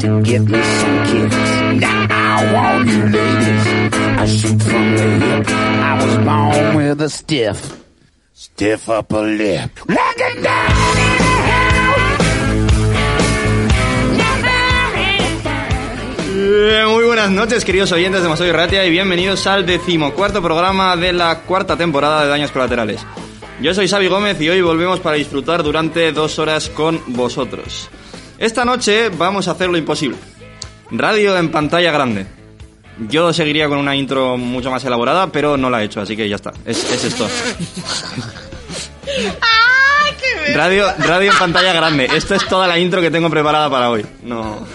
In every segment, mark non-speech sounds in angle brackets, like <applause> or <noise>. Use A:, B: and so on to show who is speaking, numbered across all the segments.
A: to get me some kicks. Now, all you ladies, I shoot from the hip. I was born with a stiff, stiff upper lip. Looking down in the hell, nothing is
B: Eh, Muy buenas noches, queridos oyentes de Masoy Ratia, y bienvenidos al decimocuarto programa de la cuarta temporada de Daños Colaterales. Yo soy Xavi Gómez y hoy volvemos para disfrutar durante dos horas con vosotros. Esta noche vamos a hacer lo imposible. Radio en pantalla grande. Yo seguiría con una intro mucho más elaborada, pero no la he hecho, así que ya está. Es, es esto. Radio, radio en pantalla grande. Esto es toda la intro que tengo preparada para hoy. No.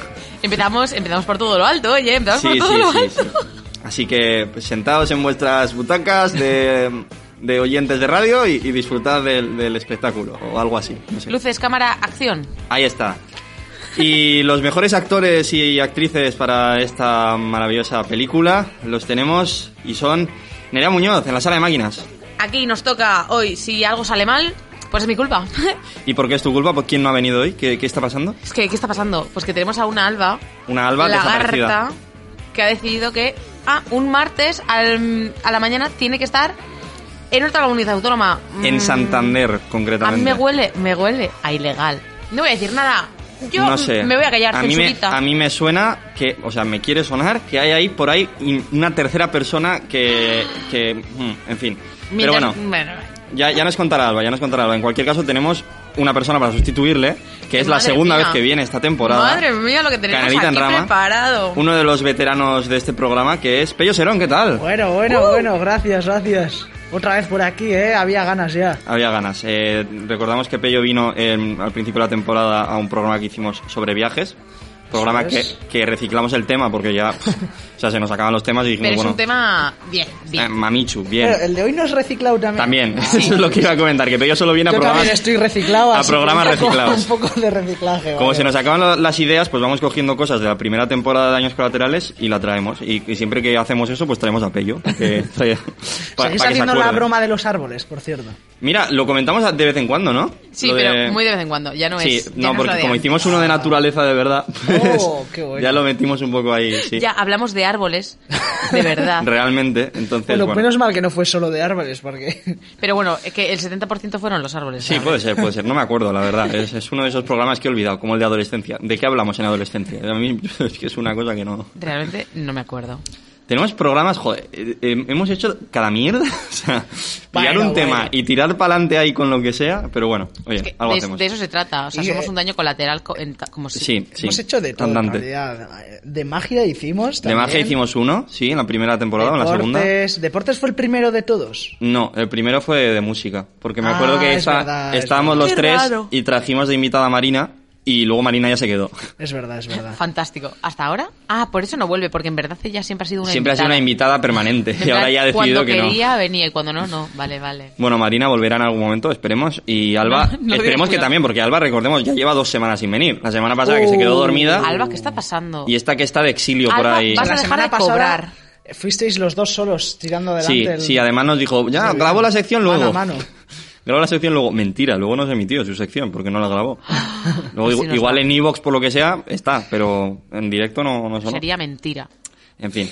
C: Empezamos, empezamos por todo lo alto, oye, empezamos por todo lo alto.
B: sí. Así que pues, sentaos en vuestras butacas de, de oyentes de radio y, y disfrutad del, del espectáculo o algo así. no sé.
C: Luces, cámara, acción.
B: Ahí está. Y los mejores actores y actrices para esta maravillosa película los tenemos y son Nerea Muñoz en la sala de máquinas.
C: Aquí nos toca hoy, si algo sale mal, pues es mi culpa. <laughs>
B: ¿Y por qué es tu culpa? ¿Por quién no ha venido hoy? ¿Qué, qué está pasando?
C: es que, ¿qué está pasando? Pues que tenemos a una alba,
B: Una alba
C: lagarta,
B: desaparecida.
C: que ha decidido que ah, un martes al- a la mañana tiene que estar en otra comunidad autónoma. Mm,
B: En Santander,
C: A
B: concretamente.
C: mí me huele, me huele a ilegal. No voy a decir nada. Yo
B: no sé.
C: me voy a callar,
B: a mí, me,
C: censurita.
B: a mí me suena que, o sea, me quiere sonar que hay ahí por ahí in- una tercera persona que, que mm, en fin. Pero
C: Mientras-
B: bueno, ya, ya nos contará Alba, ya nos contará Alba. En cualquier caso tenemos una persona para sustituirle, que es la
C: Madre
B: segunda
C: mía.
B: vez que viene esta temporada.
C: Madre mía, lo que tenemos
B: Canelita en
C: aquí
B: rama.
C: preparado.
B: Uno de los veteranos de este programa que es Pello Serón, ¿qué tal?
D: Bueno, bueno,
B: ¡Uh!
D: bueno, gracias, gracias. Otra vez por aquí, ¿eh? Había ganas ya.
B: Había ganas. Eh, recordamos que Pello vino em, al principio de la temporada a un programa que hicimos sobre viajes. Programa que,
D: ¿Sabes?
B: que reciclamos el tema porque
D: <laughs>
B: ya o sea, se nos acaban los temas y dijimos,
C: Pero es
B: bueno,
C: un tema bien,
B: eh,
C: bien.
B: Mamichu, bien.
D: Pero el de hoy no es reciclado también.
B: También, <laughs> eso es lo que iba a comentar, que Pello solo viene a
D: Yo
B: programas...
D: también estoy reciclado.
B: a
D: así que
B: programas
D: un poco-
B: reciclados.
D: Un poco de reciclaje.
B: Como
D: vale.
B: se nos acaban lo- las ideas, pues vamos cogiendo cosas de la primera temporada de Daños Colaterales y la traemos. Y, y siempre que hacemos eso, pues traemos a Pello.
D: <laughs>
B: que trae- pa-
D: Seguís
B: pa que se
D: haciendo la
B: acuerde.
D: broma de los árboles, por cierto.
B: Mira, lo comentamos de vez en cuando, ¿no?
C: Sí,
B: Lo de-
C: pero muy de vez en cuando. Ya no
B: Sí,
C: es. ya
B: no,
C: nos
B: porque
C: rodean.
B: como hicimos uno de naturaleza de verdad, pues,
D: Oh,
B: <laughs>
D: qué bueno.
B: ya lo metimos un poco ahí, sí.
C: Ya hablamos de árboles, de
B: <laughs>
C: verdad.
B: Realmente, entonces,
D: Bueno,
B: bueno.
D: menos mal que no fue solo de árboles, porque...
C: pero bueno, es que el 70% fueron los árboles.
B: Sí, pues-
C: ¿sabes?
B: puede ser, puede ser. No me acuerdo, la verdad. Es, es uno de esos programas que he olvidado, como el de adolescencia. ¿De qué hablamos en adolescencia? A mí <laughs> es que es una cosa que no...
C: Realmente no me acuerdo.
B: Tenemos programas, joder, eh, eh, hemos hecho cada mierda. <laughs> O sea, pillar
D: Bueno,
B: un tema
D: bueno.
B: y tirar para adelante ahí con lo que sea, pero bueno, oye,
C: Es que
B: algo
C: de,
B: hacemos.
C: de eso se trata. O sea,
D: Y,
C: somos
D: eh,
C: un daño colateral co- en ta- como si.
B: sí, <laughs> sí.
D: Hemos hecho de todo, en
B: Andante.
D: realidad. De magia hicimos
B: De
D: también.
B: magia hicimos uno, sí, en la primera temporada, o en la segunda.
D: Deportes- Deportes fue el primero de todos.
B: No, el primero fue de música, porque me acuerdo
D: Ah,
B: que
D: es
B: esa-
D: verdad, es
B: estábamos
C: verdad.
B: los
C: Qué
B: tres
C: raro.
B: y trajimos de invitada a Marina y luego Marina ya se quedó.
D: Es verdad, es verdad.
C: Fantástico. ¿Hasta ahora? Ah, por eso no vuelve, porque en verdad ella siempre ha sido una
B: Siempre ha sido una
C: invitada.
B: invitada permanente
C: En
B: y ahora
C: plan,
B: ya ha decidido
C: cuando
B: que no.
C: quería venía y cuando no, no. Vale, vale.
B: Bueno, Marina volverá en algún momento, esperemos. Y
C: <laughs>
B: Alba,
C: No, no digas
B: esperemos que
C: cuidado.
B: también, porque Alba, recordemos, ya lleva dos semanas sin venir. La semana pasada que se quedó
D: Uh.
B: dormida.
C: Alba, ¿qué está pasando?
B: Ah. Y esta que está de exilio por
C: Alba,
B: ahí.
C: vas a
D: La
C: dejar
D: semana
C: de
D: pasada
C: cobrar.
D: Fuisteis los dos solos tirando adelante
B: Sí,
D: el...
B: sí, además nos dijo, ya,
D: Muy
B: grabó
D: bien.
B: la sección luego.
D: Mano a mano.
B: Grabó la sección luego. Mentira, luego no se emitió su sección porque no
C: <laughs>
B: la grabó. Luego,
C: Así
B: igu-
C: nos
B: igual
C: va.
B: en Evox, por lo que sea, está, pero en directo no, no sonó.
C: Sería mentira.
B: En fin.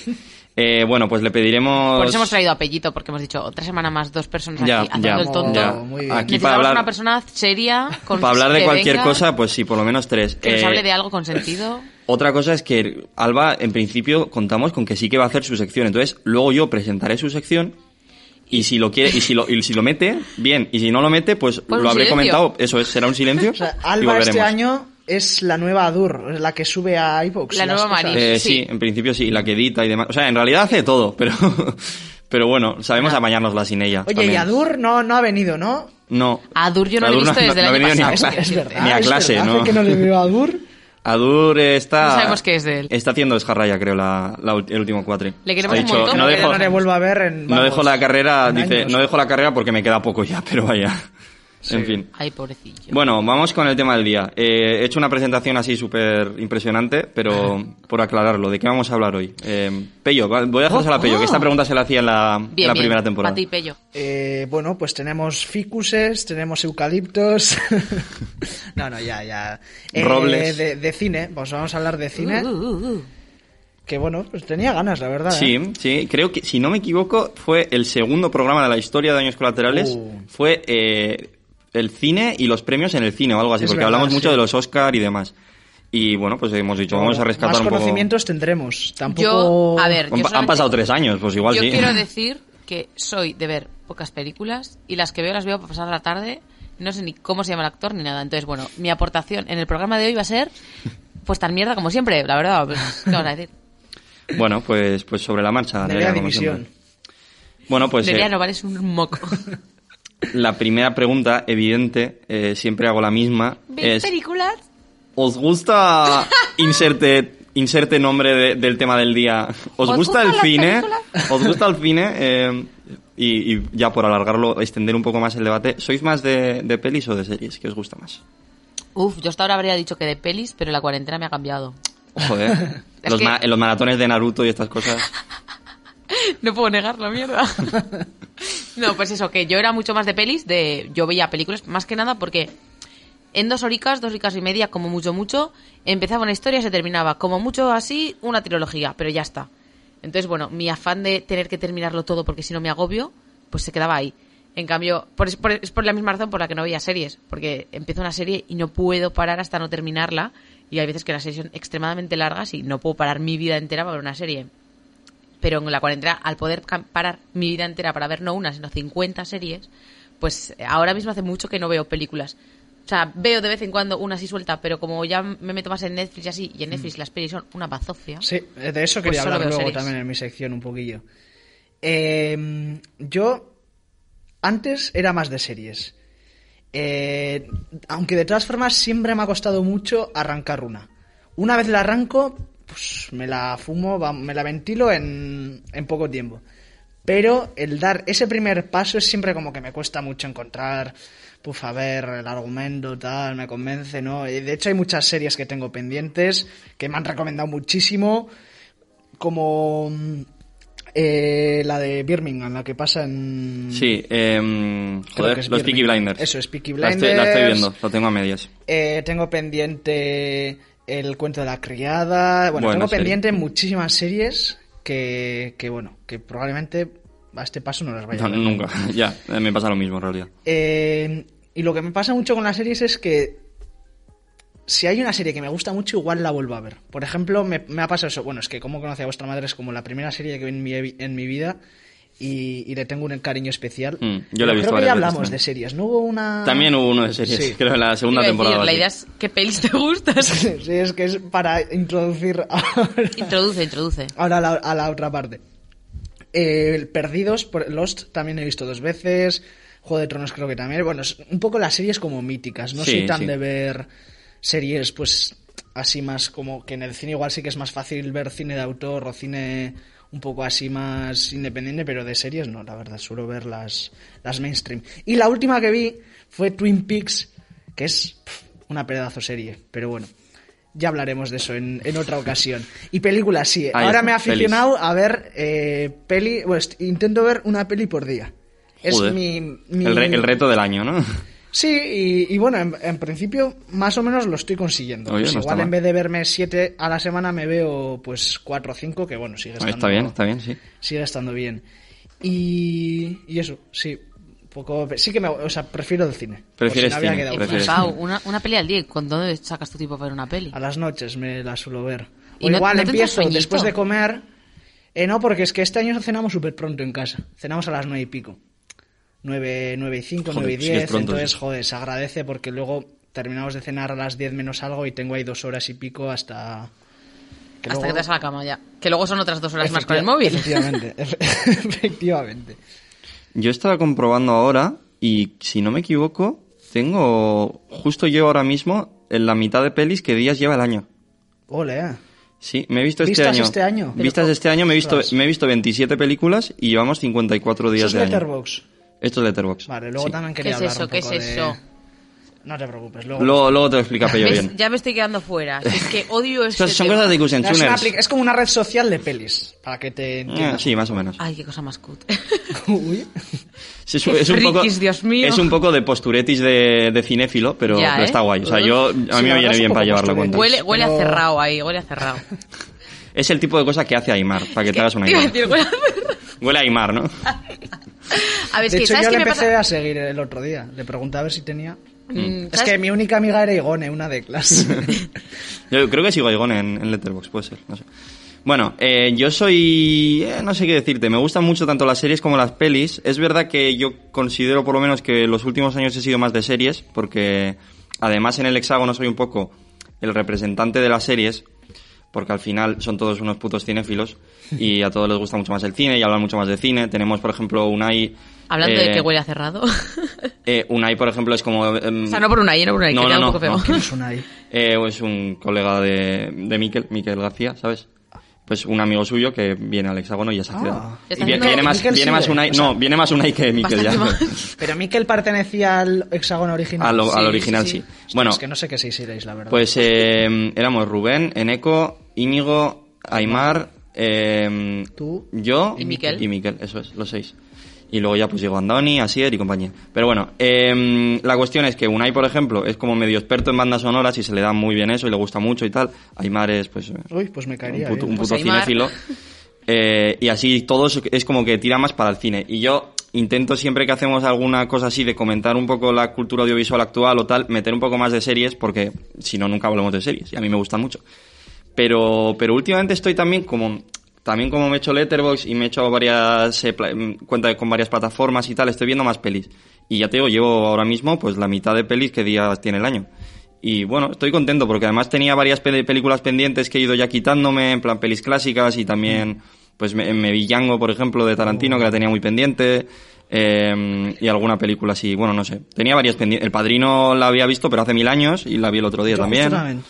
B: Eh, bueno, pues le pediremos...
C: Por eso hemos traído a Pellito, porque hemos dicho otra semana más, dos personas
B: Ya,
C: aquí haciendo
B: ya,
C: el tonto.
B: ya.
D: Muy bien.
B: Aquí
C: Necesitamos
B: para hablar,
C: una persona seria, con
B: para hablar de
C: que
B: cualquier
C: venga,
B: cosa, pues sí, por lo menos tres.
C: Que nos
B: Eh,
C: hable de algo con sentido.
B: Otra cosa es que Alba, en principio, contamos con que sí que va a hacer su sección. Entonces, luego yo presentaré su sección. Y si lo quiere, y si lo, y si lo mete, bien. Y si no lo mete, pues,
C: un
B: lo habré
C: silencio.
B: comentado. Eso es, será un silencio.
D: <laughs> O sea,
B: y
D: Alba
B: volveremos.
D: este año es la nueva Adur, la que sube a iVoox.
C: La
D: las
C: nueva
D: cosas.
C: Mari.
B: Eh, sí.
C: Ah, sí.
B: en principio sí, la que edita y demás. O sea, en realidad hace todo, <laughs> pero, pero bueno,
C: Ah.
B: sabemos apañárnosla sin ella.
D: Oye,
B: también.
D: y Adur no, no ha venido, ¿no?
B: No.
C: Adur yo no la he
B: Adur
C: visto desde el
B: ha
C: año
B: venido <laughs> ni a
C: pasado,
B: clase.
D: Es verdad.
B: Ni a
D: es
B: clase,
D: verdad,
B: ¿no?
D: hace que no le veo
C: <laughs>
D: a Adur.
B: Adur está.
C: No sabemos qué es de él.
B: Está haciendo desjarraya, creo, la, la ult- el último cuatri.
C: Le queremos
B: Ha
C: un montón,
B: no
C: pero
B: dejo,
D: no le vuelvo a ver en.
B: no
D: vamos,
B: dejo la carrera,
D: en
B: dice,
D: años.
B: no dejo la carrera porque me queda poco ya, <laughs> pero vaya. En fin.
C: Ay, pobrecillo.
B: Bueno, vamos con el tema del día. Eh, he hecho una presentación así súper impresionante, pero
C: <laughs>
B: por aclararlo, ¿de qué vamos a hablar hoy? Eh, Pello, va- voy a dejársela a Pello, que esta pregunta se la hacía en la, en
C: Oh. bien,
B: la
C: bien.
B: primera temporada.
C: Pati y Pello.
D: Eh, bueno, pues tenemos ficuses, tenemos eucaliptos. <laughs> no, no, ya, ya. Eh,
B: Robles.
D: De, de cine, pues vamos a hablar de cine.
C: Uh, uh, uh.
D: Que bueno, pues tenía ganas, la verdad. ¿eh?
B: Sí, sí, creo que, si no me equivoco, fue el segundo programa de la historia de Daños Colaterales.
C: Oh.
D: Uh.
B: Fue eh, el cine y los premios en el cine o algo así,
D: Es
B: porque
D: verdad,
B: hablamos mucho
D: sí.
B: de los Oscar y demás. Y bueno, pues hemos dicho, vamos a rescatar
D: Más
B: un poco.
D: conocimientos tendremos.
C: Yo,
D: Tampoco.
C: a ver, yo
B: Han, pa- han
C: solamente-
B: pasado tres años, pues igual
C: yo
B: sí. <laughs>
C: quiero decir que soy de ver pocas películas y las que veo las veo para pasar la tarde. No sé ni cómo se llama el actor ni nada. Entonces, bueno, mi aportación en el programa de hoy va a ser pues tan mierda como siempre, la verdad. Pues, ¿Qué vamos a decir?
B: Bueno, pues, pues sobre la marcha.
D: Media
B: Nerea, como
D: división.
B: siempre. Bueno, <laughs> pues
C: Nerea,
B: eh,
C: no vales un moco.
B: la primera pregunta, evidente, eh, siempre hago la misma.
C: <laughs> ¿Veis
B: Es,
C: películas?
B: ¿Os
C: <laughs>
B: gusta inserte, inserte nombre de- del tema del día? ¿Os,
C: ¿Os
B: gusta
C: gustan
B: el
C: las
B: cine?
C: películas?
B: ¿Os gusta
C: <laughs>
B: el cine? Eh, y, y ya por alargarlo, extender un poco más el debate. ¿Sois más de, de pelis o de series? ¿Qué os gusta más?
C: Uf, yo hasta ahora habría dicho que de pelis, pero la cuarentena me ha cambiado.
B: Joder.
C: <laughs> Es
B: eh. Los
C: que-
B: ma- en los maratones de Naruto y estas cosas.
C: <laughs> No puedo negarlo, mierda. <laughs> no, pues eso, que yo era mucho más de pelis, de yo veía películas, más que nada porque en dos horicas, dos horicas y media, como mucho, mucho, empezaba una historia y se terminaba. Como mucho así, una trilogía, pero ya está. Entonces, bueno, mi afán de tener que terminarlo todo porque si no me agobio, pues se quedaba ahí. En cambio, por, es- por- es por la misma razón por la que no veía series, porque empiezo una serie y no puedo parar hasta no terminarla. Y hay veces que las series son extremadamente largas y no puedo parar mi vida entera para ver una serie pero en la cuarentena, al poder cam- parar mi vida entera para ver no una, sino 50 series, pues eh, ahora mismo hace mucho que no veo películas. O sea, veo de vez en cuando una así suelta, pero como ya me meto más en Netflix y así, y en Netflix las pelis son una bazofia.
D: Mm. Sí, eh, de eso
C: Pues
D: quería
C: solo veo
D: hablar luego
C: series.
D: también en mi sección un poquillo. Eh, yo antes era más de series. Eh, aunque de todas formas siempre me ha costado mucho arrancar una. Una vez la arranco, pues me la fumo, va- me la ventilo en, en poco tiempo. Pero el dar ese primer paso es siempre como que me cuesta mucho encontrar, puf, a ver, el argumento, tal, me convence, ¿no? Y De hecho hay muchas series que tengo pendientes, que me han recomendado muchísimo, como mm, eh, la de Birmingham, la que pasa
C: Mm.
D: en...
B: Sí, em,
D: Creo
B: joder,
D: que es
B: los Peaky
D: viernes.
B: Blinders.
D: Eso es, Peaky
B: La estoy, la estoy
D: Blinders.
B: viendo, lo tengo a medias.
D: Eh, tengo pendiente el cuento de la criada. Bueno,
B: Buena
D: tengo
B: serie.
D: pendiente muchísimas series que, que, bueno, que probablemente a este paso no las vaya
B: No,
D: a ver.
B: nunca, <laughs> ya, eh, me pasa lo mismo en realidad.
D: Eh, y lo que me pasa mucho con las series es que si hay una serie que me gusta mucho, igual la vuelvo a ver. Por ejemplo, me, me ha pasado eso. Bueno, es que Cómo conoce a vuestra madre es como la primera serie que vi en mi, en mi vida y, y le tengo un cariño especial.
B: Mm, yo la he visto
D: Creo
B: varias
D: que ya
B: veces
D: hablamos de
B: también.
D: series. No hubo una...
B: También hubo uno de series,
D: Sí.
B: creo en la segunda
C: Iba a decir,
B: temporada.
C: la
B: sí.
C: idea es qué pelis te gustas.
D: <laughs> Sí, es que es para introducir ahora,
C: introduce, introduce.
D: ahora a, la, a la otra parte. Eh, Perdidos, por Lost también he visto dos veces. Juego de Tronos creo que también. Bueno, es un poco las series como míticas. No
B: Sí,
D: soy tan
B: sí.
D: de ver series, pues así más como que en el cine igual sí que es más fácil ver cine de autor o cine un poco así más independiente, pero de series no, la verdad, suelo ver las, las mainstream. Y la última que vi fue Twin Peaks, que es pf, una pedazo serie, pero bueno. Ya hablaremos de eso en, en otra ocasión. Y películas, sí.
B: Ahí
D: Eh, Ahora
B: está,
D: me he
B: pelis.
D: aficionado a ver eh, peli. Pues, intento ver una peli por día.
B: Joder.
D: Es mi. mi-
B: El, re- el reto del año, ¿no?
D: Sí, y, y bueno, en, en principio más o menos lo estoy consiguiendo.
B: Oye,
D: Pues
B: no está
D: igual
B: mal.
D: en vez de verme siete a la semana me veo pues cuatro o cinco, que bueno, sigue
B: Ah,
D: estando,
B: está bien, está bien, sí.
D: Sigue estando bien. Y, y eso, sí. un Poco, sí que me, o sea, prefiero el cine. por
B: Prefieres
D: había
B: cine,
D: quedado
C: He
B: prefieres
D: claro.
C: flipado. Eh, pues, Una, una peli al día. ¿Con dónde sacas tu tiempo para ver una peli?
D: A las noches me la suelo ver.
C: ¿Y
D: O
C: no-
D: igual
C: no te entra
D: empiezo
C: sueñito?
D: después de comer. Eh, no, porque es que este año cenamos súper pronto en casa. Cenamos a las nueve y pico. Nueve, nueve y cinco,
B: Joder,
D: nueve y
B: sí que es
D: diez.
B: pronto,
D: entonces,
B: sí.
D: joder, se agradece porque luego terminamos de cenar a las diez menos algo y tengo ahí dos horas y pico hasta...
C: Hasta que
D: luego-
C: te vas a la cama ya. Que luego son otras dos horas más con el
D: Efectiva-
C: móvil. <laughs>
D: Efectivamente, efe- <laughs> efectivamente.
B: Yo estaba comprobando ahora y, si no me equivoco, tengo justo yo ahora mismo en la mitad de pelis que días lleva el año.
D: Ole, eh.
B: Sí, me he visto este
D: ¿Vistas
B: año.
D: este año?
B: Vistas este año, me he visto,
D: Ostras.
B: me he visto 27 películas y llevamos 54
D: Eso
B: días
D: es
B: de año.
D: Letterboxd.
B: Esto es Letterboxd.
D: Vale, luego
B: Sí.
D: también
C: ¿Qué
D: quería
C: es
D: hablar
C: eso?
D: un
C: ¿Qué es
D: poco de-
C: eso?
D: No te preocupes, luego...
B: Luego, luego te lo explica Pello
C: ¿Ves?
B: bien.
C: Ya me estoy quedando fuera. Si es que
D: <laughs>
C: odio este
B: Estas son
C: tema.
B: cosas de Gusen
D: No, es, una
B: Tuners.
D: apli- es como una red social de pelis, para que te
B: Ah,
D: entiendas.
B: sí, más o menos.
C: Ay, qué cosa más cut.
D: <laughs> Uy.
B: Sí, es,
C: Qué
B: es un poco,
C: frikis, Dios mío.
B: es un poco de posturetis de, de cinéfilo, pero,
C: Ya,
B: pero
C: ¿eh?
B: está guay. O sea, yo, a mí me
D: la verdad
B: viene
D: es un
B: bien
D: poco
B: para llevarlo
D: posturetis.
B: cuenta.
C: huele huele a
D: Pero-
C: cerrado ahí, huele a <laughs> cerrado.
B: Es el tipo de cosa que hace Aymar, para que te hagas una
C: Te iba a
B: idea.
C: decir, huele a cerrado.
B: Huele a Aymar, ¿no?
C: A ver, es
D: de
C: que
D: hecho,
C: ¿sabes
D: yo
C: qué
D: le
C: me
D: empecé
C: pasa?
D: a seguir el otro día. Le preguntaba a ver si tenía...
C: Mm,
D: Es
C: ¿sabes?
D: que mi única amiga era Igone, una de <laughs> clase.
B: Yo creo que sigo a Igón en, en Letterboxd, puede ser, no sé. Bueno, eh, yo soy... eh, no sé qué decirte, me gustan mucho tanto las series como las pelis. Es verdad que yo considero por lo menos que los últimos años he sido más de series, porque además en el hexágono soy un poco el representante de las series, porque al final son todos unos putos cinéfilos y a todos les gusta mucho más el cine y hablan mucho más de cine. Tenemos, por ejemplo, Unai...
C: Hablando de
B: eh,
C: que huele a cerrado. <laughs> o
B: eh, Unai, por ejemplo, es como... em,
C: sea, no por una I, no por una I, que
B: No, no,
C: queda un
B: no,
C: poco feo.
B: no,
D: ¿Quién suena ahí?
B: eh, es un colega de, de Miquel, Miquel García, ¿sabes? Pues un amigo suyo que viene al hexágono y es
D: Ah.
B: hacia...
C: Está
B: y
C: haciendo-
B: viene, viene más,
D: Miquel
B: viene
D: sigue,
B: más Unai-
D: o sea,
B: no, viene más Unai que Miquel ya.
C: Bastante
B: <laughs>
C: más.
D: Pero Mikel pertenecía al hexágono original.
B: Al, al
C: sí,
B: original
C: sí.
B: sí.
D: Ostras,
B: Bueno,
D: Es que no sé qué se hicierais, la verdad.
B: pues eh, éramos Rubén, Eneco, Íñigo, Aymar, eh,
D: Tú.
B: yo
C: Y Miquel.
B: y Miquel, eso es, los seis. Y luego ya pues llegó Andoni, Asier y compañía. Pero bueno, eh, la cuestión es que Unai, por ejemplo, es como medio experto en bandas sonoras y se le da muy bien eso y le gusta mucho y tal. Aymar es pues... eh,
D: Uy, pues me caería.
B: un puto,
D: bien.
B: un puto
C: Pues Aymar.
B: cinéfilo. Eh, y así todos es como que tira más para el cine. Y yo intento siempre que hacemos alguna cosa así de comentar un poco la cultura audiovisual actual o tal, meter un poco más de series, porque si no, nunca hablamos de series. Y a mí me gusta mucho. Pero, pero últimamente estoy también como. También como me he hecho Letterboxd y me he hecho varias eh, pla- mm, cuenta con varias plataformas y tal, estoy viendo más pelis. Y ya te digo, llevo ahora mismo pues la mitad de pelis que días tiene el año. Y bueno, estoy contento porque además tenía varias pe- películas pendientes que he ido ya quitándome, en plan pelis clásicas y también pues me, me vi Django, por ejemplo, de Tarantino, que la tenía muy pendiente. eh, y alguna película así, bueno, no sé. Tenía varias pendientes. El Padrino la había visto, pero hace mil años y la vi el otro día
D: Yo
B: también.
D: justo también.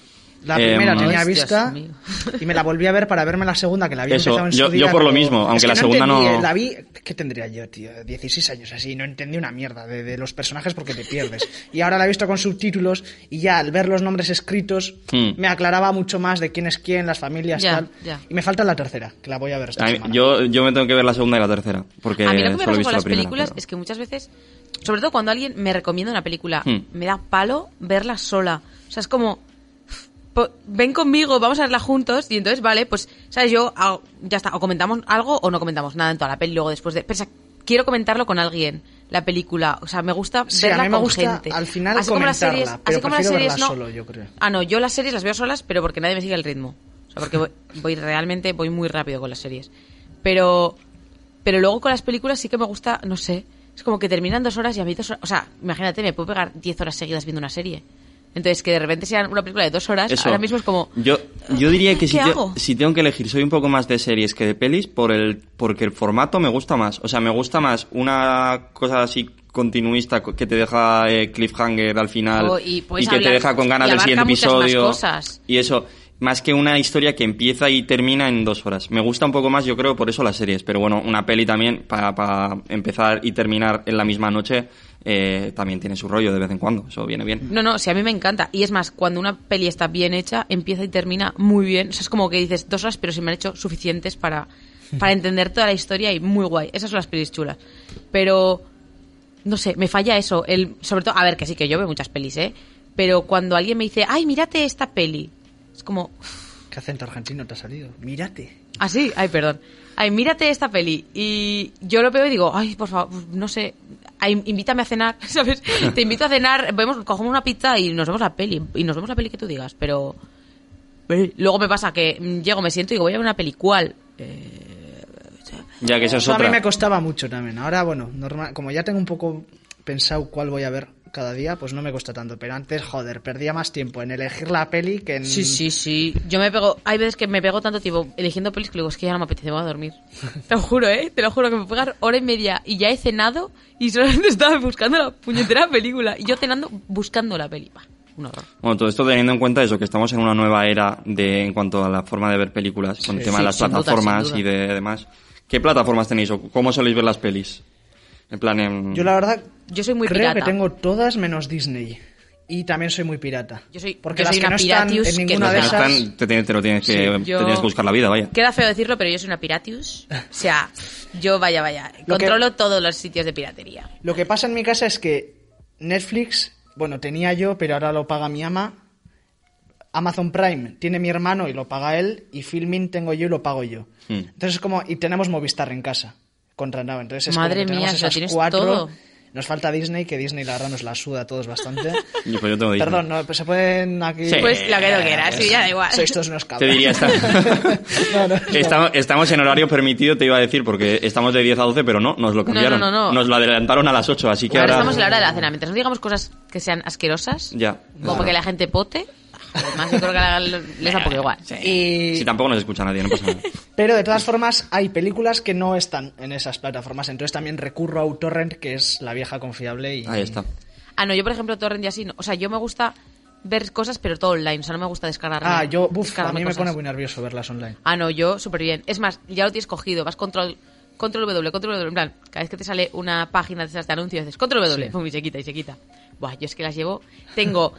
D: La
B: Eh,
D: primera tenía
C: hostias,
D: vista
C: amigo.
D: y me la volví a ver para verme la segunda, que la había
B: Eso,
D: empezado en su
B: yo-
D: día,
B: yo por lo
D: pero-
B: mismo,
D: es
B: aunque
D: que
B: la
D: no
B: segunda no-
D: entendí, eh, La vi, ¿qué tendría yo, tío? 16 años así, no entendí una mierda de, de los personajes porque te
B: <laughs>
D: pierdes. Y ahora la he visto con subtítulos y ya al ver los nombres escritos
B: Hmm.
D: me aclaraba mucho más de quién es quién, las familias,
C: Ya,
D: tal.
C: ya.
D: Y me falta la tercera, que la voy a ver esta
B: A mí-
D: semana.
B: yo, yo me tengo que ver la segunda y la tercera. Porque
C: a mí lo que me pasa
B: solo he visto
C: con las
B: la primera,
C: películas
B: pero-
C: es que muchas veces, sobre todo cuando alguien me recomienda una película,
B: Hmm.
C: me da palo verla sola. O sea, es como, po- ven conmigo, vamos a verla juntos y entonces, vale, pues, ¿sabes? Yo, hago- ya está, o comentamos algo o no comentamos nada en toda la peli luego después de... Pero, o sea, quiero comentarlo con alguien, la película. O sea, me gusta
D: Sí,
C: verla
D: a mí me
C: con
D: gusta
C: gente.
D: al final
C: así como las
D: comentarla,
C: series,
D: pero
C: así como las
D: prefiero
C: series
D: verla
C: no...
D: solo, yo creo.
C: Ah, no, yo las series las veo solas, pero porque nadie me sigue el ritmo. O sea, porque voy, voy realmente, voy muy rápido con las series. Pero, pero luego con las películas sí que me gusta, no sé, es como que terminan dos horas y a mí dos horas, o sea, imagínate, me puedo pegar diez horas seguidas viendo una serie. Entonces, que de repente sea una película de dos horas,
B: Eso.
C: ahora mismo es como...
B: Yo, yo diría que
C: ¿Qué
B: si, te-
C: hago?
B: si tengo que elegir, soy un poco más de series que de pelis por el, porque el formato me gusta más. O sea, me gusta más una cosa así continuista co- que te deja eh, cliffhanger al final
C: Oh, y puedes
B: que te
C: hablar-
B: deja con ganas
C: y
B: del siguiente
C: abarca muchas más
B: episodio
C: cosas.
B: y eso más que una historia que empieza y termina en dos horas me gusta un poco más yo creo por eso las series pero bueno una peli también para para empezar y terminar en la misma noche eh, también tiene su rollo de vez en cuando eso viene bien
C: No, no, sí, a mí me encanta. Y es más, cuando una peli está bien hecha, empieza y termina muy bien. O sea, es como que dices dos horas, pero se me han hecho suficientes para, para entender toda la historia y muy guay. Esas son las pelis chulas. Pero, no sé, me falla eso. El, sobre todo, a ver, que sí que yo veo muchas pelis, ¿eh? Pero cuando alguien me dice, ay, mírate esta peli. Es como,
D: ¿Qué acento argentino te ha salido? Mírate.
C: Así, Ah, ay, perdón. Ay, mírate esta peli. Y yo lo veo y digo, ay, por favor, pues, no sé. Ay, invítame a cenar, <laughs> ¿sabes? Te invito a cenar, vemos, cogemos una pizza y nos vemos la peli. Y nos vemos la peli que tú digas, pero. pero Luego me pasa que mm, llego, me siento y digo, voy a ver una peli. ¿Cuál? Eh,
B: ya que eso es
D: Eso a
B: otra
D: mí me costaba mucho también. Ahora, bueno, normal, como ya tengo un poco pensado cuál voy a ver cada día, pues no me cuesta tanto. Pero antes, joder, perdía más tiempo en elegir la peli que en...
C: Sí, sí, sí. Yo me pego. Hay veces que me pego tanto tiempo eligiendo pelis que digo, es que ya no me apetece, me voy a dormir. <laughs> Te lo juro, ¿eh? Te lo juro que me puedo pegar hora y media y ya he cenado y solamente <laughs> estaba buscando la puñetera película. Y yo cenando buscando la peli. Bah, un horror.
B: Bueno, todo esto teniendo en cuenta eso, que estamos en una nueva era de en cuanto a la forma de ver películas, con el tema
C: Sí,
B: de las
C: sin duda,
B: plataformas
C: sin duda.
B: y de demás. ¿Qué plataformas tenéis o cómo soléis ver las pelis? En plan, en...
D: Yo la verdad
C: Yo soy muy
D: creo
C: pirata.
D: que tengo todas menos Disney. Y también soy muy pirata.
C: Yo soy-
D: Porque
C: yo
D: las
C: soy
D: que
C: una
D: no están
C: piratius
D: en
C: que
D: ninguna
C: no
D: de
B: Las que
D: esas...
B: no están, te, tienes- te lo tienes que,
D: Sí,
B: te
C: yo-
B: tienes que buscar la vida,
C: <laughs>
B: vaya.
C: Queda feo decirlo, pero yo soy una piratius. O sea, yo vaya, vaya.
D: Lo que-
C: Controlo todos los sitios de piratería.
D: Lo que pasa en mi casa es que Netflix, bueno, tenía yo, pero ahora lo paga mi ama. Amazon Prime tiene mi hermano y lo paga él. Y Filmin tengo yo y lo pago yo.
B: Hmm.
D: Entonces es como... Y tenemos Movistar en casa. Contratado. Entonces es
C: Madre
D: como que tenemos
C: mía, o sea,
D: esas
C: tienes
D: cuatro.
C: todo.
D: Nos falta Disney, que Disney la verdad nos la suda a todos
B: <laughs>
D: bastante.
B: Yo, pues yo tengo Disney.
D: Perdón, no, pues se pueden aquí...
B: Sí.
C: Pues lo que
D: Eh,
C: tú quieras, sí, ya da igual.
D: Sois todos unos
B: Te
D: cabros.
C: <laughs>
B: diría, esta-
D: <laughs> No, no,
B: estamos, estamos en horario permitido, te iba a decir, porque estamos de 10 a 12, pero no, nos lo cambiaron.
C: no, no.
B: Nos lo adelantaron a las 8, así que
C: Ahora
B: ahora...
C: estamos en la hora de la cena. Mientras no digamos cosas que sean asquerosas,
B: Ya.
C: como que la gente pote, además yo creo que la- les da un poco igual.
D: Y-
B: Si tampoco nos escucha nadie, no
C: <laughs>
B: pasa nada.
D: Pero de todas formas hay películas que no están en esas plataformas, entonces también recurro a UTorrent, que es la vieja confiable y
B: Ahí está.
C: Ah, no, yo por ejemplo Torrent y así, no. o sea, yo me gusta ver cosas pero todo online, o sea, no me gusta descargar.
D: Ah,
C: nada,
D: yo, buf, a
C: descargarme
D: mí me
C: cosas.
D: pone muy nervioso verlas online.
C: Ah, no, yo súper bien. Es más, ya lo tienes cogido, vas control control W, control W, en plan, cada vez que te sale una página de esas de anuncios dices control W,
D: Sí.
C: pum, y se quita y se quita. Buah, yo es que las llevo. Tengo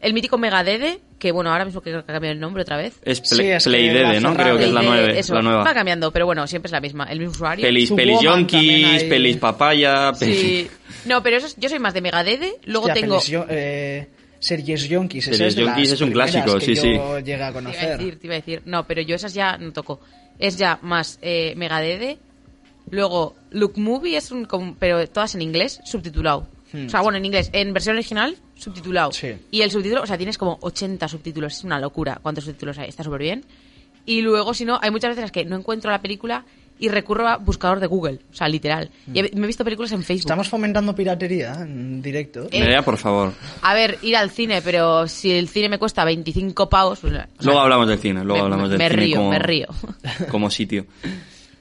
C: el mítico Megadede, que bueno, ahora mismo que creo que ha cambiado el nombre otra vez.
B: Es,
D: Sí,
B: Play-
D: es que
B: Play DD,
D: la
B: ¿no?
D: cerraron.
B: Creo que Eh, es la,
C: Play Dede,
B: nueve,
C: eso,
B: la
C: Va
B: nueva.
C: cambiando, pero bueno, siempre es la misma, el mismo usuario.
B: Pelis,
D: Su
B: pelis
D: Woman también
B: yonkis,
D: hay.
B: pelis papaya, pelis...
C: Sí. No, pero eso es- yo soy más de Megadede, luego
D: Hostia,
C: tengo...
D: pelis yo- eh, series Yonkis, esa
B: Series
D: es de las
B: Yonkis es un
D: primeras
B: clásico,
D: que
B: sí, sí.
D: yo llegué a
C: Te iba a decir,
D: conocer.
C: te iba a decir. No, pero yo esas ya no toco. Es ya más eh, Megadede. Luego, Look Movie es un. com- Pero todas en inglés, subtitulado.
D: Hmm.
C: O sea, bueno, en inglés, en versión original, subtitulado.
D: Sí.
C: Y el subtítulo, o sea, tienes como 80 subtítulos, es una locura cuántos subtítulos hay, está súper bien. Y luego, si no, hay muchas veces en las que no encuentro la película y recurro a buscador de Google, o sea, literal. Y he- me he visto películas en Facebook.
D: Hmm. Estamos fomentando piratería en directo.
C: Eh,
B: Nerea, por favor.
C: A ver, ir al cine, pero si el cine me cuesta 25 pavos, pues, o sea,
B: Luego hablamos del cine, luego
C: me-
B: hablamos del
C: me
B: cine
C: río,
B: como,
C: me río.
B: <laughs> como sitio.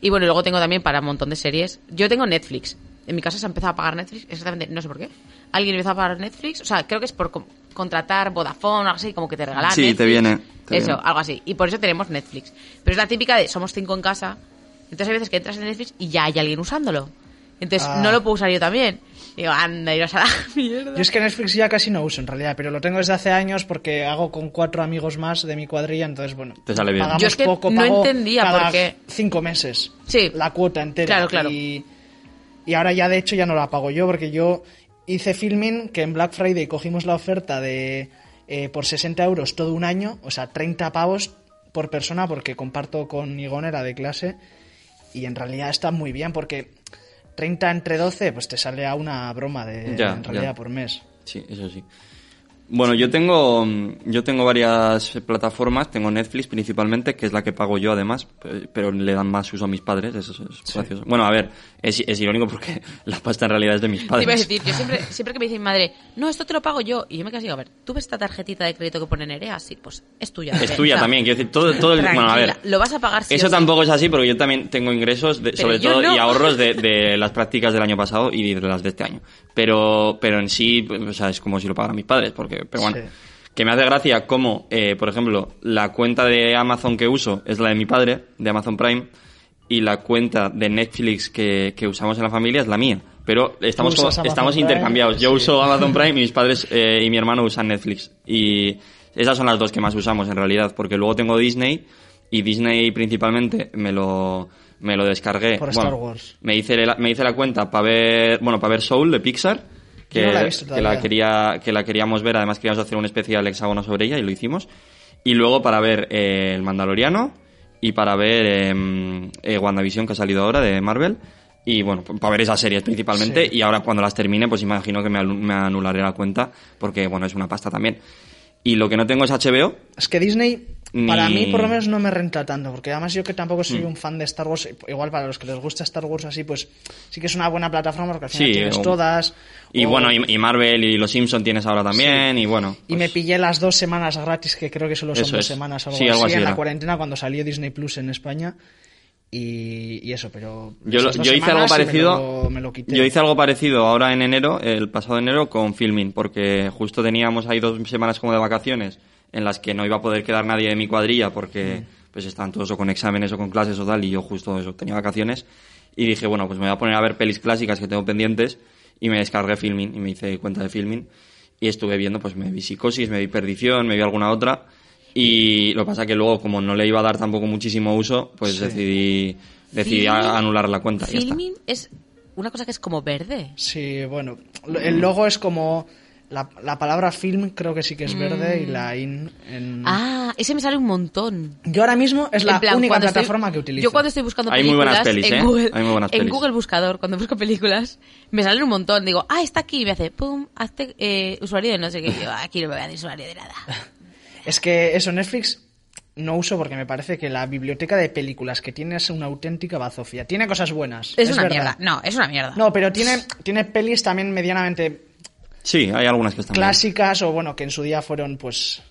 C: Y bueno, y luego tengo también para un montón de series. Yo tengo Netflix. En mi casa se ha empezado a pagar Netflix, exactamente, no sé por qué. Alguien empezó a pagar Netflix, o sea, creo que es por com- contratar Vodafone o algo así, como que te regalan.
B: Sí,
C: Netflix.
B: te viene, te
C: eso,
B: viene.
C: algo así. Y por eso tenemos Netflix. Pero es la típica de somos cinco en casa, entonces hay veces que entras en Netflix y ya hay alguien usándolo. Entonces
D: Ah.
C: no lo puedo usar yo también. Digo, anda, iros a la <laughs> mierda.
D: Yo es que Netflix ya casi no uso en realidad, pero lo tengo desde hace años porque hago con cuatro amigos más de mi cuadrilla, entonces bueno.
B: Te sale bien.
D: pagamos
C: Yo es que
D: poco,
C: no
D: pago
C: entendía
D: cada
C: por qué.
D: Cinco meses.
C: Sí.
D: La cuota entera.
C: Claro, claro.
D: Y, y ahora ya de hecho ya no la pago yo porque yo hice filming que en Black Friday cogimos la oferta de eh, por 60 euros todo un año, o sea, 30 pavos por persona porque comparto con Igonera de clase y en realidad está muy bien porque 30 entre 12 pues te sale a una broma de
B: Ya,
D: en realidad
B: ya.
D: por mes.
B: Sí, eso sí. Bueno, yo tengo, mm, yo tengo varias plataformas, tengo Netflix principalmente, que es la que pago yo además, pe- pero le dan más uso a mis padres, eso es, es gracioso. Bueno, a ver, es, es irónico porque <laughs> la pasta en realidad es de mis
C: Te
B: padres.
C: iba a decir, yo siempre, siempre que me dice mi madre, no, esto te lo pago yo. Y yo me quedo así, digo, a ver, ¿tú ves esta tarjetita de crédito que pone Nerea? Sí, pues es tuya.
B: Es
C: Nerea.
B: tuya
C: O sea,
B: también, quiero decir, todo, todo el... Bueno, a ver.
C: Tranquila, lo vas a pagar sí
B: Eso
C: o sí.
B: tampoco es así porque yo también tengo ingresos, de-
C: Pero
B: sobre
C: yo
B: todo,
C: no.
B: y
C: <laughs>
B: ahorros de, de las prácticas del año pasado y de las de este año. Pero, pero en sí, pues, o sea, es como si lo pagaran mis padres, porque, pero bueno.
D: Sí.
B: Que me hace gracia como, eh, por ejemplo, la cuenta de Amazon que uso es la de mi padre, de Amazon Prime, y la cuenta de Netflix que, que usamos en la familia es la mía. Pero estamos,
D: Tú usas
B: como-
D: Amazon
B: estamos
D: Prime,
B: intercambiados. Yo
D: sí.
B: uso Amazon Prime y mis padres eh, y mi hermano usan Netflix. Y esas son las dos que más usamos en realidad, porque luego tengo Disney y Disney principalmente me lo, me lo descargué.
D: Por
B: Bueno,
D: Star Wars.
B: Me hice la, me hice la cuenta para ver, bueno, para ver Soul de Pixar. Que,
D: Yo no la he visto
B: que la
D: todavía.
B: quería que la queríamos ver, además queríamos hacer un especial hexágono sobre ella y lo hicimos. Y luego para ver eh, El Mandaloriano y para ver eh, eh, WandaVision que ha salido ahora de Marvel. Y bueno, p- para ver esas series principalmente.
D: Sí.
B: Y ahora cuando las termine, pues imagino que me, alu- me anularé la cuenta porque, bueno, es una pasta también. Y lo que no tengo es HBO.
D: Es que Disney, para
B: Ni-
D: mí por lo menos no me renta tanto, porque además yo que tampoco soy
B: Mm.
D: un fan de Star Wars, igual para los que les gusta Star Wars así, pues sí que es una buena plataforma porque al final
B: Sí,
D: tienes
B: o-
D: todas.
B: Y
D: o-
B: bueno, y, y Marvel y Los Simpson tienes ahora también. Y bueno.
D: y me
B: pues-
D: pillé las dos semanas gratis, que creo que solo son
B: Eso
D: dos
B: es.
D: semanas o algo,
B: Sí, algo
D: así,
B: así
D: en la
B: era.
D: cuarentena cuando salió Disney Plus en España. Y, y eso, pero.
B: Yo, lo-
D: esas dos
B: yo hice algo
D: semanas y me
B: parecido.
D: lo- me lo quité.
B: Yo hice algo parecido ahora en enero, el pasado enero, con filming, porque justo teníamos ahí dos semanas como de vacaciones en las que no iba a poder quedar nadie de
D: Mm.
B: mi cuadrilla porque pues estaban todos o con exámenes o con clases o tal, y yo justo eso, tenía vacaciones. Y dije, bueno, pues me voy a poner a ver pelis clásicas que tengo pendientes. Y me descargué Filmin y me hice cuenta de Filmin. Y estuve viendo, pues me vi Psicosis, me vi Perdición, me vi alguna otra. Y lo que pasa que luego, como no le iba a dar tampoco muchísimo uso, pues decidí, decidí
C: Filmin-
B: a- anular la cuenta. y ya está.
C: Filmin es una cosa que es como verde.
D: Sí, bueno, lo- el logo es como... La, la palabra film creo que sí que
B: Mm.
D: es verde y la in... en-
C: Ah, ese me sale un montón.
D: Yo ahora mismo es la
C: En plan,
D: única
C: cuando estoy-
D: plataforma que utilizo.
C: Yo cuando estoy buscando
B: Hay muy
C: películas
B: buenas pelis,
C: en,
B: ¿eh?
C: Google,
B: Hay muy buenas
C: en
B: pelis.
C: Google Buscador, cuando busco películas, me salen un montón. Digo, ah, está aquí. Y me hace, pum, hazte eh, usuario de no sé qué. Y yo, "Ah, aquí no me voy a dar usuario de
D: <laughs>
C: nada.
D: Es que eso, Netflix no uso porque me parece que la biblioteca de películas que tiene es una auténtica bazofia. Tiene cosas buenas.
C: Es, una
D: verdad.
C: mierda. No, es una mierda.
D: No, pero tiene, tiene pelis también medianamente
B: Sí, hay algunas que están bien.
D: clásicas o bueno, que en su día fueron pues...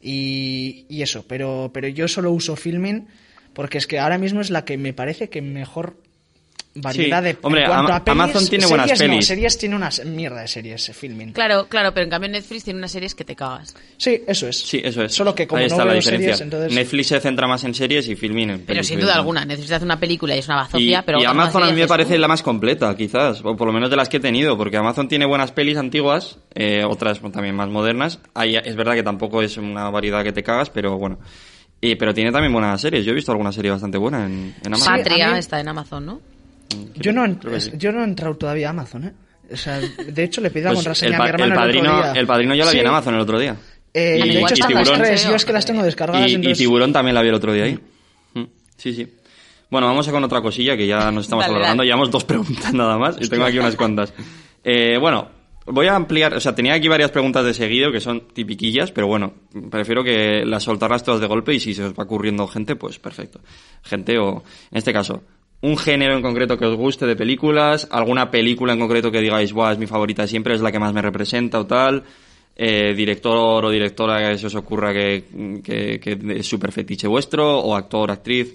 D: Y, y eso, pero, pero yo solo uso Filmin porque es que ahora mismo es la que me parece que mejor variedad
B: Sí.
D: de... en
B: Hombre,
D: cuanto a
B: Ama- Amazon tiene
D: series
B: buenas
D: no,
B: pelis.
D: series tiene unas mierda de series, Filmin.
C: Claro, claro, pero en cambio Netflix tiene unas series que te cagas.
D: Sí, eso es.
B: Sí, eso es.
D: Solo que como
B: Ahí
D: no
B: está la
D: veo
B: diferencia.
D: series, entonces...
B: Netflix se centra más en series y Filmin en
C: Pero
B: películas.
C: sin duda alguna, necesitas una película y es una
B: Y,
C: bazofia, pero...
B: y
C: otras más
B: Amazon a mí me
C: dices,
B: parece
C: "Uh".
B: la más completa, quizás, o por lo menos de las que he tenido, porque Amazon tiene buenas pelis antiguas, eh, otras bueno, también más modernas. Ahí es verdad que tampoco es una variedad que te cagas, pero bueno. Y- pero tiene también buenas series. Yo he visto alguna serie bastante buena en, en Amazon.
C: Patria
D: a mí-
C: está en Amazon, ¿no?
D: Yo no, he-
B: Creo que sí.
D: yo no he entrado todavía a Amazon, ¿eh? O sea, de hecho le pedí la
B: Pues
D: contraseña
B: pa-
D: a mi hermano el,
B: padrino,
D: otro día.
B: el padrino yo la vi
D: Sí.
B: en Amazon el otro día.
D: Eh,
C: Y-
D: de hecho
C: y
D: están las
B: Tiburón.
D: tres, yo es que las tengo descargadas.
B: Y, y
D: entonces-
B: Tiburón también la vi el otro día ahí. Mm, Sí, sí. Bueno, vamos a con otra cosilla que ya nos estamos
C: Dale,
B: alargando.
C: dale.
B: Llevamos dos preguntas nada más y tengo aquí unas cuantas. Eh, bueno, voy a ampliar. O sea, tenía aquí varias preguntas de seguido que son tipiquillas, pero bueno, prefiero que las soltarlas todas de golpe y si se os va ocurriendo gente, pues perfecto. Gente o, en este caso, un género en concreto que os guste de películas, alguna película en concreto que digáis, Buah, es mi favorita siempre, es la que más me representa o tal. Eh, director o directora que se os ocurra que, que, que es súper fetiche vuestro, o actor, actriz,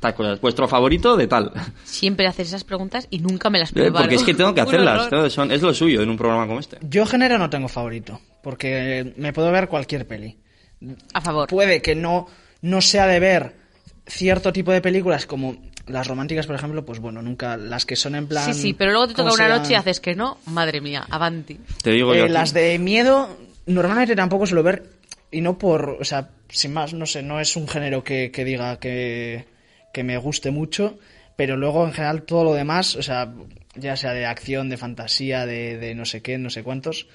B: tal cosa. Vuestro favorito de tal.
C: Siempre haces esas preguntas y nunca me las
B: Eh,
C: preparo.
B: Porque es que tengo que
C: <laughs> Un
B: hacerlas.
C: horror.
B: ¿no? Son- es lo suyo en un programa como este.
D: Yo género no tengo favorito, porque me puedo ver cualquier peli.
C: A favor.
D: Puede que no, no sea de ver cierto tipo de películas como las románticas, por ejemplo, pues bueno, nunca las que son en plan...
C: Sí, sí, pero luego te
D: ¿cómo
C: toca una
D: se
C: noche y
D: llaman?
C: haces que no. Madre mía, avanti.
B: Te digo yo.
D: Eh,
B: aquí.
D: las de miedo, normalmente tampoco suelo ver, y no por, o sea, sin más, no sé, no es un género que, que diga que, que me guste mucho, pero luego en general todo lo demás, o sea, ya sea de acción, de fantasía, de, de no sé qué, no sé cuántos,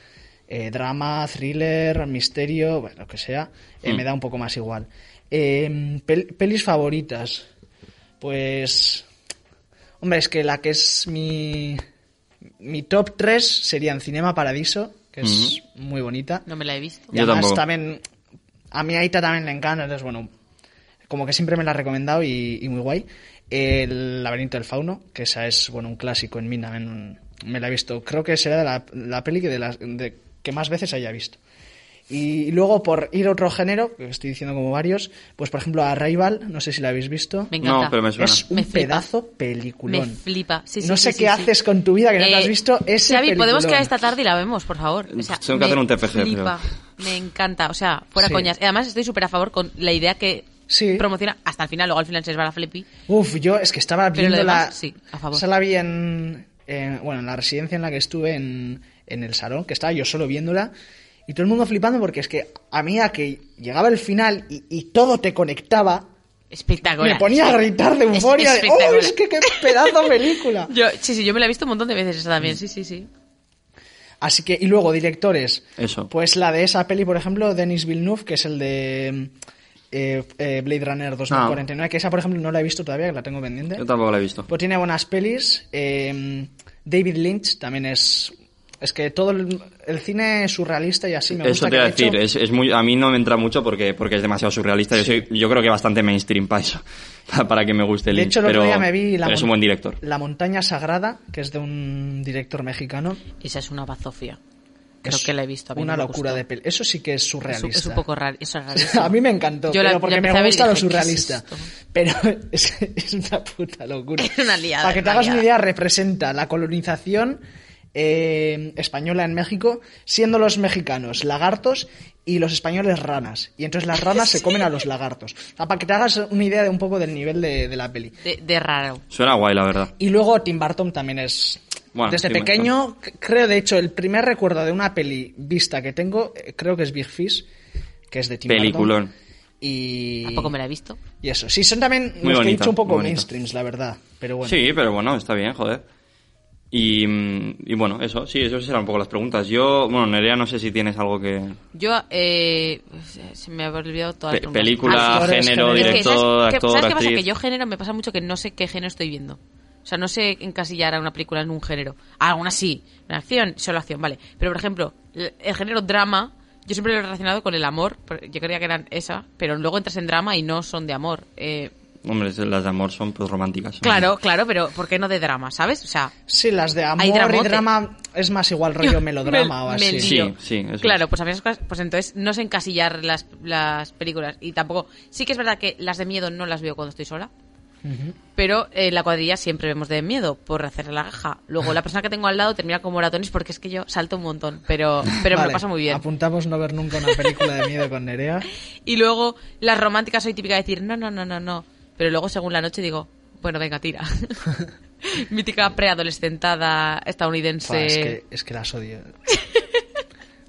D: eh, drama, thriller, misterio, bueno, lo que sea, eh,
B: Mm.
D: me da un poco más igual. Eh, pel- pelis favoritas, pues, hombre, es que la que es mi... Mi top 3 serían Cinema Paradiso, que es muy bonita.
C: No me la he visto.
D: Y
B: Yo
D: además
B: tampoco.
D: también a mi Aita también le encanta, entonces bueno, como que siempre me la ha recomendado y, y muy guay. El laberinto del fauno, que esa es bueno un clásico en mí también me la he visto. Creo que será de la, la peli que de las de- que más veces haya visto. Y luego por ir a otro género, que estoy diciendo como varios, pues por ejemplo Arrival, no sé si la habéis visto.
C: Me encanta.
B: No, pero me suena.
D: es un
C: Me flipa.
D: pedazo peliculón.
C: Me flipa. Sí, sí,
D: no
C: sí,
D: sé
C: sí,
D: qué
C: sí.
D: haces con tu vida que no te
C: Eh,
D: has visto ese
C: Xavi, podemos
D: peliculón.
C: quedar esta tarde y la vemos, por favor. O sea,
B: Mm, Tengo que
C: me
B: hacer un TFG,
C: flipa. Me encanta, o sea, fuera
D: Sí.
C: coñas. Y Además, estoy súper a favor con la idea que
D: Sí.
C: promociona hasta el final, luego al final se les va la flippy.
D: Uf, yo es que estaba
C: Pero
D: viendo
C: lo demás,
D: la.
C: sí, a favor.
D: o sea, la vi en, en- Bueno, en la residencia en la que estuve en, en el salón, que estaba yo solo viéndola. Y todo el mundo flipando porque es que a mí a que llegaba el final y, y todo te conectaba,
C: Espectacular.
D: me ponía a gritar de
C: Es
D: euforia. de, ¡Oh,
C: espectacular.
D: es que qué pedazo de
C: <laughs>
D: película!
C: Yo, sí, sí, yo me la he visto un montón de veces esa
D: Mm.
C: también, sí, sí, sí.
D: Así que, y luego, directores.
B: Eso.
D: Pues la de esa peli, por ejemplo, Denis Villeneuve, que es el de eh, eh, Blade Runner 2049, que esa, por ejemplo, no la he visto todavía, que la tengo pendiente.
B: Ah. Yo tampoco la he visto.
D: Pues tiene buenas pelis. eh, David Lynch también es. Es que todo el, el cine surrealista y así me gusta.
B: Eso te
D: que
B: iba a
D: de hecho-
B: decir. Es, es muy, a mí no me entra mucho porque, porque es demasiado surrealista. Yo, soy, yo creo que bastante mainstream para eso. <laughs> Para que me guste el
D: de hecho, el
B: pero,
D: otro día me vi la,
B: pero es un
D: mon-
B: buen director.
D: la Montaña Sagrada, que es de un director mexicano.
C: Esa es una bazofia. Creo
D: Es
C: que la he visto. a mí
D: Una
C: no me
D: locura
C: gustó.
D: de peli. Eso sí que es
C: Es
D: surrealista.
C: un- Es un poco raro. Eso es rarísimo.
D: <laughs> a mí me encantó,
C: Yo la- la
D: pero porque
C: empecé a
D: me
C: ver y
D: gusta lo
C: dije, ¿qué es
D: surrealista.
C: esto?
D: pero <laughs> es, es una puta locura.
C: Es una liada,
D: Para que
C: es
D: te
C: una
D: hagas una
C: liada.
D: idea, representa la colonización, eh, española en México, siendo los mexicanos lagartos y los españoles ranas. Y entonces las ranas
C: <laughs>
D: se comen a los lagartos. O sea, para que te hagas una idea de un poco del nivel de, de la peli.
C: De, de raro.
B: Suena guay, la verdad.
D: Y luego Tim Burton también es...
B: Bueno,
D: Desde
B: Tim
D: pequeño, c- creo de hecho, el primer recuerdo de una peli vista que tengo, eh, creo que es Big Fish, que es de Tim
B: Peliculón.
D: Burton. Y...
C: Tampoco me la he visto.
D: Y eso. Sí, son también
B: Muy
D: los que he
B: bonita,
D: dicho un poco
B: muy bonita.
D: mainstreams, la verdad. Pero bueno.
B: Sí, pero bueno, está bien, joder. Y, mm, y bueno, eso, sí, eso serán un poco las preguntas. Yo, bueno, Nerea, no sé si tienes algo que...
C: Yo, eh, se me había olvidado toda Ah,
B: Pe- película,
D: Actores,
B: género,
D: género.
B: director,
C: ¿sabes, qué-
B: actor,
C: ¿sabes qué pasa?
B: actriz.
C: Que yo género me pasa mucho que no sé qué género estoy viendo. O sea, no sé encasillar a una película en un género. Ah, Alguna sí, una acción, solo acción, vale. Pero, por ejemplo, el, el género drama, yo siempre lo he relacionado con el amor. pero Yo creía que eran esa, pero luego entras en drama y no son de amor. Eh,
B: Hombre, las de amor son pues románticas.
C: claro, claro, pero ¿por qué no de drama, sabes? O sea,
D: Sí, las de amor
C: Hay
D: y
C: dramote.
D: drama es más igual rollo melodrama
C: <laughs>
D: o
C: Me-
D: así.
C: me
B: Sí,
C: lío.
B: sí, eso
C: Claro,
B: es.
C: pues a mí esas cosas- pues entonces no sé encasillar las, las películas y tampoco. Sí que es verdad que las de miedo no las veo cuando estoy sola. Pero eh, la cuadrilla siempre vemos de miedo por hacer la gaja. Luego la persona que tengo al lado termina con moratones porque es que yo salto un montón,
D: <laughs>
C: pero pero me
D: Vale,
C: lo paso muy bien.
D: Apuntamos no ver nunca una película de miedo con
C: <laughs>
D: Nerea.
C: Y luego las románticas soy típica de decir no no no no no, pero luego según la noche digo bueno venga tira.
D: <laughs>
C: <laughs> Mítica preadolescentada estadounidense.
D: Fua, es, que, es que
C: <laughs>
D: las odio.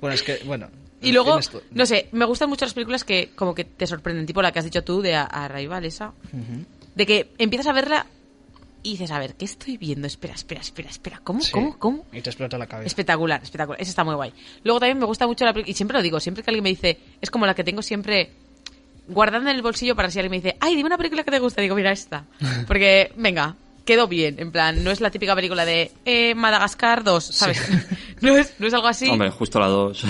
D: bueno, es que, bueno.
C: Y luego,
D: tienes tu-
C: no sé, me gustan mucho las películas que como que te sorprenden, tipo la que has dicho tú de Arrival, esa. De que empiezas a verla y dices, a ver, ¿qué estoy viendo? Espera, espera, espera, espera. ¿Cómo?
D: Sí,
C: ¿Cómo? ¿Cómo?
D: Y te explota la cabeza.
C: Espectacular, espectacular. Esa está muy guay. Luego también me gusta mucho la película, y siempre lo digo, siempre que alguien me dice, es como la que tengo siempre guardando en el bolsillo para si alguien me dice, ay, dime una película que te gusta, digo, mira esta. Porque, venga, quedó bien, en plan, no es la típica película de eh, Madagascar 2, ¿sabes? <laughs> no, es, no es algo así.
B: Hombre, justo la dos.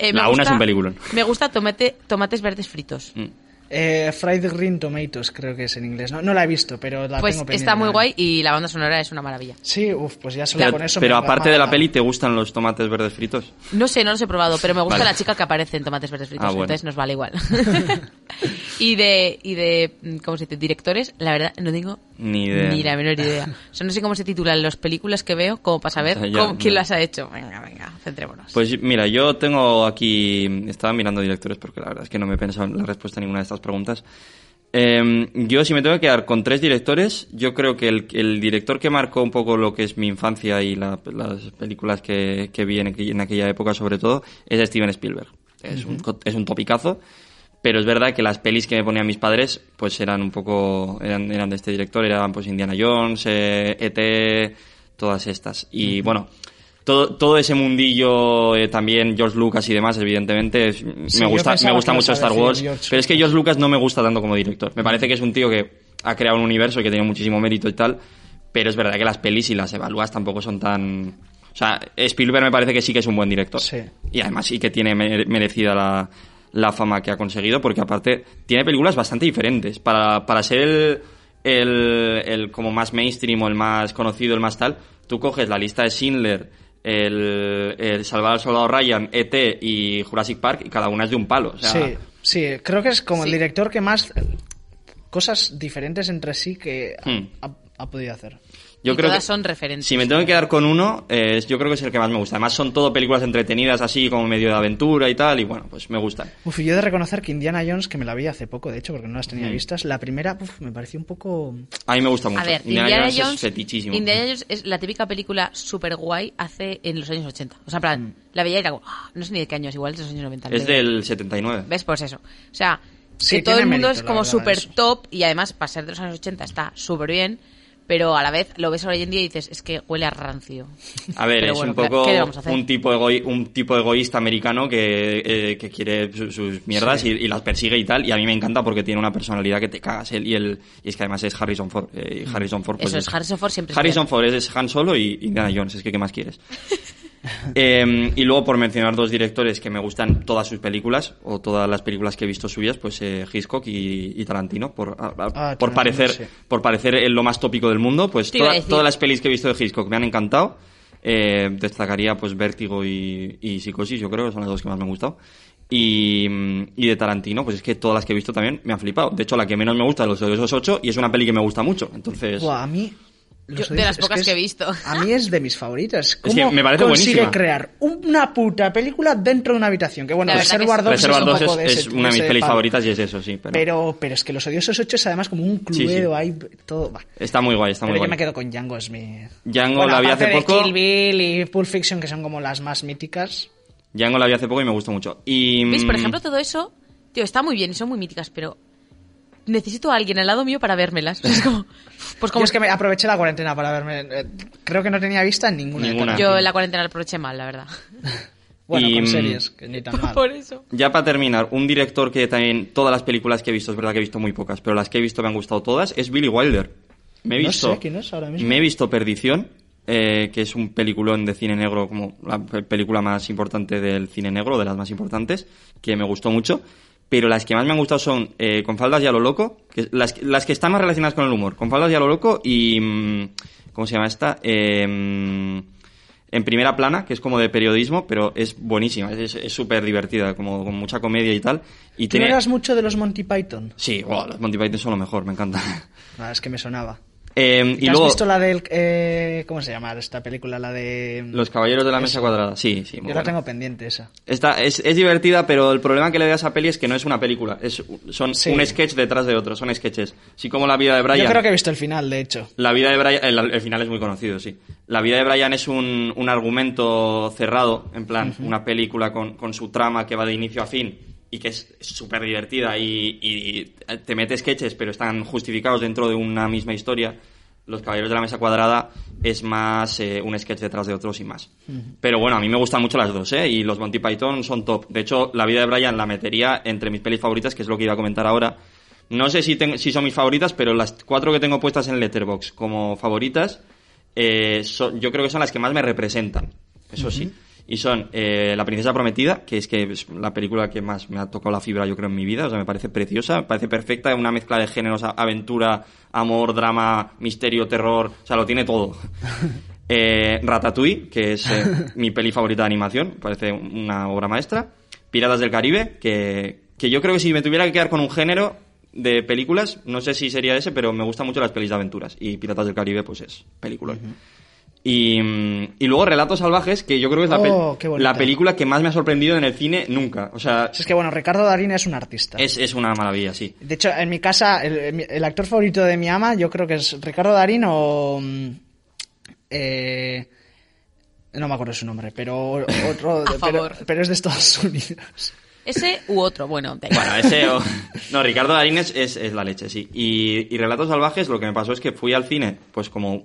C: Eh, me
B: La una es un peliculón.
C: Me gusta tomate, tomates verdes fritos.
B: Mm.
D: Eh, Fried Green Tomatoes, creo que es en inglés. No, no la he visto, pero la
C: pues
D: tengo pendiente.
C: está muy guay y la banda sonora es una maravilla.
D: Sí, uff, pues ya solo
B: Pero,
D: con eso.
B: pero
D: me
B: aparte de la
D: mata.
B: peli, ¿te gustan los tomates verdes fritos?
C: No sé, no los he probado, pero me gusta
B: Vale.
C: la chica que aparece en Tomates Verdes Fritos,
B: Ah, bueno.
C: entonces nos vale igual. <laughs> y de, y de mm, ¿cómo se dice? Directores, la verdad, no tengo
B: Ni idea.
C: la menor idea. O sea, no sé cómo se titulan las películas que veo, como para saber
B: O sea, ya,
C: cómo- quién
B: ya.
C: las ha hecho. Venga, venga, centrémonos.
B: Pues mira, yo tengo aquí. Estaba mirando directores porque la verdad es que no me he pensado en la respuesta a ninguna de estas preguntas. Eh, yo, si me tengo que quedar con tres directores, yo creo que el, el director que marcó un poco lo que es mi infancia y la- las películas que, que vi en, aqu- en aquella época, sobre todo, es Steven Spielberg. Es, un, co- es un topicazo, pero es verdad que las pelis que me ponían mis padres, pues eran un poco. eran, eran de este director, eran pues Indiana Jones, eh, E.T., todas estas. Y bueno. Todo, todo ese mundillo, eh, también George Lucas y demás, evidentemente, es-
D: Sí,
B: me
D: yo
B: gusta, me
D: pensaba
B: gusta
D: que
B: mucho
D: ibas a
B: Star
D: decir
B: Wars,
D: George
B: pero es que
D: Lucas.
B: George Lucas no me gusta tanto como director. Me parece que es un tío que ha creado un universo y que tiene muchísimo mérito y tal, pero es verdad que las pelis y las evalúas tampoco son tan... O sea, Spielberg me parece que sí que es un buen director.
D: Sí.
B: Y además sí que tiene mere- merecida la, la fama que ha conseguido, porque aparte tiene películas bastante diferentes. Para, para ser el, el, el como más mainstream o el más conocido, el más tal, tú coges la lista de Schindler, el, el Salvar al Soldado Ryan, E.T. y Jurassic Park, y cada una es de un palo. O sea,
D: Sí, sí, creo que es como el
C: Sí.
D: director que más eh, cosas diferentes entre sí que ha-
B: Hmm.
D: ha, ha podido hacer.
B: Yo
C: Y
B: creo
C: todas
B: que-
C: son referentes.
B: Si me tengo que quedar con uno, eh, yo creo que es el que más me gusta. Además, son todo películas entretenidas, así como medio de aventura y tal, y bueno, pues me gustan.
D: Uf, y yo he de reconocer que Indiana Jones, que me la vi hace poco, de hecho, porque no las tenía
B: Hmm.
D: vistas, la primera uf, me pareció un poco...
B: A mí me gusta mucho.
C: A ver,
B: Indiana, Jones,
C: Jones,
B: es fetichísimo.
C: Indiana Jones es la típica película super guay hace en los años 80. O sea, en
D: Mm.
C: plan, la veía y era como, "Ah, no sé ni de qué año es, igual es de los años 90.
B: Es
C: pero-
B: del 79.
C: ¿Ves? Pues eso. O sea,
D: Sí,
C: que todo
D: tiene
C: el mundo
D: mérito,
C: es
D: la
C: como
D: verdad,
C: súper
D: eso.
C: top y además para ser de los años 80 está súper bien, pero a la vez lo ves hoy en día y dices, es que huele a rancio.
B: A ver,
C: Pero
B: es
C: bueno,
B: un poco
C: ¿qué le vamos a hacer?
B: un tipo egoi- un tipo egoísta americano que, eh, que quiere su- sus mierdas y, y las persigue y tal. Y a mí me encanta porque tiene una personalidad que te cagas. Él, y, el y es que además es Harrison Ford. eh, y Harrison Ford pues
C: Eso es, Harrison Ford siempre es
B: Harrison
C: bien.
B: Ford es- es Han Solo y y Indiana Jones. Es que, ¿qué
C: <laughs>
B: más quieres? Eh, y luego, por mencionar dos directores que me gustan todas sus películas, o todas las películas que he visto suyas, pues eh, Hitchcock y, y Tarantino, por, a- a-
D: Ah,
B: por
D: Tarantino,
B: parecer
D: sí.
B: por parecer eh, lo más tópico del mundo, pues
C: Te iba a
B: toda-
C: decir.
B: todas las pelis que he visto de Hitchcock me han encantado. Eh, destacaría pues Vértigo y, y Psicosis, yo creo que son las dos que más me han gustado. Y, mm, y de Tarantino, pues es que todas las que he visto también me han flipado. De hecho, la que menos me gusta de los de esos ocho, y es una peli que me gusta mucho. Entonces,
D: Buah, a mí Los
C: Yo- de
D: Odyssey-
C: las
D: es
C: pocas
D: es-
C: que he visto.
D: A mí es de mis favoritas. ¿Cómo
B: que me parece
D: consigue
B: buenísima.
D: crear una puta película dentro de una habitación? Que bueno,
C: La verdad
D: Reservoir
C: que sí.
D: Dogs
B: Reserva
D: es, un
B: 2 es,
D: poco de ese-
B: es una de mis
D: ese
B: pelis
D: palo.
B: favoritas y es eso, sí. Pero,
D: Pero, pero es que Los Odiosos 8 es además como un
B: Sí, sí.
D: cluedo, hay todo... va.
B: está muy guay, está
D: Pero
B: muy
D: yo
B: guay.
D: me quedo con Django Smith.
B: Django
D: Bueno,
B: la vi
D: aparte
B: hace
D: de
B: poco.
D: Kill Bill y Pulp Fiction, que son como las más míticas.
B: Django la vi hace poco y me gustó mucho. Y,
C: ¿Veis? Por
B: mm,
C: ejemplo, todo eso, tío, está muy bien y son muy míticas, pero necesito a alguien al lado mío para vérmelas. <laughs> Es como, pues
D: Como
C: como
D: es que me aproveché la cuarentena para verme. eh, creo que no tenía vista en ninguna. de
B: Ninguna.
D: tantas.
C: yo la cuarentena la aproveché mal, la verdad.
D: Bueno,
B: Y, mm,
D: con series, que ni tan mal.
C: <laughs> Por eso.
B: Ya para terminar, un director que también todas las películas que he visto, es verdad que he visto muy pocas, pero las que he visto me han gustado todas, es Billy Wilder. Me he
D: No
B: visto,
D: sé quién es ahora mismo.
B: Me he visto Perdición, eh, que es un peliculón de cine negro, como la pe- película más importante del cine negro, de las más importantes, que me gustó mucho. Pero las que más me han gustado son eh, Con faldas y a lo loco, que las, que- las que están más relacionadas con el humor. Con faldas y a lo loco y... mm, ¿Cómo se llama esta? Eh, mm, en primera plana, que es como de periodismo, pero es buenísima, es es súper divertida, como con mucha comedia y tal. Y
D: ¿Tú no
B: tiene...
D: eras mucho de los Monty Python?
B: Sí, wow, los Monty Python son lo mejor, me encanta. <laughs>
D: Ah, es que me sonaba.
B: Eh,
D: ¿Y
B: y
D: has
B: luego...
D: visto la del. eh, ¿Cómo se llama esta película? La de.
B: Los Caballeros de la Mesa Cuadrada, sí, sí.
D: Yo
B: muy
D: la
B: buena.
D: tengo pendiente esa.
B: Está, es, es divertida, pero el problema que le veo a esa peli es que no es una película, es, son
D: Sí.
B: un sketch detrás de otro, son sketches. Así como la vida de Brian.
D: Yo creo que he visto el final, de hecho.
B: La vida de Brian, el, el final es muy conocido, sí. La vida de Brian es un, un argumento cerrado, en plan, una película con, con su trama que va de inicio a fin y que es súper divertida y, y te mete sketches, pero están justificados dentro de una misma historia. Los Caballeros de la Mesa Cuadrada es más eh, un sketch detrás de otros y más. Pero bueno, a mí me gustan mucho las dos, ¿eh? Y los Monty Python son top. De hecho, La vida de Brian la metería entre mis pelis favoritas, que es lo que iba a comentar ahora. No sé si, ten- si son mis favoritas, pero las cuatro que tengo puestas en Letterbox como favoritas, eh, son- yo creo que son las que más me representan. Eso sí. Y son eh, La Princesa Prometida, que es que es la película que más me ha tocado la fibra, yo creo, en mi vida. O sea, me parece preciosa, me parece perfecta, una mezcla de géneros, a- aventura, amor, drama, misterio, terror. O sea, lo tiene todo. Eh, Ratatouille, que es
D: <laughs>
B: eh, mi peli favorita de animación, parece una obra maestra. Piratas del Caribe, que, que yo creo que si me tuviera que quedar con un género de películas, no sé si sería ese, pero me gustan mucho las pelis de aventuras. Y Piratas del Caribe, pues es película. y, mm, y luego Relatos Salvajes, que yo creo que es la, pel-
D: Oh, qué bonita.
B: la película que más me ha sorprendido en el cine nunca. O sea,
D: Es que bueno, Ricardo Darín es un artista.
B: es, es una maravilla, sí.
D: De hecho, en mi casa, el, el actor favorito de mi ama, yo creo que es Ricardo Darín o. mm, eh, no me acuerdo su nombre, pero
C: <laughs>
D: otro.
C: A
D: pero,
C: favor.
D: pero es de Estados <laughs> Unidos.
C: Ese u otro, bueno, da igual.
B: Bueno, ese o- <laughs> No, Ricardo Darín es, es- es la leche, sí. Y, y Relatos Salvajes, lo que me pasó es que fui al cine, pues como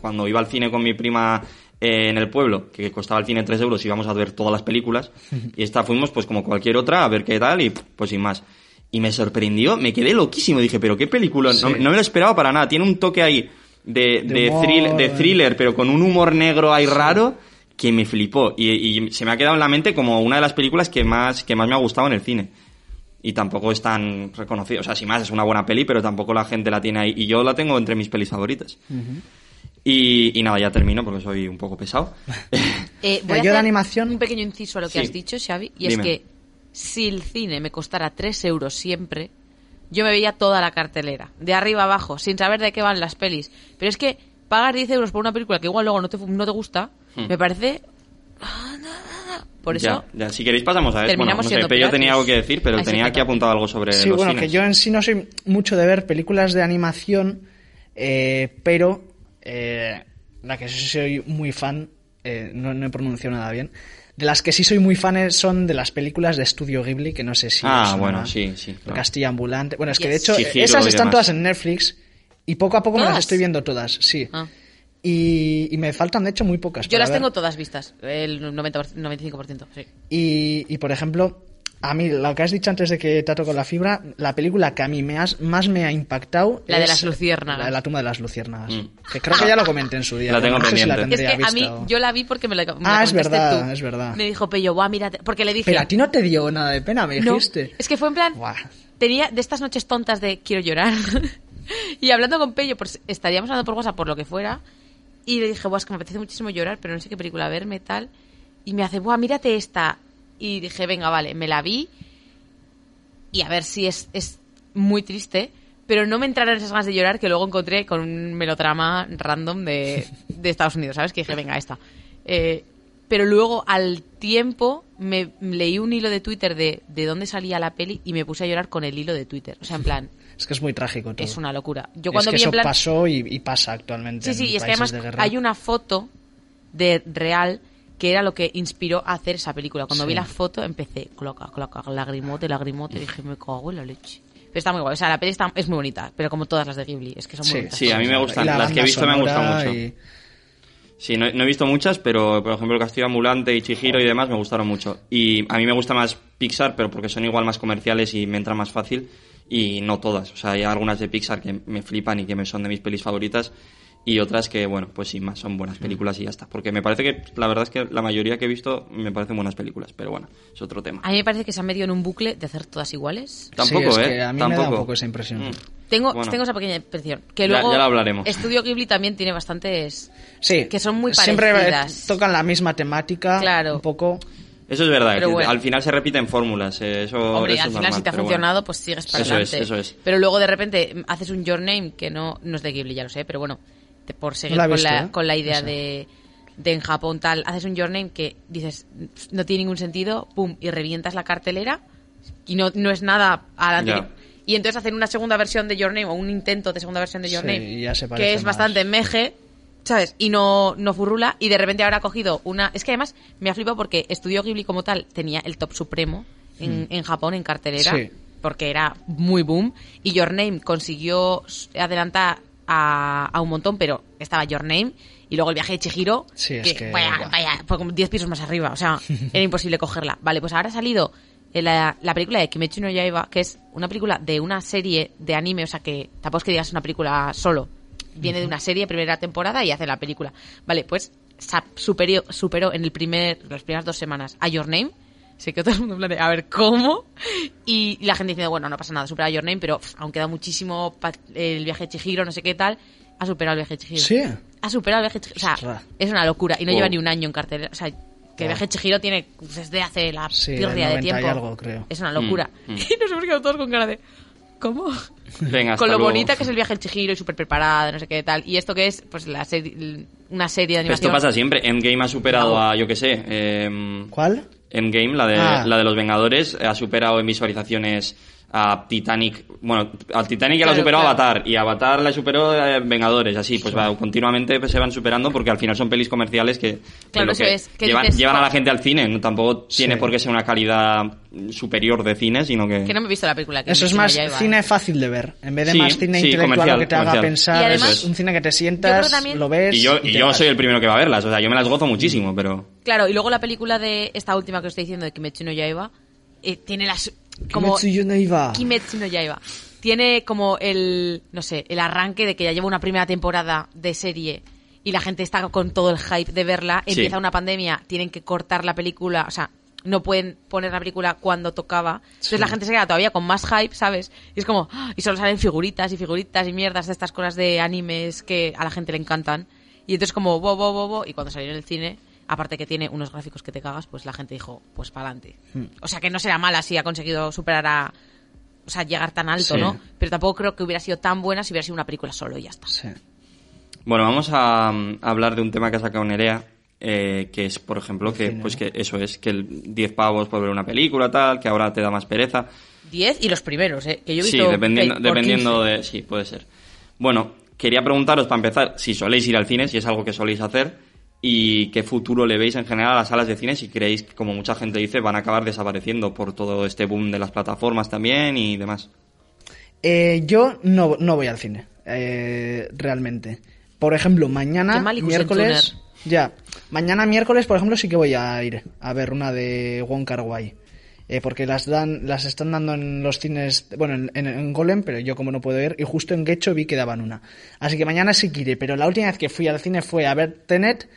B: cuando iba al cine con mi prima eh, en el pueblo, que costaba el cine 3 euros, íbamos a ver todas las películas, y esta fuimos pues como cualquier otra a ver qué tal y pues sin más. Y me sorprendió, me quedé loquísimo, dije, pero qué película, no, no me lo esperaba para nada, tiene un toque ahí de,
D: De
B: de,
D: humor,
B: thrill- de
D: eh.
B: thriller, pero con un humor negro ahí raro que me flipó y, y se me ha quedado en la mente como una de las películas que más, que más me ha gustado en el cine y tampoco es tan reconocido. O sea, sin más, es una buena peli, pero tampoco la gente la tiene ahí. Y yo la tengo entre mis pelis favoritas. y, y nada, ya termino porque soy un poco pesado.
C: Eh, voy a
D: Yo de
C: hacer
D: animación-
C: un pequeño inciso a lo que
B: Sí.
C: has dicho, Xavi, y
B: Dime.
C: es que si el cine me costara 3 euros siempre, yo me veía toda la cartelera, de arriba abajo, sin saber de qué van las pelis. Pero es que pagar 10 euros por una película que igual luego no te, fu- no te gusta, me parece... Por eso...
B: Hmm. <laughs> Ya, ya, si queréis pasamos a ver.
C: terminamos
B: bueno,
C: siendo
B: no sé, yo tenía
C: piratas.
B: algo que decir, pero
C: Así
B: tenía
C: que
B: aquí
C: no.
B: apuntado algo sobre
D: Sí,
B: los
D: bueno,
B: cines.
D: que yo en sí no soy mucho de ver películas de animación, eh, pero eh, la que sí soy muy fan, eh, no, no he pronunciado nada bien, de las que sí soy muy fan es- son de las películas de Estudio Ghibli, que no sé si...
B: Ah,
D: os sonará.
B: bueno, sí, sí, claro.
D: El Castillo Ambulante. Bueno, es que de
C: Yes.
D: hecho
B: Chihiro
D: esas
B: y
D: están
B: demás.
D: todas en Netflix y poco a poco me las
C: ¿Todas?
D: estoy viendo todas, sí.
C: Ah.
D: Y, y me faltan, de hecho, muy pocas.
C: Yo
D: para
C: las
D: ver.
C: tengo todas vistas, el 90, 95%. Sí.
D: Y, y, por ejemplo, a mí, lo que has dicho antes de que te ha tocado la fibra, la película que a mí me has- más me ha impactado.
C: La de
D: es
C: las luciérnagas.
D: La de la tumba de las luciérnagas.
B: Mm.
D: Que creo que ya lo comenté en su día.
B: La tengo
D: no sé si la
B: pendiente.
C: Es que
D: tendría
C: a mí,
D: vista o-
C: yo la vi porque me la, me la
D: Ah, es
C: comentaste
D: verdad,
C: tú.
D: es verdad.
C: Me dijo Pello, guau, mira, porque le dije...
D: Pero a ti no te dio nada de pena, me
C: No,
D: dijiste.
C: es que fue en plan.
D: Buah.
C: Tenía de estas noches tontas de quiero llorar. <laughs> y hablando con Pello, pues estaríamos hablando por WhatsApp por lo que fuera. Y le dije, buah, es que me apetece muchísimo llorar, pero no sé qué película verme, tal. Y me hace, buah, mírate esta. Y dije, venga, vale, me la vi. Y a ver si es, es muy triste, pero no me entraron esas ganas de llorar que luego encontré con un melodrama random
D: <laughs>
C: de, de Estados Unidos, ¿sabes? Que dije, venga, esta. Eh, pero luego, al tiempo, me leí un hilo de Twitter de, de dónde salía la peli y me puse a llorar con el hilo de Twitter. O sea, en plan,
D: Es que es muy trágico todo.
C: es una locura. Yo
D: Es
C: cuando
D: que
C: vi
D: eso
C: en plan...
D: pasó y, y pasa actualmente.
C: Sí, sí,
D: en
C: y es que
D: países
C: además
D: de guerra.
C: hay una foto de real que era lo que inspiró a hacer esa película. Cuando
D: Sí.
C: vi la foto empecé, cloca, cloca, lagrimote, lagrimote, dije, me cago en la leche. Pero está muy guay, o sea, la peli está, es muy bonita, pero como todas las de Ghibli, es que son muy bonitas.
B: sí, a mí me gustan.
D: Y la
B: Las que he
D: banda
B: visto me han gustado
D: sonora
B: mucho.
D: y-
B: Sí, no, no he visto muchas, pero por ejemplo el Castillo Ambulante y Chihiro y demás me gustaron mucho. Y a mí me gusta más Pixar, pero porque son igual más comerciales y me entra más fácil. Y no todas. O sea, hay algunas de Pixar que me flipan y que me son de mis pelis favoritas. Y otras que, bueno, pues sí, más son buenas películas y ya está. Porque me parece que, la verdad es que la mayoría que he visto me parecen buenas películas. Pero bueno, es otro tema.
C: A mí me parece que se han metido en un bucle de hacer todas iguales.
B: Tampoco,
D: Sí, es
B: ¿eh?
D: que a mí me da un
B: Tampoco. Mm.
D: poco esa impresión.
C: Tengo,
B: Bueno.
C: tengo esa pequeña impresión.
B: Ya-
C: Que luego
B: ya lo hablaremos.
C: Estudio Ghibli también tiene bastantes...
D: Sí.
C: Que son muy
D: Siempre eh,
C: parecidas.
D: tocan la misma temática.
C: Claro.
D: Un poco.
B: Eso es verdad.
C: Pero
B: que
C: bueno.
B: Al final se repiten fórmulas. eh, Eso,
C: Hombre,
B: eso
C: al final
B: es normal,
C: si te ha
B: pero bueno.
C: funcionado, pues sigues para
B: Eso es,
C: adelante.
B: eso es.
C: Pero luego de repente mm, haces un Your Name que no, no es de Ghibli, ya lo sé, pero bueno, te- por seguir
D: No la he
C: con,
D: visto,
C: la,
D: ¿eh?
C: con la idea
D: Esa.
C: de, de en Japón tal, haces un Your Name que dices "Pff, no tiene ningún sentido, pum, y revientas la cartelera y no, no es nada adelante.
B: Ya.
C: Y entonces hacen una segunda versión de Your Name o un intento de segunda versión de Your
D: Sí,
C: Name
D: y ya se parece
C: que es
D: más.
C: bastante meje, ¿sabes? Y no, no furrula. Y de repente ahora ha cogido una. Es que además me ha flipado porque Estudio Ghibli como tal tenía el top supremo en, en Japón, en cartelera.
D: Hmm. Sí.
C: Porque era muy boom. Y Your Name consiguió s- adelantar a, a un montón, pero estaba Your Name. Y luego el viaje de Chihiro.
D: Sí, es que,
C: vaya,
D: guau.
C: vaya, fue como 10 pisos más arriba. O sea, era imposible cogerla. Vale, pues ahora ha salido. eh, La, la película de Kimetsu no Yaiba, que es una película de una serie de anime, o sea que tampoco es que digas una película solo, viene de una serie, primera temporada y hace la película. Vale, pues sa- superió, superó en el primer, las primeras dos semanas a Your Name. Se quedó todo el mundo en plan de, a ver, ¿cómo? Y la gente diciendo, bueno, no pasa nada, supera a Your Name, pero pff, aún queda muchísimo pa- el viaje de Chihiro, no sé qué tal. Ha superado el viaje de Chihiro.
D: Sí.
C: Ha superado el viaje de Chihiro. O sea,
D: Ostras. Oh.
C: es una locura. Y no
B: Wow.
C: lleva ni un año en cartelera. O sea, que el viaje de Chihiro tiene desde hace la
D: Sí, del
C: pírrea de
D: 90 y
C: tiempo.
D: algo, creo.
C: Es una locura.
B: Mm,
C: <laughs>
B: mm.
C: Y nos hemos quedado todos con cara de, ¿cómo?
B: Venga, hasta
C: con lo
B: luego.
C: bonita que es el viaje del Chihiro y súper preparada, no sé qué tal. Y esto que es, pues, la serie, una serie de
B: Pero Esto
C: animación.
B: pasa siempre. Endgame ha superado
C: Bravo.
B: a, yo qué sé. em,
D: ¿Cuál?
B: Endgame, la de,
D: Ah.
B: la de los Vengadores, eh, ha superado en visualizaciones a Titanic. Bueno, al Titanic ya la
C: Claro,
B: superó
C: claro.
B: Avatar y Avatar la superó eh, Vengadores, así, pues va, continuamente pues, se van superando porque al final son pelis comerciales que, pues,
C: Claro,
B: lo
C: eso
B: que
C: es, que
B: llevan,
C: dices,
B: llevan a la
C: "Joder".
B: gente al cine, no tampoco
D: Sí.
B: tiene por qué ser una calidad superior de cine, sino que...
C: Que no me he visto la película. Que
D: Eso es
C: me
D: más
C: lleva, ¿eh?
D: cine fácil de ver. En vez de
B: Sí,
D: más cine
B: sí,
D: intelectual
B: comercial,
D: que te haga
B: comercial.
D: pensar.
C: Y además-
D: es un cine que te
C: Yo
D: sientas,
C: creo también-
D: lo ves.
B: y yo, y
D: te
B: yo
D: vas.
B: soy el primero que va a verlas, o sea, yo me las gozo muchísimo, pero...
C: Claro, y luego la película de esta última que os estoy diciendo de Kimetsu no Yaiba eh, tiene las como
D: Kimetsu no Yaiba.
C: Kimetsu no Yaiba. Tiene como el no sé, el arranque de que ya lleva una primera temporada de serie y la gente está con todo el hype de verla,
B: Sí.
C: empieza una pandemia, tienen que cortar la película, o sea, no pueden poner la película cuando tocaba. Entonces
D: Sí.
C: la gente se queda todavía con más hype, ¿sabes? Y es como, ¡ah! y solo salen figuritas y figuritas y mierdas de estas cosas de animes que a la gente le encantan. Y entonces como, bo, bo, bo, bo, y cuando salió en el cine, aparte que tiene unos gráficos que te cagas, pues la gente dijo, pues para adelante. O sea que no será mala si ha conseguido superar a... O sea, llegar tan alto,
B: Sí.
C: ¿no? Pero tampoco creo que hubiera sido tan buena si hubiera sido una película solo y ya está.
D: Sí.
B: Bueno, vamos a, mm, hablar de un tema que ha sacado Nerea, eh, que es, por ejemplo, que
D: cine,
B: pues
D: ¿no?
B: que eso es, que el 10 pavos por ver una película, tal, que ahora te da más pereza.
C: 10 y los primeros, ¿eh? Que yo he
B: Sí,
C: visto
B: dependiendo,
C: por
B: dependiendo
C: 15.
B: de... Sí, puede ser. Bueno, quería preguntaros, para empezar, si soléis ir al cine, si es algo que soléis hacer, y qué futuro le veis en general a las salas de cine, si creéis, que, como mucha gente dice, van a acabar desapareciendo por todo este boom de las plataformas también y demás.
D: Eh, yo no, no voy al cine, eh, realmente. Por ejemplo,
C: Qué
D: mañana,
C: mal Ikusen
D: miércoles... Ya, mañana miércoles, por ejemplo, sí que voy a ir a ver una de Wong Kar Wai. Eh, porque las dan las están dando en los cines, bueno, en, en- en Golem, pero yo como no puedo ir, y justo en Gecho vi que daban una. Así que mañana sí que iré, pero la última vez que fui al cine fue a ver Tenet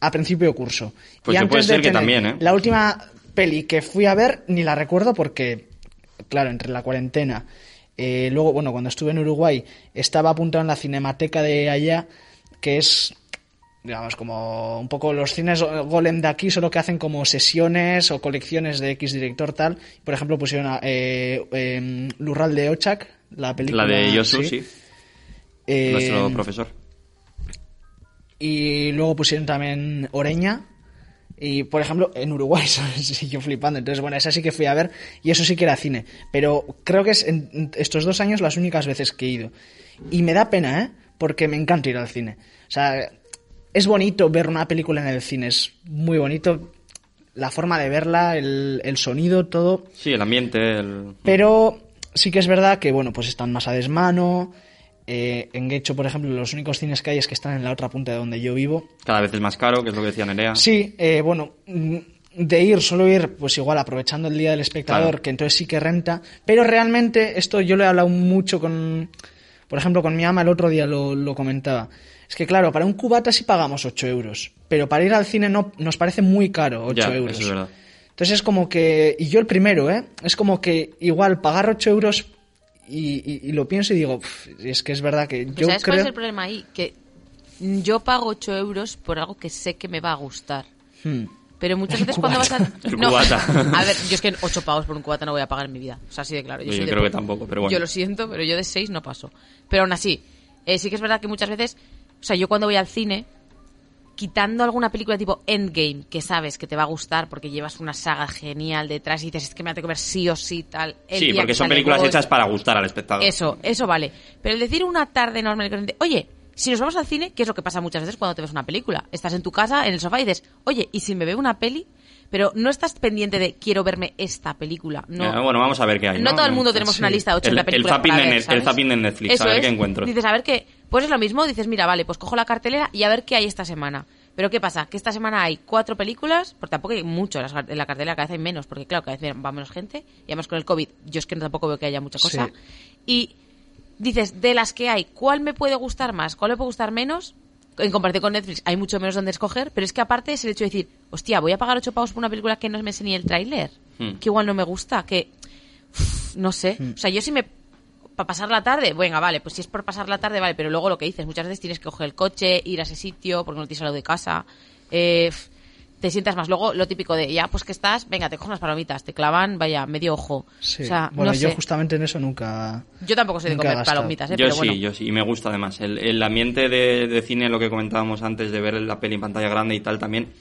D: a principio de curso.
B: Pues que
D: y antes
B: puede
D: de
B: ser que
D: Tenet,
B: también, ¿eh?
D: La última peli que fui a ver ni la recuerdo porque, claro, entre la cuarentena, eh, luego, bueno, cuando estuve en Uruguay, estaba apuntado en la cinemateca de allá, que es, digamos, como un poco los cines golem de aquí, solo que hacen como sesiones o colecciones de X director tal. Por ejemplo, pusieron a, eh, em, Lurral de Ochak, la película.
B: La de Yosu, sí.
D: Eh,
B: Nuestro profesor.
D: Y luego pusieron también Oreña. Y, por ejemplo, en Uruguay, <laughs> ¿sabes? Y yo flipando. Entonces, bueno, esa sí que fui a ver y eso sí que era cine. Pero creo que es en estos dos años las únicas veces que he ido. Y me da pena, ¿eh? Porque me encanta ir al cine. O sea, es bonito ver una película en el cine. Es muy bonito la forma de verla, el, el sonido, todo.
B: Sí, el ambiente, el...
D: Pero sí que es verdad que, bueno, pues están más a desmano. Eh, en Guecho, por ejemplo, los únicos cines que hay es que están en la otra punta de donde yo vivo.
B: cada vez es más caro, que es lo que decía Nerea.
D: Sí, eh, bueno, mm, de ir, solo ir, pues igual aprovechando el día del espectador,
B: Claro.
D: que entonces sí que renta. Pero realmente, esto yo lo he hablado mucho con, por ejemplo, con mi ama el otro día lo, lo comentaba. Es que claro, para un cubata sí pagamos 8 euros, pero para ir al cine no, nos parece muy caro 8
B: Ya, eso
D: euros.
B: es verdad.
D: Entonces es como que, y yo el primero, ¿eh? Es como que igual pagar 8 euros y, y- y lo pienso y digo, "Pf, es que es verdad que
C: Pero
D: yo
C: ¿Sabes cuál
D: creo...
C: es el problema ahí? Que yo pago 8 euros por algo que sé que me va a gustar.
D: Hmm.
C: Pero muchas veces cuando vas a... <laughs>
B: El cubata.
C: A ver, yo es que 8 pavos por un cubata no voy a pagar en mi vida. O sea, así de claro. Yo,
B: Yo
C: soy de
B: creo que
C: poco.
B: tampoco, pero bueno.
C: Yo lo siento, pero yo de 6 no paso. Pero aún así, eh, sí que es verdad que muchas veces... O sea, yo cuando voy al cine, quitando alguna película tipo Endgame, que sabes que te va a gustar porque llevas una saga genial detrás y dices, es que me la tengo que ver sí o sí, tal. el
B: Sí,
C: día
B: porque
C: que
B: son
C: sale
B: películas
C: Ghost.
B: hechas para gustar al espectador.
C: Eso, eso vale. Pero el decir una tarde normal y corriente, oye, si nos vamos al cine, que es lo que pasa muchas veces cuando te ves una película. Estás en tu casa, en el sofá y dices, oye, ¿y si me veo una peli? Pero no estás pendiente de quiero verme esta película. No,
B: Eh, bueno, vamos a ver qué hay.
C: no,
B: No,
C: todo el mundo
B: Sí.
C: tenemos una lista de 80
B: El- el
C: películas.
B: zapping
C: para
B: de
C: ver,
B: Net- el
C: ¿sabes?
B: zapping de Netflix, a
C: Eso
B: ver qué
C: es.
B: encuentro.
C: Dices, a ver qué. Pues es lo mismo, dices, mira, vale, pues cojo la cartelera y a ver qué hay esta semana. Pero ¿qué pasa? Que esta semana hay cuatro películas, porque tampoco hay mucho en las gar- en la cartelera, cada vez hay menos, porque claro, cada vez va menos gente. Y además con el COVID, yo es que tampoco veo que haya mucha cosa.
D: Sí.
C: Y dices, de las que hay, ¿cuál me puede gustar más? ¿Cuál me puede gustar menos? En comparación con Netflix hay mucho menos donde escoger, pero es que aparte es el hecho de decir, hostia, voy a pagar ocho pavos por una película que no me sé ni el tráiler,
B: Hmm.
C: que igual no me gusta, que no sé.
D: Hmm.
C: O sea, yo si me. Para pasar la tarde, venga, vale, pues si es por pasar la tarde, vale, pero luego lo que dices, muchas veces tienes que coger el coche, ir a ese sitio, porque no tienes algo de casa. eh, f- te sientas más. Luego, lo típico de, ya, pues que estás, venga, te cojo unas palomitas, te clavan, vaya, medio ojo.
D: Sí.
C: O sea,
D: bueno,
C: no
D: yo
C: sé.
D: justamente en eso nunca...
C: Yo tampoco soy de
D: nunca he
C: comer
D: gastado.
C: palomitas, ¿eh?
B: Yo
C: pero
B: sí,
C: bueno.
B: yo sí, y me gusta además. El, el ambiente de, de cine, lo que comentábamos antes, de ver la peli en pantalla grande y tal, también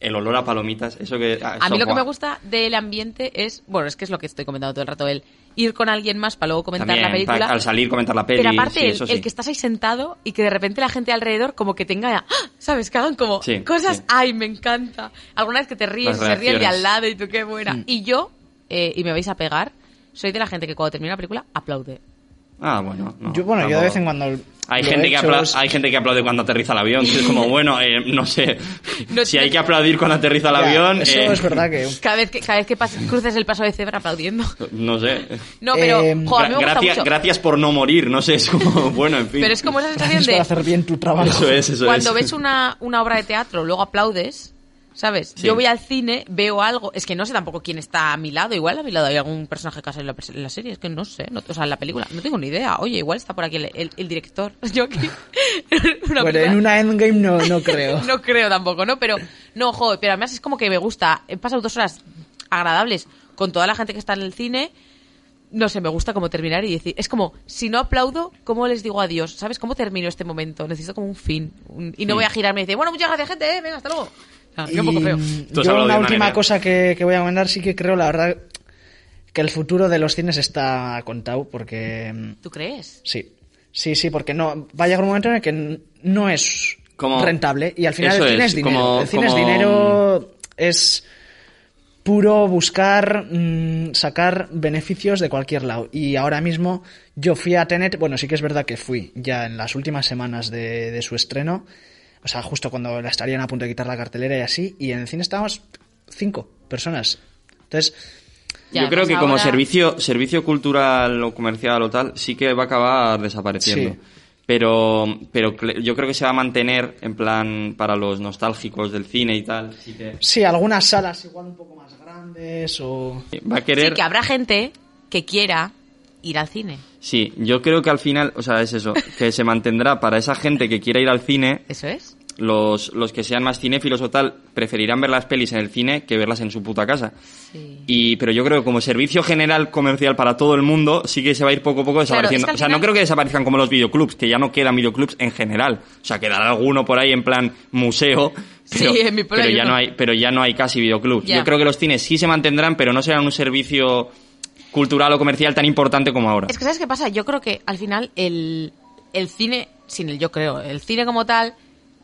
B: el olor a palomitas, eso que... ah,
C: A
B: eso,
C: mí lo que
B: guau.
C: me gusta del ambiente es, bueno, es que es lo que estoy comentando todo el rato, el ir con alguien más para luego comentar
B: También,
C: la película.
B: pa- al salir, comentar la peli,
C: Pero aparte,
B: sí,
C: el,
B: eso
C: el
B: sí.
C: que estás ahí sentado y que de repente la gente alrededor como que tenga, ¡Ah! ¿sabes? Que hagan como
B: Sí,
C: cosas,
B: sí.
C: ay, me encanta. Alguna vez que te ríes,
B: Las
C: se ríe el de
B: reacciones. Mm.
C: al lado y tú qué buena. Y yo, eh, y me vais a pegar, soy de la gente que cuando termina la película aplaude.
B: Ah, bueno. no,
D: yo, bueno, yo de
B: tampoco.
D: vez en cuando...
B: Hay
D: lo he
B: gente, que
D: hecho,
B: apla-
D: es-
B: hay gente que aplaude cuando aterriza el avión, que es
C: <laughs>
B: como, bueno, eh, no sé,
C: No
B: si hay
C: tiene-
B: que aplaudir cuando aterriza el
D: Ya,
B: avión...
D: Eso
B: eh,
D: es
C: <laughs>
D: verdad que...
C: Cada vez que, cada vez que pas- cruces el paso de cebra aplaudiendo.
B: No sé.
C: No, pero,
D: Eh,
C: jo, a mí me gusta
B: gracias,
C: mucho.
B: gracias por no morir, no sé, es como, <laughs> bueno, en fin.
C: Pero es como
D: <laughs>
C: esa sensación
D: Gracias por
C: de,
D: hacer bien tu trabajo.
B: Eso es, eso
C: cuando
B: es.
C: ves una, una obra de teatro, luego aplaudes, ¿sabes?
B: Sí.
C: Yo voy al cine, veo algo, es que no sé tampoco quién está a mi lado, igual a mi lado hay algún personaje que sale en la, pers- en la serie, es que no sé, no- o sea, en la película, no tengo ni idea. Oye, igual está por aquí el, el- el director. <laughs> Yo aquí. una
D: bueno,
C: película-
D: en una endgame no, no creo.
C: <laughs> no creo tampoco, ¿no? Pero, no, joder, pero además es como que me gusta. He pasado dos horas agradables con toda la gente que está en el cine. No sé, me gusta como terminar y decir. Es como, si no aplaudo, ¿cómo les digo adiós? ¿Sabes cómo termino este momento? Necesito como un fin. un- y no voy a girarme y decir, bueno, muchas gracias, gente, eh, venga, hasta luego. O sea, qué un poco
D: Y,
C: feo.
D: mm,
B: Tú has
D: yo
B: hablado
D: una
B: de una
D: última
B: idea.
D: cosa que, que voy a comentar, sí que creo, la verdad, que el futuro de los cines está contado, porque... mm,
C: ¿Tú crees?
D: Sí, sí, sí, porque no va a llegar un momento en el que n- no es
B: Como-
D: rentable y al final
B: Eso
D: el cine
B: es,
D: es, dinero.
B: como-
D: el cine
B: como-
D: es dinero, es puro buscar mm, sacar beneficios de cualquier lado. Y ahora mismo yo fui a Tenet, bueno, sí que es verdad que fui ya en las últimas semanas de, de su estreno, o sea, justo cuando la estarían a punto de quitar la cartelera y así, y en el cine estábamos cinco personas. Entonces,
C: Ya,
B: Yo creo
C: además
B: que como
C: ahora-
B: servicio, servicio cultural o comercial o tal, sí que va a acabar desapareciendo.
D: Sí.
B: Pero, pero cle- yo creo que se va a mantener en plan para los nostálgicos del cine y tal. sí que
D: sí, algunas salas igual un poco más grandes o...
B: va a querer.
C: Sí, que habrá gente que quiera ir al cine.
B: Sí, yo creo que al final, o sea, es eso, que se mantendrá para esa gente que quiera ir al cine
C: Eso es.
B: los, los que sean más cinéfilos o tal preferirán ver las pelis en el cine que verlas en su puta casa.
C: Sí.
B: Y, pero yo creo que como servicio general comercial para todo el mundo, sí que se va a ir poco a poco
C: es
B: desapareciendo.
C: que al
B: o sea, no
C: final-
B: creo que desaparezcan como los videoclubs, que ya no quedan videoclubs en general. O sea, quedará alguno por ahí en plan museo.
C: <laughs> Sí,
B: Pero,
C: en mi pueblo
B: pero
C: hay
B: ya
C: uno.
B: no hay, pero ya no hay casi videoclubs.
C: Ya.
B: Yo creo que los cines sí se mantendrán, pero no serán un servicio cultural o comercial tan importante como ahora.
C: Es que, ¿sabes qué pasa? Yo creo que al final el, el cine, sin el yo creo, el cine como tal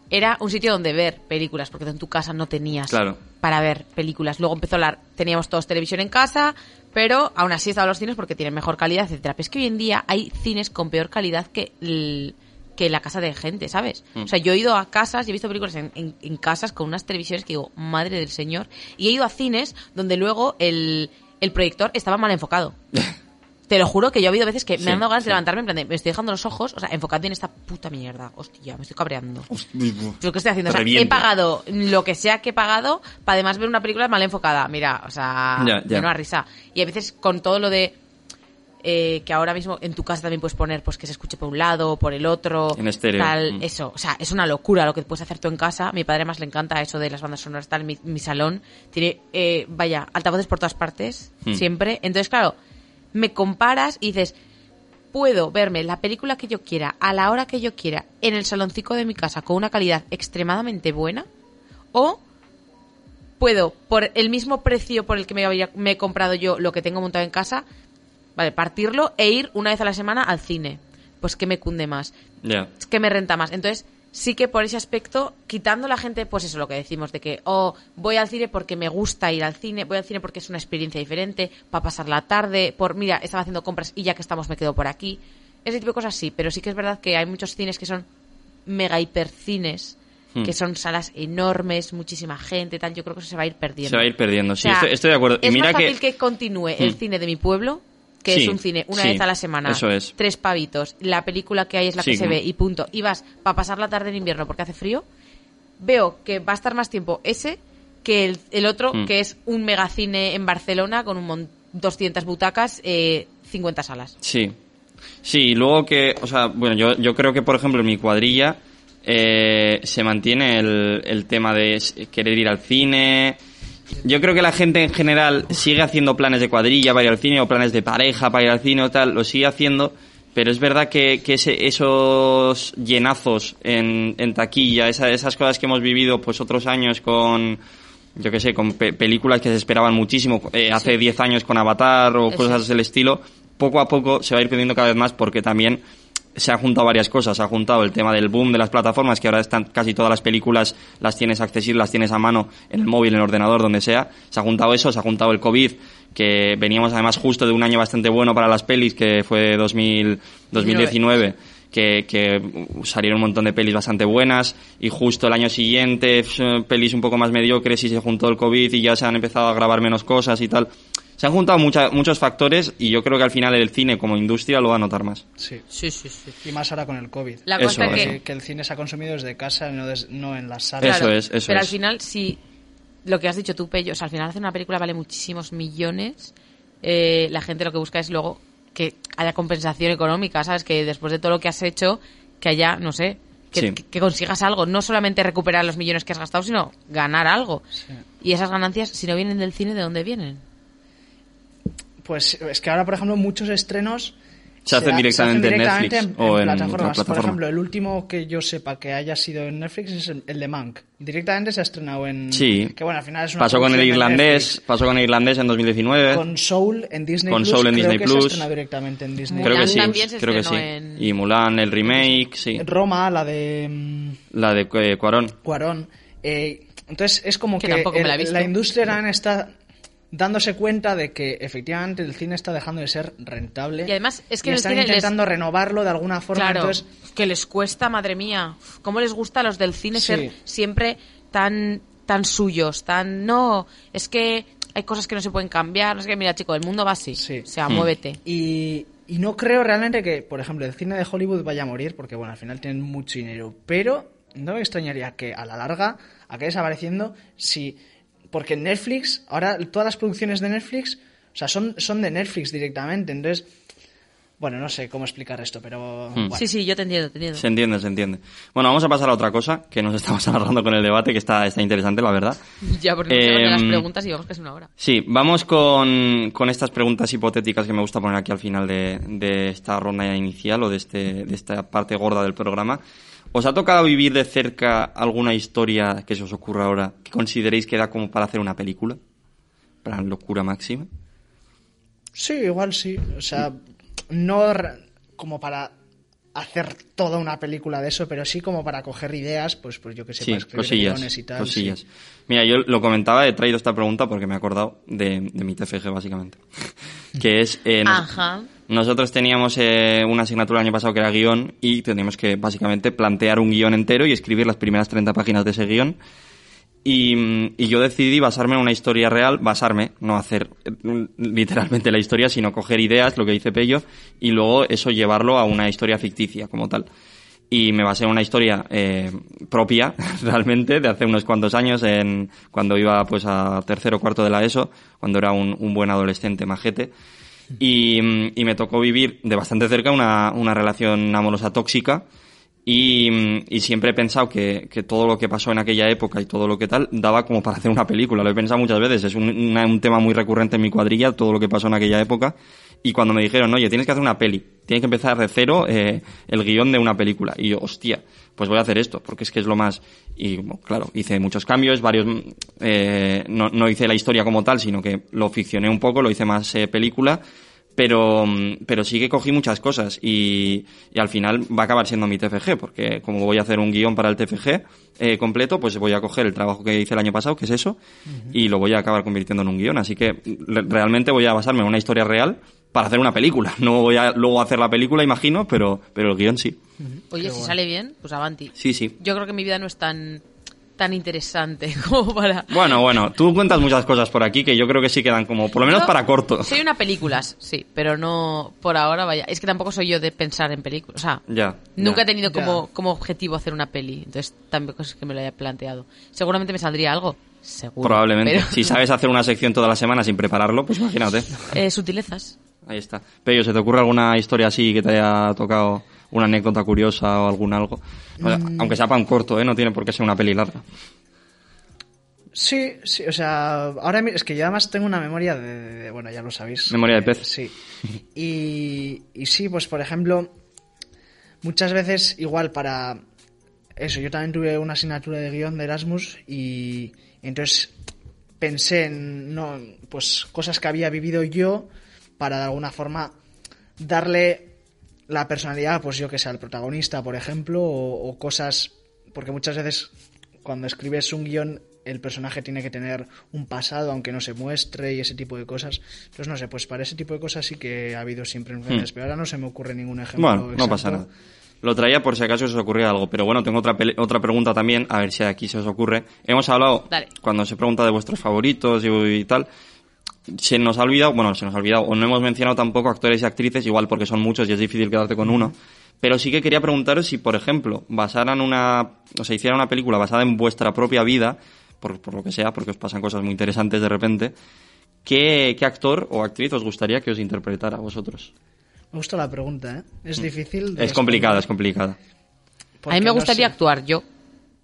C: era un sitio donde ver películas, porque tú en tu casa no tenías
B: Claro.
C: para ver películas. Luego empezó la... Teníamos todos televisión en casa, pero aún así estaban los cines porque tienen mejor calidad, etcétera. Pero es que hoy en día hay cines con peor calidad que, el- que la casa de gente, ¿sabes?
B: Mm.
C: O sea, yo he ido a casas y he visto películas en, en- en casas con unas televisiones que digo, madre del señor. Y he ido a cines donde luego el, el proyector estaba mal enfocado. Te lo juro que yo ha habido veces que me
B: Sí,
C: han dado ganas
B: sí.
C: de levantarme en plan de, me estoy dejando los ojos, o sea, enfocado en esta puta mierda. Hostia, me estoy cabreando. Yo qué estoy haciendo, o sea,
B: Reviento.
C: he pagado lo que sea que he pagado para además ver una película mal enfocada. Mira, o sea,
B: Ya, ya.
C: una risa. Y a veces con todo lo de eh, que ahora mismo en tu casa también puedes poner pues que se escuche por un lado, por el otro,
B: En estéreo.
C: tal,
B: Mm.
C: eso, o sea, es una locura lo que puedes hacer tú en casa. Mi padre más le encanta eso de las bandas sonoras tal, mi, mi salón tiene eh, vaya, altavoces por todas partes,
B: Mm.
C: siempre. Entonces, claro, me comparas y dices, puedo verme la película que yo quiera, a la hora que yo quiera, en el saloncico de mi casa, con una calidad extremadamente buena, o puedo, por el mismo precio por el que me, había- me he comprado yo lo que tengo montado en casa, vale, partirlo e ir una vez a la semana al cine. Pues que me cunde más,
B: Ya.
C: que me renta más. Entonces, sí que por ese aspecto, quitando la gente, pues eso lo que decimos, de que, oh, voy al cine porque me gusta ir al cine, voy al cine porque es una experiencia diferente, para pasar la tarde, por, mira, estaba haciendo compras y ya que estamos me quedo por aquí. Ese tipo de cosas sí, pero sí que es verdad que hay muchos cines que son mega hipercines,
B: Hmm.
C: que son salas enormes, muchísima gente, tal. Yo creo que eso se va a ir perdiendo.
B: Se va a ir perdiendo,
C: O
B: sí,
C: sea,
B: estoy, estoy de acuerdo.
C: Es
B: y mira
C: más
B: que,
C: fácil que continúe el
B: Hmm.
C: cine de mi pueblo, que
B: Sí,
C: es un cine una
B: sí,
C: vez a la semana,
B: eso es.
C: tres pavitos, la película que hay es la
B: Sí,
C: que se
B: como-
C: ve y punto. Y vas para pasar la tarde en invierno porque hace frío. Veo que va a estar más tiempo ese que el, el otro,
B: Hmm.
C: que es un megacine en Barcelona con un mon- 200 butacas, eh, 50 salas.
B: Sí. Sí, y luego que, o sea, bueno, yo, yo creo que, por ejemplo, en mi cuadrilla eh, se mantiene el, el tema de s- querer ir al cine. Yo creo que la gente en general sigue haciendo planes de cuadrilla para ir al cine o planes de pareja para ir al cine o tal, lo sigue haciendo, pero es verdad que, que ese- esos llenazos en, en taquilla, esa- esas cosas que hemos vivido pues otros años con, yo qué sé, con pe- películas que se esperaban muchísimo, eh, hace 10 años con Avatar o
C: Eso
B: cosas
C: es.
B: del estilo, poco a poco se va a ir perdiendo cada vez más porque también se han juntado varias cosas. Se ha juntado el tema del boom de las plataformas, que ahora están casi todas las películas, las tienes accesibles, las tienes a mano en el móvil, en el ordenador, donde sea. Se ha juntado eso, se ha juntado el COVID, que veníamos además justo de un año bastante bueno para las pelis, que fue 2000, 2019. Que, que salieron un montón de pelis bastante buenas y justo el año siguiente eh, pelis un poco más mediocres y se juntó el COVID y ya se han empezado a grabar menos cosas y tal. Se han juntado mucha- muchos factores y yo creo que al final el cine como industria lo va a notar más.
D: Sí.
C: Sí, sí, sí.
D: Y más ahora con el COVID.
C: La
B: Eso,
C: cosa que
D: que, que el cine se ha consumido desde casa, no, des- no en las salas.
B: Eso es, eso
C: pero
B: es.
C: al final, si lo que has dicho tú, Pello, o sea, al final hacer una película vale muchísimos millones, eh, la gente lo que busca es luego que haya compensación económica, ¿sabes? Que después de todo lo que has hecho, que haya, no sé, que,
B: Sí.
C: que- que consigas algo, no solamente recuperar los millones que has gastado, sino ganar algo. Y esas ganancias, si no vienen del cine, ¿de dónde vienen?
D: Pues es que ahora, por ejemplo, muchos estrenos
B: Se hacen
D: ha-
B: directamente en
D: directamente
B: Netflix
D: en-
B: o en
D: en
B: otra
D: plataformas. Por
B: plataforma.
D: ejemplo, el último que yo sepa que haya sido en Netflix es el el de Mank. Directamente se ha estrenado en.
B: Sí.
D: Que bueno, al final es una
B: Pasó con el
D: producción de
B: irlandés, pasó con el irlandés en 2019.
D: Netflix. Con Soul en Disney
B: Con
D: Plus.
B: Soul en
D: creo
B: Disney
D: que
B: Plus.
D: Se estrenó directamente en Disney
B: creo que
C: Mulan
B: sí,
C: también se
B: creo que sí.
C: estrenó en-
B: Y Mulan, el remake, sí.
D: Roma, la de. mm,
B: La de eh, Cuarón.
D: Cuarón. Eh, entonces es como
C: Que
D: que,
C: tampoco me la he visto.
D: industria también está dándose cuenta de que efectivamente el cine está dejando de ser rentable.
C: Y además, es que
D: Y
C: en el
D: están
C: cine les-
D: intentando renovarlo de alguna forma.
C: Claro,
D: Entonces,
C: que les cuesta, madre mía. ¿Cómo les gusta a los del cine
D: Sí.
C: ser siempre tan, tan suyos? Tan, no, es que hay cosas que no se pueden cambiar. No es que, mira, chico, el mundo va así.
D: Sí.
C: O sea,
B: Mm.
C: muévete.
D: y, y no creo realmente que, por ejemplo, el cine de Hollywood vaya a morir, porque bueno, al final tienen mucho dinero. Pero no me extrañaría que a la larga acabe desapareciendo si. Porque Netflix, ahora todas las producciones de Netflix, o sea, son, son de Netflix directamente. Entonces. Bueno, no sé cómo explicar esto, pero...
B: Hmm. Mm.
D: bueno.
C: Sí, sí, yo te entiendo, te entiendo.
B: Se entiende, se entiende. Bueno, vamos a pasar a otra cosa, que nos estamos <laughs> agarrando con el debate, que está, está interesante, la verdad.
C: <laughs> Ya, porque muchas de las
B: Em,
C: preguntas y vamos casi una hora.
B: Sí, vamos con, con estas preguntas hipotéticas que me gusta poner aquí al final de, de esta ronda inicial o de, este, de esta parte gorda del programa. ¿Os ha tocado vivir de cerca alguna historia que se os ocurra ahora que consideréis que da como para hacer una película? Para locura máxima.
D: Sí, igual sí. O sea, no r- como para hacer toda una película de eso, pero sí como para coger ideas, pues, pues yo que sé, para
B: Sí,
D: escribir guiones
B: cosillas.
D: y tal.
B: cosillas.
D: sí.
B: Mira, yo lo comentaba, he traído esta pregunta porque me he acordado de, de mi TFG, básicamente. que es. eh, nos-
C: Ajá.
B: Nosotros teníamos eh, una asignatura el año pasado que era guión y teníamos que básicamente plantear un guión entero y escribir las primeras 30 páginas de ese guión. Y, mm, y yo decidí basarme en una historia real, basarme, no hacer eh, mm, literalmente la historia, sino coger ideas, lo que dice Pello, y luego eso llevarlo a una historia ficticia como tal. Y me basé en una historia eh, propia, <laughs> realmente, de hace unos cuantos años, en cuando iba pues a tercero o cuarto de la ESO, cuando era un, un buen adolescente majete. Y, mm, y me tocó vivir de bastante cerca una, una relación amorosa tóxica. Y, mm, y siempre he pensado que, que todo lo que pasó en aquella época y todo lo que tal daba como para hacer una película. Lo he pensado muchas veces. Es un, una- un tema muy recurrente en mi cuadrilla, todo lo que pasó en aquella época. Y cuando me dijeron, oye, tienes que hacer una peli, tienes que empezar de cero eh, el guión de una película. Y yo, hostia, pues voy a hacer esto, porque es que es lo más... Y bueno, claro, hice muchos cambios, varios... mm, eh, no, no hice la historia como tal, sino que lo ficcioné un poco, lo hice más eh, película pero, mm, pero sí que cogí muchas cosas y, y al final va a acabar siendo mi TFG, porque como voy a hacer un guión para el TFG eh, completo, pues voy a coger el trabajo que hice el año pasado, que es eso, y lo voy a acabar convirtiendo en un guión. Así que re- realmente voy a basarme en una historia real para hacer una película. <laughs> No voy a luego hacer la película, imagino, pero, pero el guión sí.
C: Oye, si sale bien, pues avanti.
B: Sí, sí.
C: Yo creo que mi vida no es tan, tan interesante <laughs> como para...
B: Bueno, bueno, tú cuentas muchas cosas por aquí que yo creo que sí quedan como, por lo menos
C: Yo
B: para corto.
C: Soy una películas, sí, pero no por ahora, vaya. Es que tampoco soy yo de pensar en películas. O sea,
B: Ya.
C: nunca
B: ya.
C: he tenido
D: Ya.
C: como, como objetivo hacer una peli. Entonces tampoco es que me lo haya planteado. Seguramente me saldría algo. Seguro.
B: Probablemente.
C: pero-
B: Si sabes hacer una sección toda la semana sin prepararlo, pues <laughs> imagínate.
C: <laughs> Eh, sutilezas.
B: Ahí está. Pello, ¿se te ocurre alguna historia así que te haya tocado una anécdota curiosa o algún algo? O sea, Aunque sea pan corto, ¿eh? No tiene por qué ser una peli larga.
D: Sí, sí, o sea, ahora mi- es que yo además tengo una memoria de, de- de- bueno, ya lo sabéis.
B: Memoria de
D: Eh,
B: pez.
D: sí. Y, y sí, pues por ejemplo, muchas veces igual para eso, yo también tuve una asignatura de guión de Erasmus y, y entonces pensé en no, pues cosas que había vivido yo para de alguna forma darle la personalidad, pues yo que sé, al protagonista, por ejemplo, o, o cosas, porque muchas veces cuando escribes un guión el personaje tiene que tener un pasado aunque no se muestre y ese tipo de cosas. Entonces, no sé, pues para ese tipo de cosas sí que ha habido siempre influencias, pero ahora no se me ocurre ningún ejemplo.
B: Hmm. Bueno, no
D: exacto.
B: pasa nada. Lo traía por si acaso se os ocurría algo, pero bueno, tengo otra, peli- otra pregunta también, a ver si aquí se os ocurre. Hemos hablado,
C: Dale.
B: cuando se pregunta de vuestros favoritos y, y tal, se nos ha olvidado, bueno, se nos ha olvidado, o no hemos mencionado tampoco actores y actrices, igual porque son muchos y es difícil quedarte con uno, pero sí que quería preguntaros si, por ejemplo, basaran una, o sea, hicieran una película basada en vuestra propia vida, por, por lo que sea, porque os pasan cosas muy interesantes de repente, ¿qué, qué actor o actriz os gustaría que os interpretara a vosotros?
D: Me gusta la pregunta, ¿eh? Es difícil. de
B: Mm. Es
D: responder
B: complicada, es complicada.
D: porque
C: a mí me
D: no
C: gustaría
D: sé.
C: actuar yo.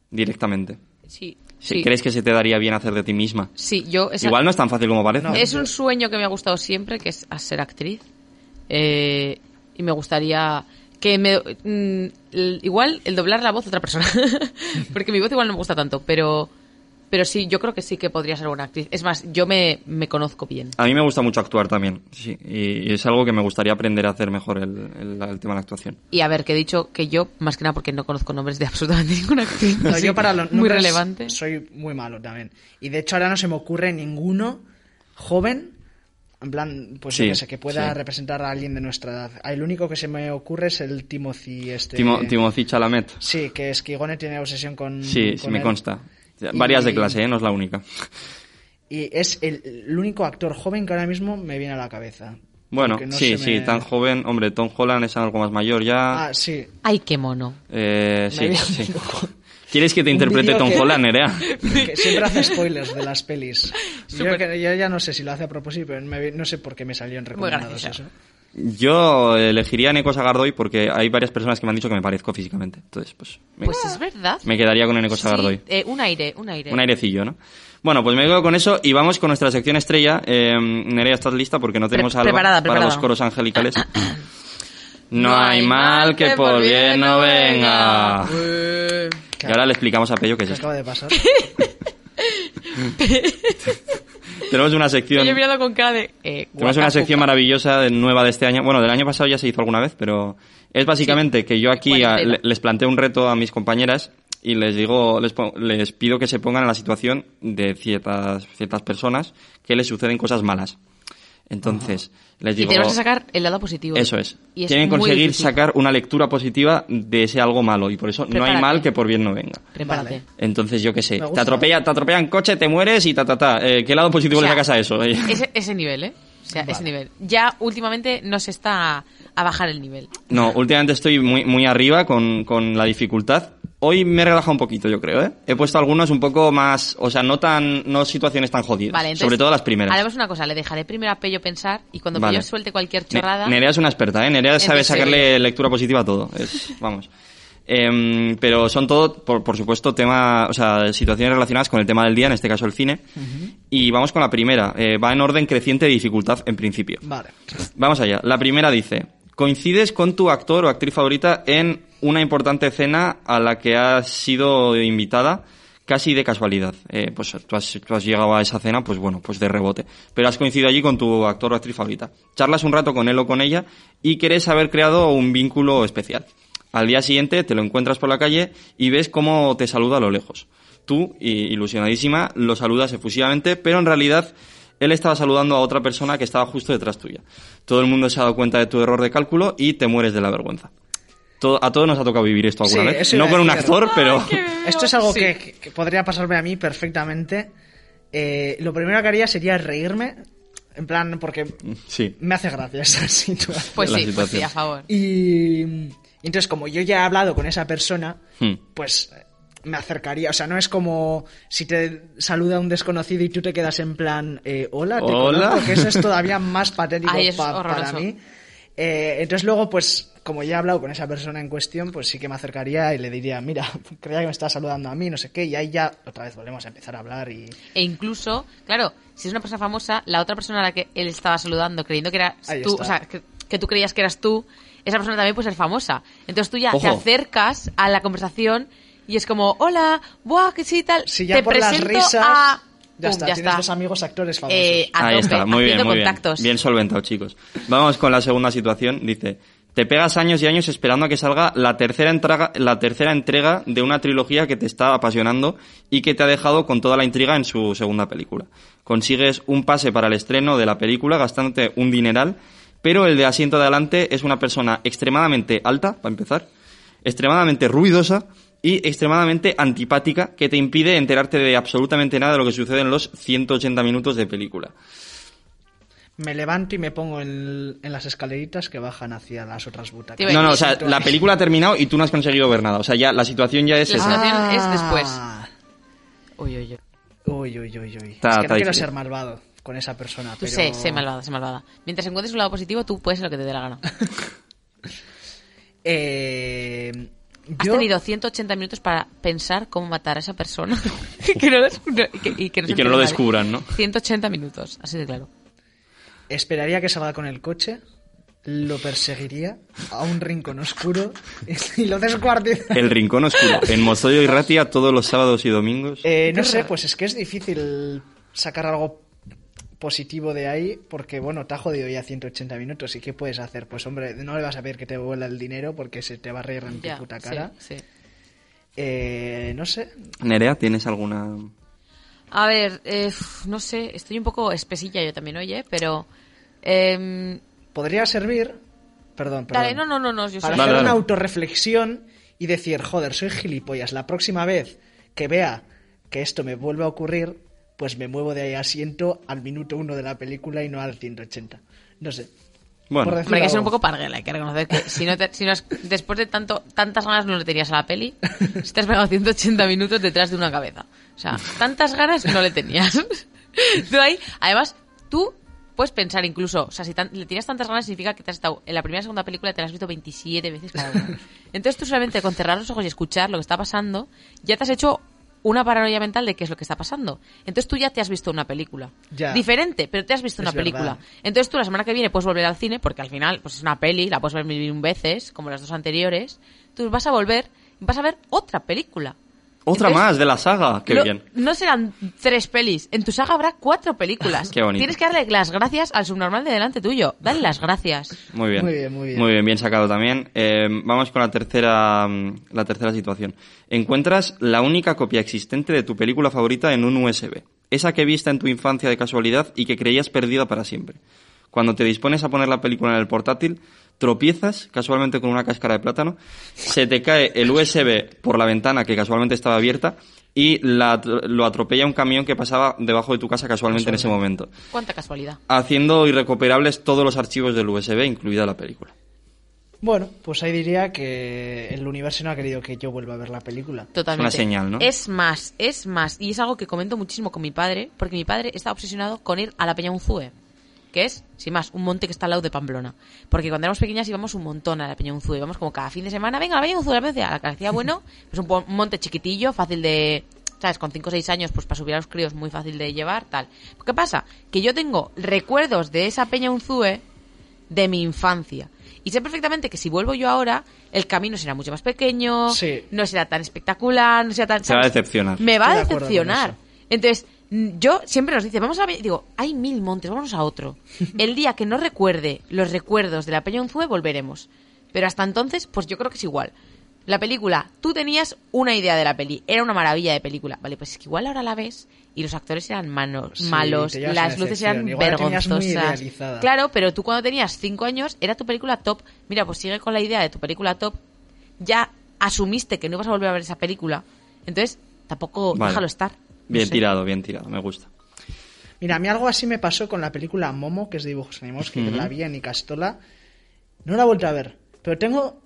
B: directamente.
C: Sí.
B: Si
C: sí.
B: ¿Crees que se te daría bien hacer de ti misma?
C: Sí, yo... esa-
B: Igual no es tan fácil como parece.
D: No.
C: Es un sueño que me ha gustado siempre, que es a ser actriz. Eh, y me gustaría que me... mm, el- igual el doblar la voz de otra persona. <laughs> Porque mi voz igual no me gusta tanto, pero... Pero sí, yo creo que sí que podría ser buena actriz. Es más, yo me, me conozco bien.
B: A mí me gusta mucho actuar también, sí. Y, y es algo que me gustaría aprender a hacer mejor el, el- el tema de la actuación.
C: Y a ver, que he dicho que yo, más que nada porque no conozco nombres de absolutamente <laughs> ninguna actriz.
D: No,
C: así
D: yo para los
C: Muy
D: nombres
C: relevante.
D: Soy muy malo también. Y de hecho ahora no se me ocurre ninguno joven, en plan, pues yo
B: Sí,
D: qué sé, que pueda
B: sí.
D: representar a alguien de nuestra edad. Ah, El único que se me ocurre es el Timothy este.
B: Timo, Timothy Chalamet.
D: Sí, que Esquigone tiene obsesión con.
B: Sí, sí,
D: Mm, con
B: me
D: él.
B: consta.
D: Y-
B: Varias de clase, ¿eh? no es la única.
D: Y es el, el único actor joven que ahora mismo me viene a la cabeza.
B: Bueno,
D: Porque no
B: sí,
D: se
B: sí,
D: me-
B: tan joven. Hombre, Tom Holland es algo más mayor ya.
D: Ah, sí.
C: Ay, qué mono.
B: Eh, sí,
D: viene
B: sí.
D: <laughs> un-
B: ¿Quieres que te
D: <laughs> un
B: interprete
D: vídeo
B: Tom
D: que-
B: Holland, Nerea?
D: <laughs>
C: <laughs>
D: Que siempre hace spoilers de las pelis. Yo, que- yo ya no sé si lo hace a propósito, pero me vi- no sé por qué me salió en recomendados
C: gracioso.
D: eso.
B: Yo elegiría a Neko Sagardoy porque hay varias personas que me han dicho que me parezco físicamente. Entonces, pues. me-
C: Pues es verdad.
B: Me quedaría con Eneko
C: Sí,
B: Sagardoy.
C: eh, un aire, un aire.
B: Un airecillo, ¿no? Bueno, pues me quedo con eso y vamos con nuestra sección estrella. Eh, Nerea, ¿estás lista? Porque no tenemos algo
C: preparada,
B: para
C: preparada.
B: los coros <coughs> angelicales. no hay mal que por bien no venga.
C: Eh.
B: Y ahora le explicamos a Pello qué es
D: ¿Qué
B: esto.
D: acaba
C: <laughs>
D: de pasar?
B: Tenemos una
C: Yo
B: sección...
C: he mirado con cara de. eh,
B: Tenemos una
C: guacacuca.
B: sección maravillosa de- nueva de este año. Bueno, del año pasado ya se hizo alguna vez, pero es básicamente que yo aquí a-
C: cuarentena.
B: le- les planteo un reto a mis compañeras y les digo, les, po- les pido que se pongan en la situación de ciertas, ciertas personas que les suceden cosas malas. Entonces, les
C: Y
B: digo,
C: tenemos que sacar el lado positivo.
B: eso es.
C: Y es
B: Tienen que
C: muy
B: conseguir
C: difícil.
B: sacar una lectura positiva de ese algo malo y por eso no hay
C: Prepárate.
B: mal que por bien no venga.
C: Prepárate.
D: Vale.
B: Entonces, yo qué sé,
D: Me
B: te
D: gusta.
B: atropella, te atropellan coche, te mueres y ta ta ta. Eh, ¿Qué lado positivo
C: O sea,
B: le sacas a
C: <laughs>
B: eso?
C: Ese, ese nivel, ¿eh? O sea, ese nivel. Ya últimamente no se está a, a bajar el nivel.
B: No, últimamente estoy muy, muy arriba con, con la dificultad. Hoy me he relajado un poquito, yo creo, ¿eh? He puesto algunos un poco más, o sea, no tan, no situaciones tan jodidas.
C: Vale, entonces,
B: sobre todo las primeras.
C: Haremos una cosa, le dejaré primero a Pello pensar y cuando
B: Vale.
C: Pello suelte cualquier
B: Ne-
C: chorrada.
B: Nerea es una experta, ¿eh? Nerea sabe
C: Entonces,
B: sacarle lectura positiva a todo. Es- vamos. Em, pero son todo, por, por supuesto, tema, o sea, situaciones relacionadas con el tema del día, en este caso el cine. Y vamos con la primera. Eh, va en orden creciente de dificultad, en principio.
D: Vale.
B: Vamos allá. La primera dice, ¿coincides con tu actor o actriz favorita en una importante cena a la que has sido invitada casi de casualidad? Eh, pues tú has, tú has llegado a esa cena, pues bueno, pues de rebote. Pero has coincidido allí con tu actor o actriz favorita. Charlas un rato con él o con ella y quieres haber creado un vínculo especial. Al día siguiente te lo encuentras por la calle y ves cómo te saluda a lo lejos. Tú, i- ilusionadísima, lo saludas efusivamente, pero en realidad él estaba saludando a otra persona que estaba justo detrás tuya. Todo el mundo se ha dado cuenta de tu error de cálculo y te mueres de la vergüenza. To- a todos nos ha tocado vivir esto alguna
D: Sí,
B: vez.
D: eso
B: No
D: iba a
B: con un
D: decir.
B: actor, pero...
D: Esto es algo
C: Sí.
D: que, que podría pasarme a mí perfectamente. Eh, lo primero que haría sería reírme, en plan, porque
B: <laughs> Sí.
D: me hace gracia <laughs> esa situación.
C: Pues
B: la
C: sí, pues sí,
B: situación.
C: a favor.
D: Y, y entonces, como yo ya he hablado con esa persona,
B: Hmm.
D: pues eh, me acercaría. O sea, no es como si te saluda un desconocido y tú te quedas en plan, eh, hola, te
B: Hola.
D: conozco", que eso es todavía más patético
C: Ay, eso es
D: pa- para
C: horroroso.
D: mí. Eh, entonces luego, pues, como ya he hablado con esa persona en cuestión, pues sí que me acercaría y le diría, mira, <laughs> creía que me estás saludando a mí, no sé qué, y ahí ya otra vez volvemos a empezar a hablar y...
C: E incluso, claro, si es una persona famosa, la otra persona a la que él estaba saludando creyendo que eras
D: Ahí
C: tú,
D: está.
C: o sea, que, que tú creías que eras tú, esa persona también puede ser famosa. Entonces tú ya te
B: Ojo.
C: acercas a la conversación y es como, hola, buah, que sí, tal.
D: Si ya
C: te
D: por las
C: presento
D: risas...
C: a...
D: Ya
C: Pum,
D: está,
C: ya
D: tienes
C: está.
D: dos amigos actores famosos.
C: Eh, a
B: Ahí
C: tope,
B: está, muy bien,
C: haciendo
B: muy bien.
C: contactos.
B: Bien solventado, chicos. Vamos con la segunda situación. Dice, te pegas años y años esperando a que salga la tercera, entraga- la tercera entrega de una trilogía que te está apasionando y que te ha dejado con toda la intriga en su segunda película. Consigues un pase para el estreno de la película gastándote un dineral, pero el de asiento de adelante es una persona extremadamente alta, para empezar, extremadamente ruidosa y extremadamente antipática que te impide enterarte de absolutamente nada de lo que sucede en los 180 minutos de película.
D: Me levanto y me pongo en, en las escaleritas que bajan hacia las otras
C: Te
D: butacas.
C: iba
B: No, no, o
C: Exacto,
B: sea, la película ha terminado y tú no has conseguido ver nada. O sea, ya la situación ya es
C: La
B: esa.
C: situación-
D: Ah.
C: es después. Uy, uy, uy.
D: Uy, uy, uy, uy.
B: Ta-
D: es que
B: ta
D: no quiero
B: difícil.
D: ser malvado con esa persona.
C: Tú
D: pero...
C: sé, sé malvada, sé malvada. Mientras encuentres un lado positivo, tú puedes ser lo que te dé la gana.
D: Eh, yo...
C: Has tenido 180 minutos para pensar cómo matar a esa persona <laughs> que no, lo- y que, y que no, se
B: Y que
C: entere
B: no lo
C: nadie.
B: descubran, ¿no?
C: 180 minutos, así de claro.
D: Esperaría que salga con el coche, lo perseguiría a un rincón oscuro <laughs> y lo descuartizaría.
B: El Rincón Oscuro, en Mozoyo y Ratia todos los sábados y domingos.
D: Eh, no sé, pues es que es difícil sacar algo positivo de ahí porque, bueno, te ha jodido ya 180 minutos y ¿qué puedes hacer? Pues, hombre, no le vas a pedir que te vuela el dinero porque se te va a reír en
C: Ya,
D: tu puta
C: sí,
D: cara.
C: sí.
D: Eh, no sé,
B: Nerea, ¿tienes alguna...?
C: A ver, eh, uf, no sé, estoy un poco espesilla yo también, oye, pero... em,
D: podría servir. Perdón, perdón.
C: dale, no, no, no, no, yo
D: Para
C: soy-
B: Dale,
D: hacer
B: dale.
D: una autorreflexión y decir, joder, soy gilipollas. La próxima vez que vea que esto me vuelve a ocurrir, pues me muevo de ahí asiento al minuto uno de la película y no al 180. No sé.
B: Bueno,
D: Por decir
C: Hombre, que es un
D: algo.
C: poco parguela, hay que reconocer que si no, te- si no has- después de tanto, tantas ganas no le tenías a la
D: <laughs>
C: peli, si te has pegado 180 minutos detrás de una cabeza. O sea, tantas ganas no le tenías. Tú ahí, además, tú puedes pensar incluso, o sea, si tan- le tiras tantas ganas significa que te has estado en la primera y segunda película te la has visto 27 veces cada una. Entonces tú solamente con cerrar los ojos y escuchar lo que está pasando, ya te has hecho una paranoia mental de qué es lo que está pasando. Entonces tú ya te has visto una película.
D: Ya.
C: Diferente, pero te has visto
D: Es
C: una película.
D: verdad.
C: Entonces tú la semana que viene puedes volver al cine, porque al final pues es una peli, la puedes ver mil y un veces, como las dos anteriores. Tú vas a volver y vas a ver otra película.
B: Otra
C: Entonces,
B: más de la saga. Qué
C: lo-
B: bien.
C: No serán tres pelis. En tu saga habrá cuatro películas.
B: <laughs> Qué bonito.
C: Tienes que darle las gracias al subnormal de delante tuyo. Dale las gracias.
B: Muy bien.
D: Muy bien, muy bien.
B: Muy bien, bien sacado también. Eh, vamos con la tercera, mm, la tercera situación. Encuentras la única copia existente de tu película favorita en un USB. Esa que viste en tu infancia de casualidad y que creías perdida para siempre. Cuando te dispones a poner la película en el portátil, tropiezas casualmente con una cáscara de plátano, se te cae el USB por la ventana que casualmente estaba abierta y la- lo atropella un camión que pasaba debajo de tu casa casualmente en ese momento
C: Cuánta casualidad.
B: haciendo irrecuperables todos los archivos del USB, incluida la película.
D: Bueno, pues ahí diría que el universo no ha querido que yo vuelva a ver la película.
C: Totalmente.
B: Es una señal, ¿no?
C: Es más, es más. Y es algo que comento muchísimo con mi padre, porque mi padre está obsesionado con ir a la Peña Unzue, que es, sin más, un monte que está al lado de Pamplona. Porque cuando éramos pequeñas íbamos un montón a la Peña Unzue, íbamos como cada fin de semana, venga, a la Peña Unzue, a la Peña Unzue, a la que hacía
B: <laughs>
C: bueno, pues un, po- un monte chiquitillo, fácil de... ¿Sabes? Con 5 o 6 años, pues para subir a los críos, muy fácil de llevar, tal. ¿Qué pasa? Que yo tengo recuerdos de esa Peña Unzue de mi infancia. Y sé perfectamente que si vuelvo yo ahora, el camino será mucho más pequeño,
D: Sí.
C: no será tan espectacular, no será tan...
B: Se va a
C: ¿sabes?
B: decepcionar.
C: Me va a
D: Estoy de acuerdo
C: decepcionar.
D: con
C: Entonces, mm, yo siempre nos dice, vamos a... la pe-". Digo, hay mil montes, vamos a
D: <laughs>
C: otro. El día que no recuerde los recuerdos de la Peña Unzue, volveremos. Pero hasta entonces, pues yo creo que es igual. La película, tú tenías una idea de la peli, era una maravilla de película. Vale, pues es que igual ahora la ves y los actores eran manos,
D: Sí,
C: malos,
D: te llevas
C: las
D: una
C: luces
D: decepción.
C: eran
D: Igual la tenías muy
C: vergonzosas.
D: idealizada.
C: Claro, Claro, pero tú cuando tenías 5 años era tu película top. Mira, pues sigue con la idea de tu película top. Ya asumiste que no ibas a volver a ver esa película. Entonces, tampoco
B: Vale.
C: déjalo estar. No
B: Bien
C: sé.
B: tirado, bien tirado, me gusta.
D: Mira, a mí algo así me pasó con la película Momo, que es de dibujos animados, que
B: Ujú.
D: la vi en Icastola. No la he vuelto a ver, pero tengo...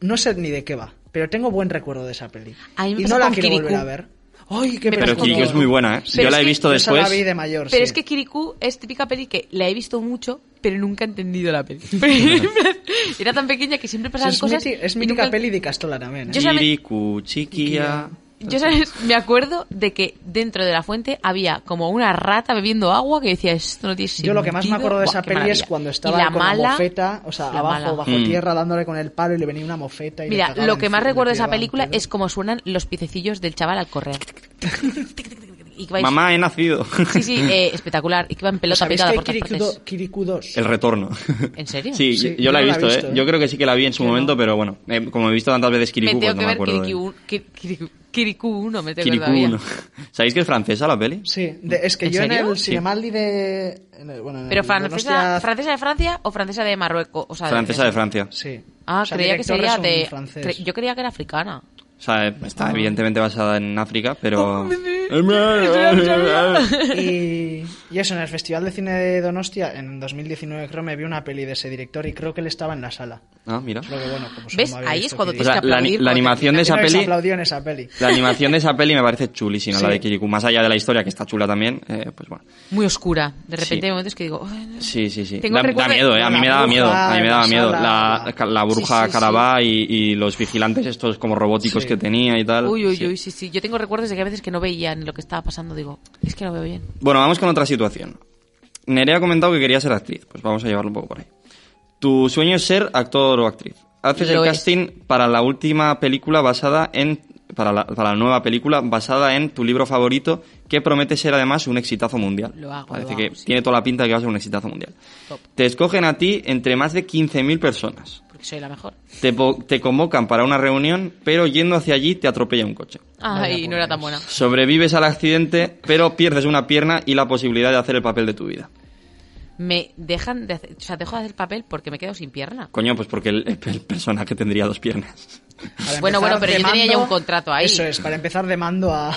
D: No sé ni de qué va, pero tengo buen recuerdo de esa peli.
C: A mí me
D: y
C: pasó
D: no la
C: con
D: quiero volver
C: Kirikou.
D: a ver. ¡Ay,
C: Me Pero
B: Pero
D: qué pena!
C: pasó con
B: Kirikou es
C: como-
B: muy buena, ¿eh?
C: Pero
B: Yo
C: es
B: la he
C: que
B: visto
D: yo esa la
B: después.
D: vi de mayor,
C: Pero
D: sí.
C: es que Kirikou es típica peli que la he visto mucho, pero nunca he entendido la
B: <laughs>
C: peli. <laughs> era tan pequeña que siempre
D: Sí,
C: pasaban
D: es,
C: cosas.
D: miti- es
C: y
D: mítica
C: nunca-
D: peli de Castola también. ¿eh?
C: Yo ¿eh? sabe-
B: Kirikou, chiquilla.
C: Yo, ¿sabes? Me acuerdo de que dentro de la fuente había como una rata bebiendo agua que decía, esto no tiene sentido.
D: Yo lo que más me acuerdo de
C: Buah,
D: esa
C: qué
D: peli
C: maravilla.
D: es
C: Y
D: cuando estaba con la mofeta, o sea,
C: la
D: abajo,
C: mala.
D: bajo
B: Mm.
D: tierra, dándole con el palo y le venía una mofeta. Y le
C: Mira,
D: cagaba
C: lo que más
D: encima,
C: recuerdo de
D: le
C: esa
D: tiraba un
C: película
D: pedo.
C: es como suenan los piececillos del chaval al
D: <laughs>
C: correr. Y que vais-
B: Mamá, he nacido.
C: Sí, sí, eh, espectacular. Y que va en pelota
D: ¿Sabéis
C: picada
D: que
C: por todas
D: Kirikou
C: partes.
D: do- Kirikou
B: <laughs>
D: 2?
B: El retorno.
C: ¿En serio?
B: <laughs> Sí,
D: Sí,
B: yo, yo la he
D: yo
B: visto, ¿eh? Yo creo que sí que la vi en su
D: Yo no.
B: momento, pero bueno, eh, como he visto tantas veces
C: Me
B: Kirikou, pues
C: tengo
B: no
C: que
B: me
C: ver
B: acuerdo. de-
C: Kirikou, Ki- Kirikou- Kirikou 1, me tengo que ver
B: Kirikou,
C: todavía.
B: no. <laughs> ¿Sabéis que es francesa la peli?
D: Sí, de- es que
C: ¿En
D: yo en
C: serio?
D: el Cinemaldi de... en el- bueno, en
C: Pero
D: el
C: francesa,
D: Donostia-
C: francesa de Francia o francesa de Marruecos. O sea, de-
B: Francesa de Francia.
D: Sí.
C: Ah,
D: O sea,
C: creía que
D: director
C: sería
D: es un
C: de...
D: francés.
C: cre- Yo creía que era africana.
B: O sea, eh, está evidentemente basada en África, pero...
D: <laughs>
C: Oh,
B: <laughs>
D: Y, y eso, en el Festival de Cine de Donostia, en 2019 creo, me vi una peli de ese director y creo que él estaba en la sala.
B: Ah, mira.
D: Solo que, bueno, como
C: ¿Ves?
D: no me había
C: Ahí
D: visto
C: es cuando
B: O
D: Kirikou.
C: tienes
B: sea,
C: que ¿eh?
B: la-
C: aplaudir.
B: la
C: cuando te
B: animación de
C: dicen
B: esa
D: Creo que se
B: peli-
D: aplaudió en esa peli.
B: La animación de esa peli me parece chulísima, la
D: Sí.
B: de Kirikou. Más allá de la historia, que está chula también, eh, pues bueno.
C: Muy oscura. De repente
B: Sí.
C: hay momentos que digo... "Ay, no".
B: Sí, sí, sí.
C: Tengo
B: Da,
C: el recuerdo
B: da miedo, ¿eh? A mí
D: de
B: me
D: la
B: daba
D: bruja,
B: miedo. A mí me
D: la
B: daba miedo. La,
D: sala.
B: la bruja
C: Sí, sí,
B: Carabá Y, y los vigilantes estos como robóticos
D: Sí.
B: que tenía y tal.
C: Uy, uy,
B: Sí.
C: uy, sí, sí. Yo tengo recuerdos de que a veces que no veía ni lo que estaba pasando. Digo, es que no veo bien.
B: Bueno, vamos con otra situación. Nerea ha comentado que quería ser actriz. Pues vamos a llevarlo un poco por ahí. Tu sueño es ser actor o actriz. Haces
C: Lo
B: el
C: es.
B: casting para la última película basada en... Para la, para la nueva película basada en tu libro favorito, que promete ser además un exitazo mundial.
C: Lo hago,
B: Parece
C: lo
B: que
C: hago, sí.
B: tiene toda la pinta de que va a ser un exitazo mundial.
C: Top.
B: Te escogen a ti entre más de 15.000 personas.
C: Porque soy la mejor.
B: Te, po- te convocan para una reunión, pero yendo hacia allí te atropella un coche.
C: Ay, no era tan buena.
B: Sobrevives al accidente, pero pierdes una pierna y la posibilidad de hacer el papel de tu vida.
C: Me dejan de hacer... O sea, dejo de hacer papel porque me quedo sin
D: <laughs>
C: pierna.
B: Coño, pues porque el, el personaje tendría dos piernas.
D: Para
C: Bueno, bueno,
D: empezar,
C: pero yo tenía ya
D: demando-
C: un contrato ahí.
D: Eso es, para empezar demando a...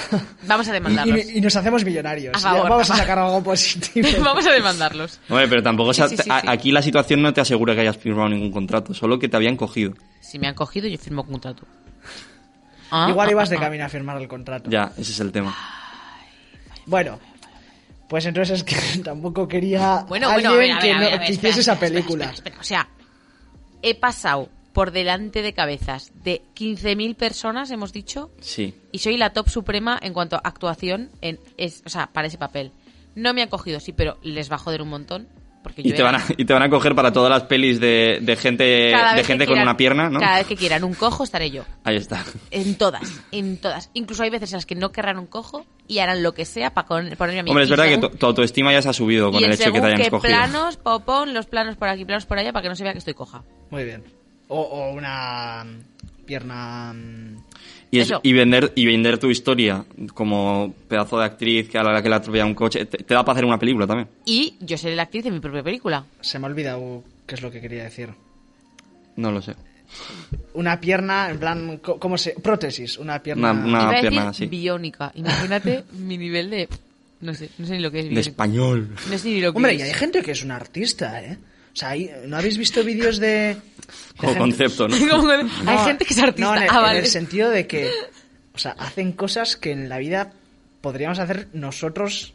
C: Vamos a demandarlos.
D: Y, y nos hacemos millonarios.
C: A
D: Ya
C: favor,
D: vamos a
C: a
D: sacar algo positivo.
C: <laughs> Vamos a demandarlos.
B: <laughs> Hombre, pero tampoco...
C: Sí,
B: se-
C: sí, sí,
B: a-
C: sí.
B: Aquí la situación no te asegura que hayas firmado ningún contrato, solo que te habían cogido.
C: Si me han cogido, yo firmo contrato. Ah,
D: Igual
C: ah,
D: ibas de
C: ah.
D: camino a firmar el contrato.
B: Ya, ese es el tema.
D: Bueno, Pues entonces es que <laughs> tampoco quería
C: Bueno,
D: alguien
C: bueno, a ver, a
D: que,
C: ver, a
D: no-
C: ver, a ver,
D: que
C: espera,
D: hiciese esa
C: espera, espera,
D: película.
C: espera, espera. O sea, he pasado por delante de cabezas de 15.000 personas, hemos dicho,
B: Sí.
C: y soy la top suprema en cuanto a actuación en es, o sea, para ese papel. No me han cogido, sí, pero les va a joder un montón. Porque
B: Y
C: yo
B: te,
C: era-
B: van a, y te van a coger para todas las pelis de, de gente,
C: cada
B: de
C: vez que
B: gente con
C: quieran-
B: una pierna, ¿no?
C: Cada vez que quieran un cojo estaré yo.
B: Ahí está.
C: En todas, en todas. Incluso hay veces en las que no querrán un cojo y harán lo que sea para ponerme a mí.
B: Hombre, es
C: Y
B: verdad que
C: según-
B: tu, tu autoestima ya se ha subido con
C: y en
B: el hecho de que te
C: según
B: hayan
C: qué
B: escogido.
C: planos, popón, los planos por aquí, planos por allá, para que no se vea que estoy coja.
D: Muy bien. O, o una mm, pierna... mm,
B: Y, es-
C: Eso.
B: y vender y vender tu historia como pedazo de actriz que a la que le atropella un coche, te, te da para hacer una película también.
C: Y yo seré la actriz de mi propia película.
D: Se me ha olvidado qué es lo que quería decir.
B: No lo sé.
D: Una pierna, en plan, co- ¿cómo se...? Prótesis, una pierna...
B: Una, una
C: Iba a
B: pierna
C: decir
B: así.
C: biónica.
B: <laughs>
C: Imagínate mi nivel de... No sé, no sé ni lo que es
B: De
C: biónica.
B: español.
C: No sé ni lo que
D: Hombre, y
C: es.
D: hay gente que es un artista, ¿eh? O sea, hay- ¿no habéis visto vídeos de...?
B: Como concepto, ¿no?
C: <laughs> Como que- hay
D: No,
C: gente que es artista.
D: No, en el,
C: Ah,
D: en
C: vale.
D: el sentido de que, o sea, hacen cosas que en la vida podríamos hacer nosotros,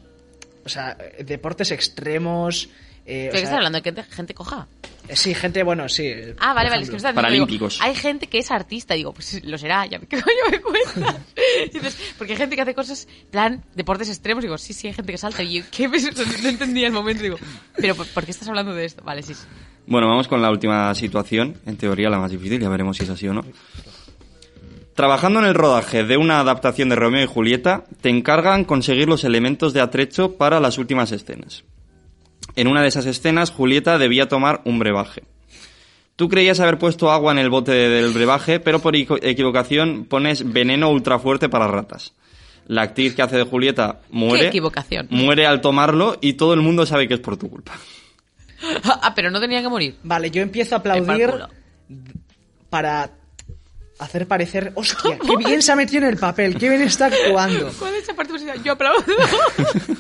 D: o sea, eh, deportes extremos. eh,
C: ¿Pero
D: o
C: qué
D: sea,
C: estás hablando? ¿De gente, gente coja?
D: eh, Sí, gente, bueno, sí.
C: Ah, vale, vale. Es
D: por
C: que me
D: ejemplo.
C: estás diciendo, digo,
B: Paralímpicos.
C: hay gente que es artista. Digo, pues lo será. Ya me, <laughs> ¿qué coño me cuentas? <laughs> Y dices, porque hay gente que hace cosas, plan, deportes extremos. Digo, sí, sí, hay gente que salta. Y yo, ¿qué me- <laughs> No entendía el momento. Digo, pero ¿por, por qué estás hablando de esto? Vale, sí. sí.
B: Bueno, vamos con la última situación, en teoría la más difícil, ya veremos si es así o no. Trabajando en el rodaje de una adaptación de Romeo y Julieta, te encargan conseguir los elementos de atrecho para las últimas escenas. En una de esas escenas, Julieta debía tomar un brebaje. Tú creías haber puesto agua en el bote del brebaje, pero por equi- equivocación pones veneno ultrafuerte para ratas. La actriz que hace de Julieta muere.
C: ¿Qué equivocación?
B: Muere al tomarlo y todo el mundo sabe que es por tu culpa.
C: Ah, pero no tenía que morir.
D: Vale, yo empiezo a
C: El
D: aplaudir
C: párpulo.
D: para hacer parecer,
C: <laughs>
D: hostia, qué bien se ha metido en el papel, qué bien está actuando.
C: ¿Cuál es esa parte musical? Yo aplaudo.
D: <laughs>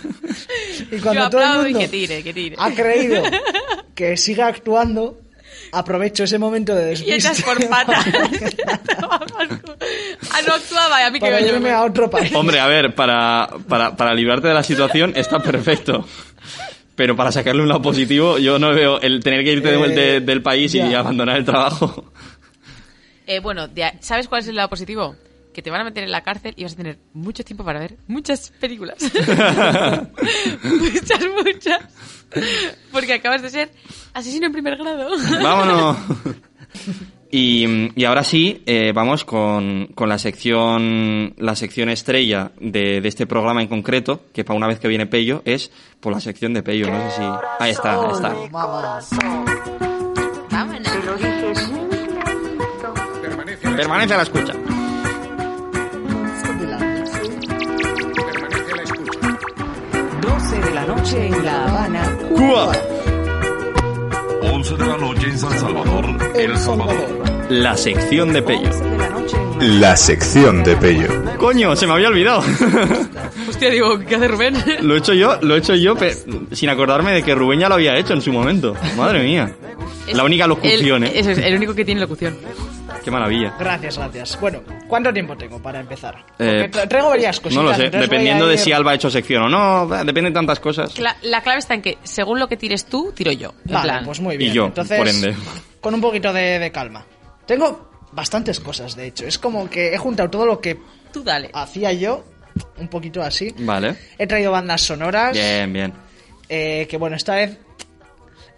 D: Y cuando
C: Yo
D: todo el
C: aplaudo y
D: mundo Ah,
C: que tire, que tire.
D: ha
C: <laughs>
D: creído que siga actuando, aprovecho ese momento de
C: Y
D: despiste.
C: echas
D: <laughs>
C: por patas. <laughs> ah, no actuaba. y A mí que
D: para
C: yo
D: irme a otro país.
B: Hombre, a ver, para, para, para librarte de la situación está perfecto. Pero para sacarle un lado positivo, yo no veo el tener que irte de
D: Eh,
B: vuelta del país y
D: ya.
B: abandonar el trabajo. <laughs>
C: Eh, bueno, de a- ¿sabes cuál es el lado positivo? Que te van a meter en la cárcel y vas a tener mucho tiempo para ver muchas películas. muchas, muchas. Porque acabas de ser asesino en primer grado.
B: Vámonos. Y, y ahora sí, eh, vamos con, con la sección la sección estrella de, de este programa en concreto, que para una vez que viene Pello es por la sección de Pello, no sé si... Ahí está, ahí está.
D: Mamá.
C: Vámonos.
B: Permanece a la escucha. Cuba.
E: 11 de la noche en San Salvador, El Salvador.
B: La sección de Pello.
F: La sección de Pello.
B: Coño, se me había olvidado. <laughs>
C: Hostia, digo, ¿qué hace Rubén?
B: Lo he hecho yo, lo he hecho yo, pe- sin acordarme de que Rubén ya lo había hecho en su momento. Madre mía. La única locución,
C: El-
B: ¿eh?
C: Eso es, el único que tiene locución.
B: Qué maravilla.
D: Gracias, gracias. Bueno, ¿cuánto tiempo tengo para empezar?
B: Eh,
D: Porque tra- traigo varias cositas.
B: No lo sé,
D: Pues entonces voy
B: dependiendo
D: a
B: de
D: ir-
B: si Alba ha hecho sección o no, bah, depende de tantas cosas.
C: Cla- la clave está en que según lo que tires tú, tiro yo. En
D: Vale,
C: plan,
D: pues muy bien.
B: Y yo,
D: Entonces,
B: por ende.
D: Con un poquito de, de calma. Tengo bastantes cosas, de hecho. Es como que he juntado todo lo que
C: tú dale.
D: hacía yo, un poquito así.
B: Vale.
D: He traído bandas sonoras.
B: Bien, bien.
D: eh, que bueno, esta vez,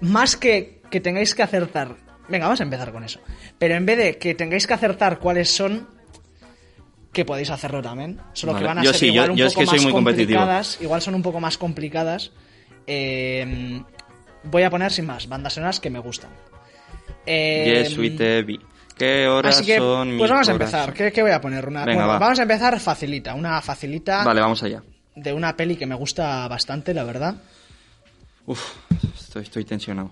D: más que que tengáis que acertar, venga, vamos a empezar con eso. Pero en vez de que tengáis que acertar cuáles son, que podéis hacerlo también. Solo
B: Vale.
D: que van a
B: Yo
D: ser
B: sí, yo-
D: igual un
B: yo es
D: poco
B: que soy
D: más
B: muy competitivo.
D: complicadas. Igual son un poco más complicadas. Eh, voy a poner sin más bandas sonoras que me gustan. Eh,
B: Yes, sweet Debbie. ¿Qué horas
D: Así que,
B: son mis
D: pues vamos a
B: horas?
D: empezar. ¿Qué, qué voy a poner? Una,
B: Venga,
D: bueno,
B: va.
D: Vamos a empezar facilita. Una facilita
B: Vale, vamos allá.
D: de una peli que me gusta bastante, la verdad.
B: Uf, estoy, estoy tensionado.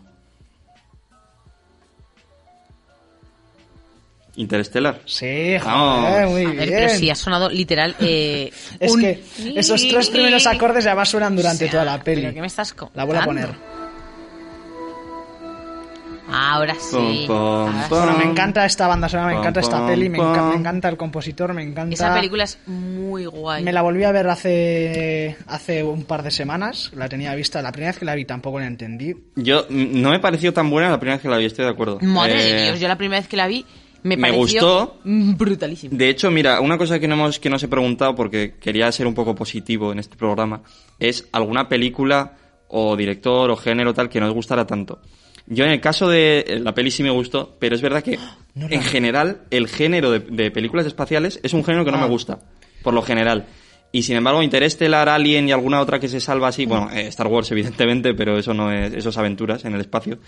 B: Interestelar.
D: Sí, joder,
B: Vamos.
D: muy
C: A
D: bien.
C: ver, pero sí, ha sonado literal. eh,
D: Es
C: un-
D: que esos tres primeros acordes ya va suenan durante
C: O sea,
D: toda la peli.
C: ¿pero qué me estás
D: La voy
C: contando?
D: a poner.
C: Ahora sí.
B: Pum, pum,
C: ahora sí.
B: pum.
D: Bueno, me encanta esta banda sonora, me
B: Pam,
D: encanta esta
B: pam,
D: peli, me,
B: pam.
D: encanta, me encanta el compositor, me encanta...
C: Esa película es muy guay.
D: Me la volví a ver hace, hace un par de semanas, la tenía vista, la primera vez que la vi tampoco la entendí.
B: Yo mm, no me pareció tan buena la primera vez que la vi, estoy de acuerdo.
C: Madre
B: Eh,
C: de Dios, yo la primera vez que la vi me
B: me
C: pareció
B: gustó.
C: brutalísimo.
B: De hecho, mira, una cosa que no hemos, que nos he preguntado porque quería ser un poco positivo en este programa es alguna película o director o género tal que nos gustara tanto. Yo en el caso de eh, la peli sí me gustó, pero es verdad que
D: <gasps> No la
B: en
D: vi.
B: general el género de, de películas espaciales es un género que no
D: Ah.
B: me gusta, por lo general. Y sin embargo, Interestelar, Alien y alguna otra que se salva así, bueno,
D: Mm.
B: eh, Star Wars <laughs> evidentemente, pero eso no es, esos aventuras en el espacio.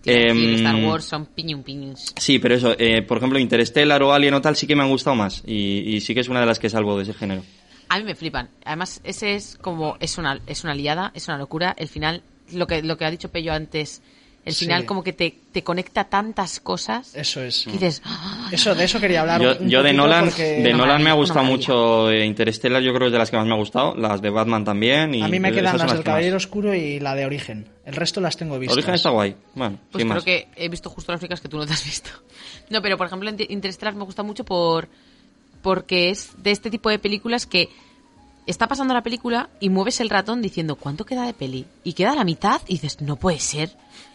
C: Quiero decir,
B: Em,
C: Star Wars son piñum piñus.
B: Sí, pero eso, eh, por ejemplo, Interstellar o Alien o tal sí que me han gustado más y, y sí que es una de las que salvo de ese género.
C: A mí me flipan. Además, ese es como. Es una, es una liada, es una locura. El final, lo que, lo que ha dicho Pello antes, el
D: Sí. Eh.
C: final como que te, te conecta tantas cosas.
D: Eso es.
C: que dices. "Ah".
D: Eso, de eso quería hablar.
B: Yo,
D: un- un
B: yo de
D: poquito
B: Nolan,
D: porque-
B: de
C: Una
B: Nolan me ha
C: maravilla,
B: gustado
C: una
B: mucho eh, Interstellar, yo creo que es de las que más me ha gustado, las de Batman también y
D: A mí me
B: esas
D: quedan
B: son
D: las del
B: que más.
D: Caballero Oscuro y la de Origen. El resto las tengo vistas.
B: Origen está guay. Bueno,
C: Pues
B: sin
C: creo
B: más.
C: que he visto justo las únicas que tú no te has visto. <laughs> No, pero por ejemplo, Inter- Interstellar me gusta mucho por porque es de este tipo de películas que está pasando la película y mueves el ratón diciendo cuánto queda de peli y queda la mitad y dices no puede ser.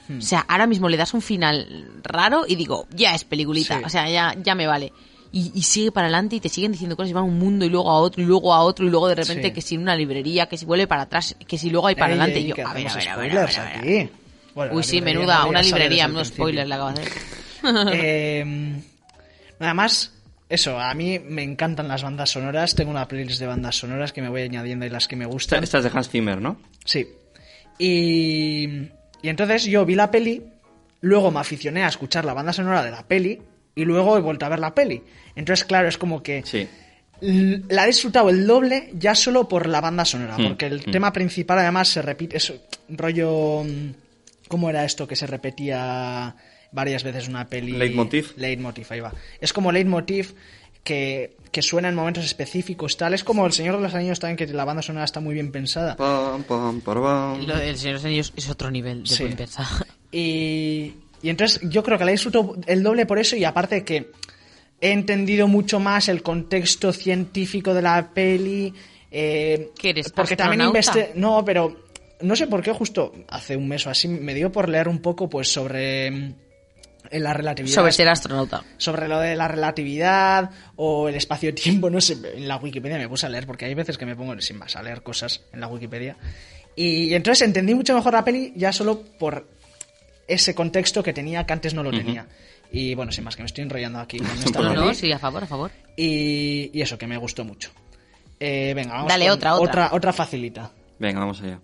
D: Hmm.
C: O sea, ahora mismo le das un final raro y digo ya es peliculita,
D: Sí.
C: o sea ya ya me vale. Y, y sigue para adelante y te siguen diciendo cosas y van a un mundo y luego a otro y luego a otro y luego de repente
D: Sí.
C: que si en una librería, que si vuelve para atrás, que si luego hay para
D: Ey,
C: adelante
D: ey,
C: y yo
D: que
C: a ver, a
D: hacemos
C: ver, a ver, a
D: spoilers
C: ver, a ver.
D: aquí. Bueno,
C: Uy,
D: la
C: sí,
D: librería
C: menuda,
D: no
C: una
D: ya sabes
C: librería,
D: desde el
C: unos
D: principio.
C: spoilers la acabas de hacer.
D: Eh, nada más, eso, a mí me encantan las bandas sonoras. Tengo una playlist de bandas sonoras que me voy añadiendo y las que me
B: Esta-
D: gustan.
B: Estas de Hans Zimmer, ¿no?
D: Sí. Y, y entonces yo vi la peli, luego me aficioné a escuchar la banda sonora de la peli y luego he vuelto a ver la peli. Entonces, claro, es como que
B: Sí.
D: l- la he disfrutado el doble ya solo por la banda sonora,
B: Mm,
D: porque el
B: mm.
D: tema principal además se repite, es un rollo... mm, ¿Cómo era esto que se repetía varias veces una peli?
B: Leitmotiv.
D: Leitmotiv, ahí va. Es como leitmotiv que, que suena en momentos específicos, tal. Es como El Señor de los Anillos también, que la banda sonora está muy bien pensada.
B: Pam, pam, parabam.
C: Lo del Señor de los Anillos es otro nivel de
D: Sí.
C: buen pensar.
D: <laughs> Y, y entonces yo creo que la disfruto el doble por eso y aparte que he entendido mucho más el contexto científico de la peli. eh,
C: ¿Qué eres,
D: Porque también
C: astronauta?
D: investi- No, pero no sé por qué justo hace un mes o así me dio por leer un poco pues sobre mm, la relatividad.
C: Sobre ser astronauta.
D: sobre lo de la relatividad o el espacio-tiempo, no sé, en la Wikipedia me puse a leer porque hay veces que me pongo sin más a leer cosas en la Wikipedia. Y, y entonces entendí mucho mejor la peli ya solo por ese contexto que tenía que antes no lo tenía. Y bueno, sin más que me estoy enrollando
B: <laughs>
D: aquí con esta
C: No,
D: peli.
C: no, sí, a favor, a favor.
D: y, y eso, que me gustó mucho. Eh, venga, vamos
C: Dale,
D: con
C: otra, otra.
D: otra. facilita.
B: Venga, vamos allá.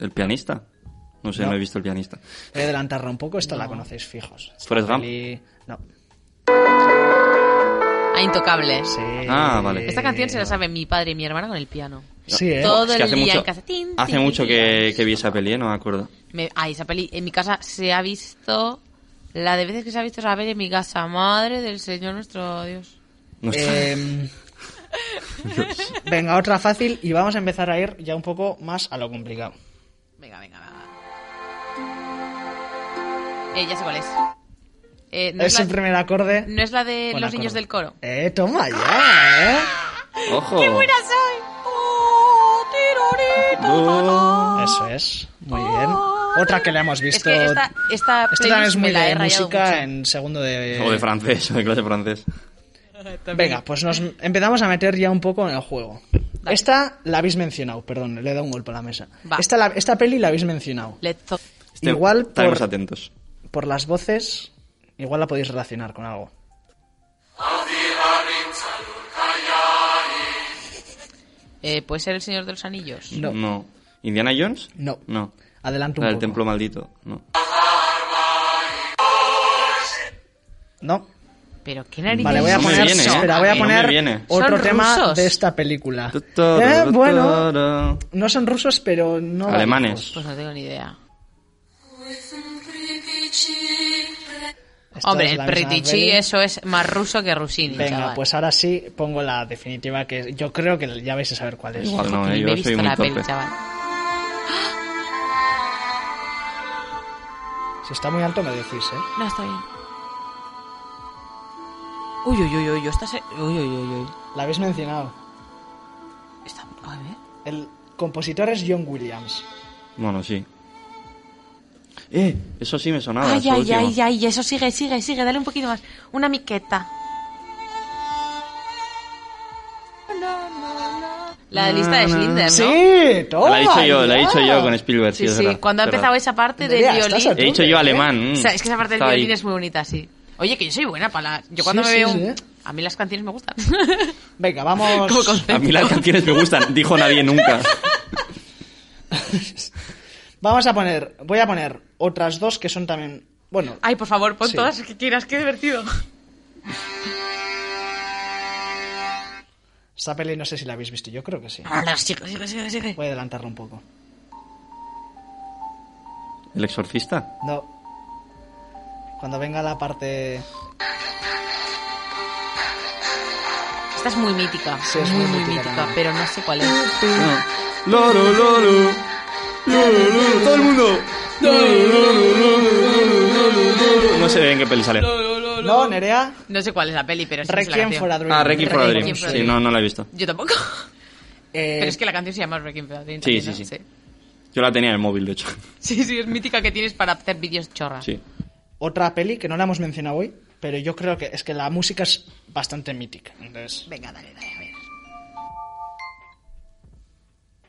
B: El pianista. No sé,
D: No.
B: no, he visto el pianista.
D: Voy a adelantarla un poco, esta la conocéis fijos. Esta
B: Forrest Gump.
D: peli- No.
C: A Intocables.
D: Sí.
B: Ah,
D: Eh,
B: vale.
C: Esta canción se la sabe mi padre y mi hermana con el piano.
D: Sí, ¿eh?
C: Todo
B: Es que
C: el
B: hace
C: día
B: mucho,
C: en casa. Tin,
B: hace
C: tin,
B: mucho
C: tin.
B: que, que vi esa peli, ¿eh? no me acuerdo.
C: Me- ay, esa peli en mi casa se ha visto... La de veces que se ha visto esa peli en mi casa. Madre del Señor nuestro Dios.
B: No sé.
D: Eh, venga, otra fácil y vamos a empezar a ir ya un poco más a lo complicado.
C: Venga, venga, venga. Eh, ya sé cuál es. Eh, no,
D: es
C: es
D: el
C: la,
D: primer acorde.
C: no es la de
D: Buen
C: Los Niños
D: acorde.
C: del Coro.
D: Eh, toma ya, eh.
B: ¡Ojo!
C: ¡Qué buena soy! Oh, tirorita,
B: Oh.
C: ta, ta.
D: Eso es. Muy bien. Otra que la hemos visto.
C: Es que esta, esta
D: Esta también es
C: playlist me
D: muy
C: la he
D: de
C: rayado mucho.
D: música eh. en segundo de.
B: O de francés, o de clase francés.
D: Venga, pues nos empezamos a meter ya un poco en el juego.
C: Dale.
D: Esta la habéis mencionado, perdón, le he dado un golpe a la mesa.
C: Va.
D: Esta, la- esta peli la habéis mencionado.
C: Let's talk.
B: Este-
D: Igual
B: Estaremos
D: por-
B: atentos.
D: Por las voces, igual la podéis relacionar con algo.
C: Eh, ¿Puede ser El Señor de los Anillos?
D: No.
B: ¿Indiana Jones?
D: No.
B: No.
D: Adelanto un
B: La del
D: poco.
B: templo maldito. No.
D: No.
C: ¿Pero qué narices?
D: Vale, voy a
B: No me
D: poner,
B: viene, ¿eh?
D: espera, voy
B: No
D: a
B: me
D: poner
B: viene.
D: otro
C: Son
D: tema
C: rusos.
D: de esta película. Eh, bueno, no son rusos, pero no. van
B: Alemanes.
D: lejos.
C: Pues no tengo ni idea.
D: Esta
C: Hombre,
D: es
C: el
D: la misma
C: Pritichi,
D: peli.
C: eso es más ruso que Rusini,
D: Venga,
C: chaval.
D: pues ahora sí pongo la definitiva que yo creo que ya vais a saber cuál es.
B: Igual Ah,
C: Ni
B: no, eh,
C: me he
B: yo
C: visto
B: soy muy
C: la
B: torpe.
C: peli, chaval.
D: Si está muy alto me decís, ¿eh?
C: No, está bien. Uy, uy, uy, uy, esta se... Uy, uy, uy, uy.
D: La habéis mencionado.
C: Esta- A ver.
D: El compositor es John Williams.
B: Bueno, sí. Eh, eso sí me sonaba.
C: Ay,
B: eso
C: ay,
B: último.
C: ay, ay, eso sigue, sigue, sigue, dale un poquito más. Una miqueta. La lista de Schindler, ¿no?
D: ¡Sí! ¡Toma!
B: La he dicho yo, la he
D: ya.
B: dicho yo con Spielberg, sí,
C: Oh, Sí,
B: es
C: sí,
B: verdad,
C: cuando ha
B: es
C: empezado
B: verdad.
C: esa parte del
D: Nerea, estás
C: violín.
D: a
B: He dicho yo
D: ¿eh?
B: alemán.
C: O sea, es que esa parte del
B: Estaba Mm. ahí.
C: violín es muy bonita, sí. Oye, que yo soy buena para la... Yo cuando
D: Sí,
C: me
D: sí,
C: veo...
D: sí,
C: un-
D: ¿eh?
C: A mí las canciones me gustan. <laughs>
D: Venga,
C: Como
D: vamos,
C: concepto.
B: A mí
C: <laughs>
B: las canciones me gustan, dijo nadie nunca.
D: vamos a poner... Voy a poner otras dos que son también... Bueno,
C: Ay, por favor, pon
D: Sí.
C: todas que quieras, qué divertido.
D: esta peli no sé si la habéis visto. Yo creo que sí.
C: Ahora, sigue, sigue, sigue, sigue.
D: Voy a adelantarla un poco.
B: ¿El exorcista?
D: No. Cuando venga la parte...
C: Esta es muy mítica,
D: Sí, es
C: muy,
D: muy
C: muy
D: mítica
C: mítica,
D: también.
C: pero no sé cuál es.
B: Loro, loro. Loro, loro. Todo el mundo. Loro, loro, loro, loro. No sé en qué peli sale.
D: No, Nerea.
C: No sé cuál es la peli, pero sí es la
D: Requiem
C: canción.
D: for a Dream.
B: Ah, Requiem for a
C: Requiem
B: Dream.
C: for a
B: Sí,
C: Dream.
B: no, no la he visto.
C: Yo tampoco.
D: <laughs> Eh,
C: Pero es que la canción se llama Requiem for a Dream.
B: Sí,
C: también,
B: sí,
C: ¿no?
B: sí. Yo la tenía en el móvil, de hecho.
C: <laughs> Sí, sí, es mítica que tienes para hacer vídeos chorra.
B: Sí.
D: Otra peli que no la hemos mencionado hoy, pero yo creo que es que la música es bastante mítica. Entonces,
C: Venga, dale, dale, a ver.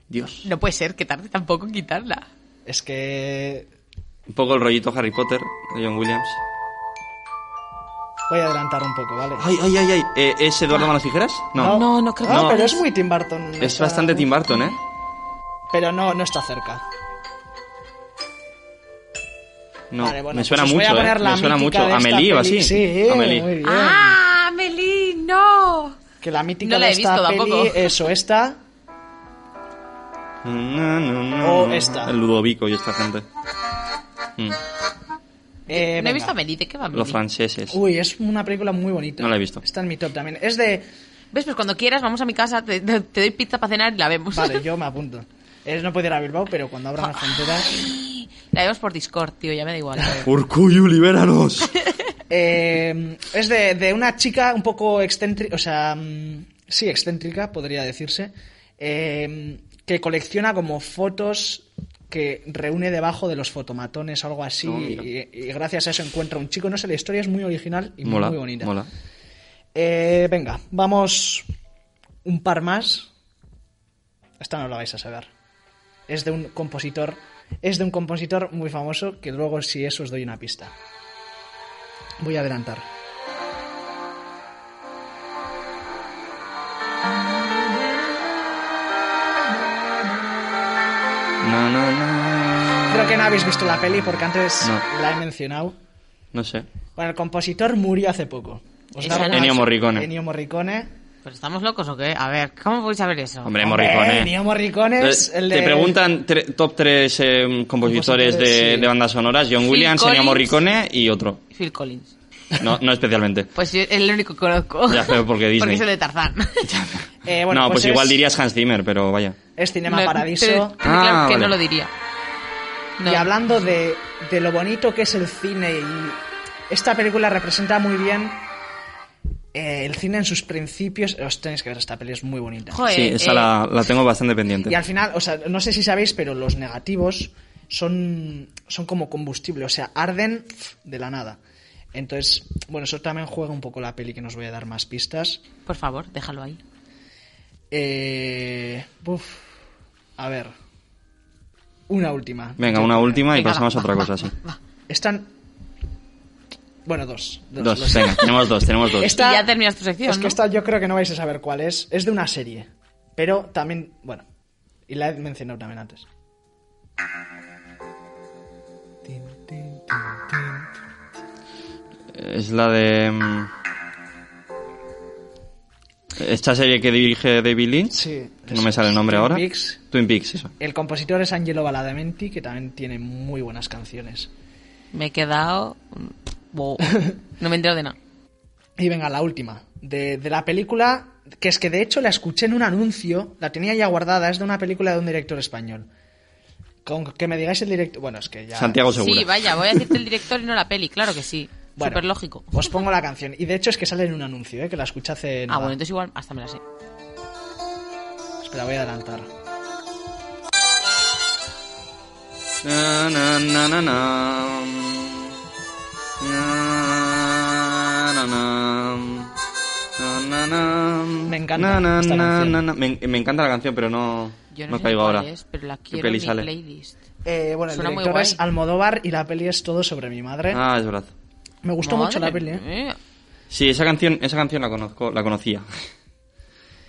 B: Dios.
C: No puede ser que tarde tampoco en quitarla.
D: es que
B: Un poco el rollito Harry Potter de John Williams.
D: voy a adelantar un poco, ¿vale?
B: Ay, ay, ay, ay. Eh, ¿Es Eduardo Manos Tijeras? No.
C: No, no creo que
B: no.
D: pero es muy Tim Burton.
B: Es
D: Está-
B: bastante Tim Burton, ¿eh?
D: Pero no, no está cerca.
B: No,
D: Vale, bueno,
B: me suena
D: pues os voy
B: mucho,
D: a poner
B: ¿eh?
D: la
B: Me suena
D: mítica
B: mucho.
D: de esta
B: Amelie o
D: peli.
B: así.
D: Sí,
B: Amelie.
D: muy bien. Eh,
C: ¡Ah, Amelie, no!
D: Que la mítica
C: No la
D: de
C: he
D: esta
C: visto
D: peli
C: tampoco.
D: es o esta.
B: Na, na, na,
D: O
B: na.
D: Oh, esta.
B: El Ludovico y esta gente. Mm,
D: eh,
C: no he
D: venga.
C: visto a Amelie, ¿de qué va Amelie?
B: Los franceses.
D: Uy, es una película muy bonita.
B: No la he visto.
D: Está en mi top también. Es de.
C: ¿Ves? Pues cuando quieras, vamos a mi casa, te, te- te doy pizza para cenar y la vemos.
D: Vale, yo me apunto. Es no puedo ir a Bilbao, pero cuando abran las fronteras.
C: <laughs> La vemos por Discord, tío, ya me da igual.
B: <laughs> Urcuyu, libéranos.
D: Eh, es de, de una chica un poco excéntrica, o sea, mm, sí, excéntrica, podría decirse, eh, que colecciona como fotos que reúne debajo de los fotomatones, algo así,
B: No, Oh, mira.
D: y, y gracias a eso encuentra un chico. No sé, la historia es muy original
B: <laughs>
D: y
B: mola,
D: muy bonita.
B: mola.
D: Eh, venga, vamos un par más. Esta no la vais a saber. Es de un compositor, es de un compositor muy famoso que luego si eso os doy una pista. Voy a adelantar.
B: Na, na, na.
D: Creo que no habéis visto la peli porque antes
B: No.
D: la he mencionado.
B: No sé.
D: Bueno, el compositor murió hace poco.
C: Ese
D: da
C: no.
D: alguna-
B: Ennio Morricone.
D: Ennio Morricone.
C: ¿Pero ¿pues estamos locos o qué? A ver, ¿cómo podéis saber eso?
B: Hombre,
D: Hombre,
B: Morricone.
D: Ennio Morricone es
B: Te-
D: el de...
B: Te preguntan tre- top 3 compositores de,
D: sí.
B: de bandas sonoras: John
C: Phil
B: Williams, Ennio
C: Collins.
B: Morricone y otro.
C: Phil Collins.
B: No, no especialmente.
C: Pues yo- es el único que conozco.
B: Ya, pero porque
C: <laughs>
B: Disney.
C: Porque es el de Tarzán.
B: <laughs>
D: Eh, bueno,
B: no, pues,
D: es-
B: igual dirías Hans Zimmer, pero vaya.
D: Es Cinema
C: No, pero-
D: Paradiso.
C: pero claro
B: Ah,
C: que
B: vale.
C: no lo diría. No.
D: Y hablando de, de lo bonito que es el cine y esta película representa muy bien eh, el cine en sus principios. Os tenéis que ver, esta peli es muy bonita.
C: Joder,
B: sí, esa
C: eh,
B: la, la tengo bastante pendiente.
D: Y al final, o sea, no sé si sabéis, pero los negativos son, son como combustible, o sea, arden pf, de la nada. Entonces, bueno, eso también juega un poco la peli que nos voy a dar más pistas.
C: Por favor, déjalo ahí.
D: Eh, uf, a ver. Una última.
B: Venga, una última y
C: Venga,
B: pasamos
C: va,
B: a otra
C: va,
B: cosa, sí.
D: Están... Bueno, dos.
B: Dos,
D: lo sé.
B: venga, tenemos dos, tenemos dos.
D: Esta-
C: Y ya terminas tu sección,
D: Es que
C: ¿no?
D: esta yo creo que no vais a saber cuál es. Es de una serie. Pero también, bueno. Y la he mencionado también antes.
B: Es la de. mm, Esta serie que dirige David Lynch.
D: Sí.
B: que no me sale el nombre
D: Twin
B: ahora.
D: Peaks.
B: Twin Peaks, eso.
D: El compositor es Angelo Badalamenti, que también tiene muy buenas canciones.
C: Me he quedado... mm, Wow. No me entero de
B: <laughs>
C: nada.
D: Y venga, la última. De, de la película, que es que de hecho la escuché en un anuncio, la tenía ya guardada, es de una película de un director español. Con que me digáis el directo. Bueno, es que ya.
B: Santiago Segura.
C: Sí, vaya, voy a decirte el director y no la peli, claro que sí.
D: Bueno,
C: Súper lógico.
D: Os pongo la canción. Y de hecho es que sale en un anuncio, ¿eh? que la escuché hace.
C: Ah,
D: nada.
C: bueno, entonces igual hasta me la sé.
D: Espera, voy a adelantar.
B: Na, na, na, na, na. Na, na, na. Na, na, na.
D: Me
B: Na,
D: encanta
B: na,
D: esta
B: na,
D: canción.
B: na, na. Me, me encanta la canción, pero no,
C: Yo no,
B: no
C: sé
B: caigo
C: cuál
B: ahora.
C: es, pero la
B: ¿Qué
C: quiero en
B: peli
C: mi
B: sale?
C: playlist.
D: Eh, bueno, el
C: Suena muy
D: director es
C: guay.
D: Almodóvar y la peli es todo sobre mi madre.
B: Ah, es verdad.
D: Me gustó mucho la
C: Madre
D: peli, ¿eh?
C: mía.
B: Sí, esa canción, esa canción la conozco, la conocía. <laughs>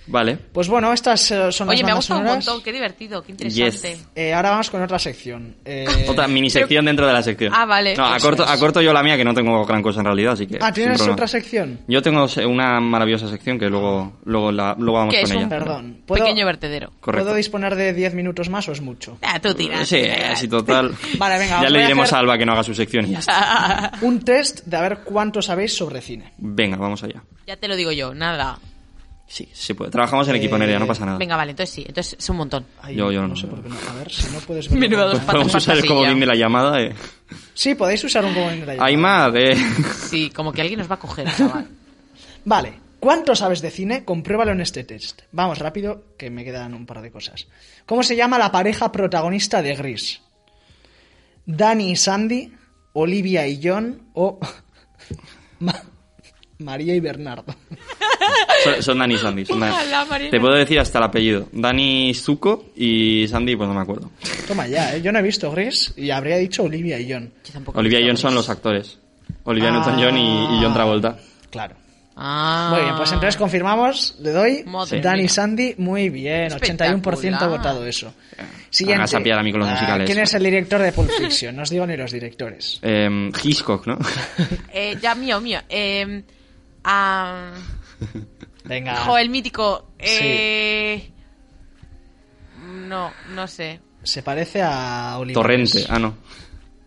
B: vale.
D: Pues bueno, estas eh, son
C: Oye,
D: las
C: me ha gustado
D: bandas
C: un
D: sonoras.
C: montón, qué divertido, qué interesante.
B: Yes.
D: Eh, ahora vamos con otra sección. Eh,
B: Otra mini sección dentro de la sección.
C: Ah, vale.
B: No,
C: Eso
B: acorto,
D: es.
B: acorto yo la mía, que no tengo gran cosa en realidad, así que.
D: Ah, ¿tienes
B: sin problema.
D: otra sección?
B: Yo tengo se- una maravillosa sección que luego, luego, la, luego vamos
C: Que
B: con
C: es
B: ella.
C: un
D: Perdón. ¿Puedo,
C: Pequeño vertedero.
B: Correcto.
D: ¿Puedo disponer de 10 minutos más o es mucho?
C: Ah, tú tiras.
B: Sí, así total.
D: <laughs> Vale, venga,
B: Ya
D: os
B: le
D: voy a
B: diremos
D: hacer-
B: a Alba que no haga su sección y ya está.
C: Ah.
D: Un test de a ver cuánto sabéis sobre cine.
B: Venga, vamos allá.
C: <laughs> Ya te lo digo yo, nada.
B: Sí, se puede. Trabajamos en equipo,
D: Eh,
B: Nerea, no pasa nada.
C: Venga, vale, entonces sí, entonces es un montón.
B: Yo- yo no sé.
D: sé por qué no. A ver, si no puedes
C: <laughs>
D: verlo.
C: Menuda dos
D: completo.
C: patas
B: Podemos usar el
C: fantasilla.
B: comodín de la llamada. Eh.
D: Sí, podéis usar un comodín de la llamada.
C: <laughs>
B: Aymar, eh.
C: Sí, como que alguien nos va a
D: <laughs>
C: coger, chaval.
D: Vale. ¿Cuánto sabes de cine? Compruébalo en este test. Vamos rápido, que me quedan un par de cosas. ¿Cómo se llama la pareja protagonista de Gris? ¿Dani y Sandy? ¿Olivia y John? ¿O <laughs> Ma- María y Bernardo? <laughs>
B: Son, son Dani y Sandy. son Dani.
C: Ojalá, Marina.
B: Te puedo decir hasta el apellido. Dani Zuko y Sandy, pues no me acuerdo.
D: Toma ya, ¿eh? yo no he visto Gris y habría dicho Olivia y John.
C: Yo tampoco.
B: Olivia y John son los actores. Olivia Newton-John y, y John Travolta.
D: Claro.
C: Ah.
D: Muy bien, pues entonces confirmamos, le doy
C: Madre
D: Dani
C: mía.
D: Sandy, muy bien, 81% ha
C: Espectacular.
D: votado eso.
B: Hagas a
D: Siguiente.
B: pillar a mí con los
D: Ah,
B: musicales.
D: ¿Quién es el director de Pulp Fiction? No os digo ni los directores.
B: Eh,
C: <laughs>
B: Hitchcock, ¿no?
C: Eh, ya mío, mío. Eh, ah,
D: Venga.
C: jo, el mítico. Eh, No, no sé.
D: Se parece a Olivares.
B: Torrente. Ah, no.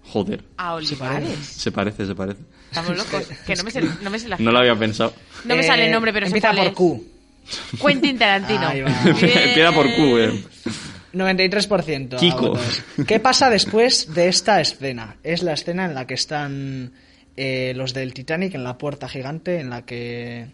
B: Joder.
C: A Ah, Olivares.
D: <laughs>
B: Se parece, se parece.
C: Estamos locos. Que no me sé, no me sé la-
B: No lo había pensado.
C: no me
D: Eh,
C: sale el nombre, pero sé
D: empieza
C: cuál
D: por
C: es.
D: Q.
C: Quentin Tarantino.
D: Ahí va.
C: <laughs> Bien.
B: <laughs> Empieza por Q, eh.
D: 93%. ha
B: Kiko.
D: votado eso. ¿Qué pasa después de esta escena? Es la escena en la que están eh, los del Titanic en la puerta gigante en la que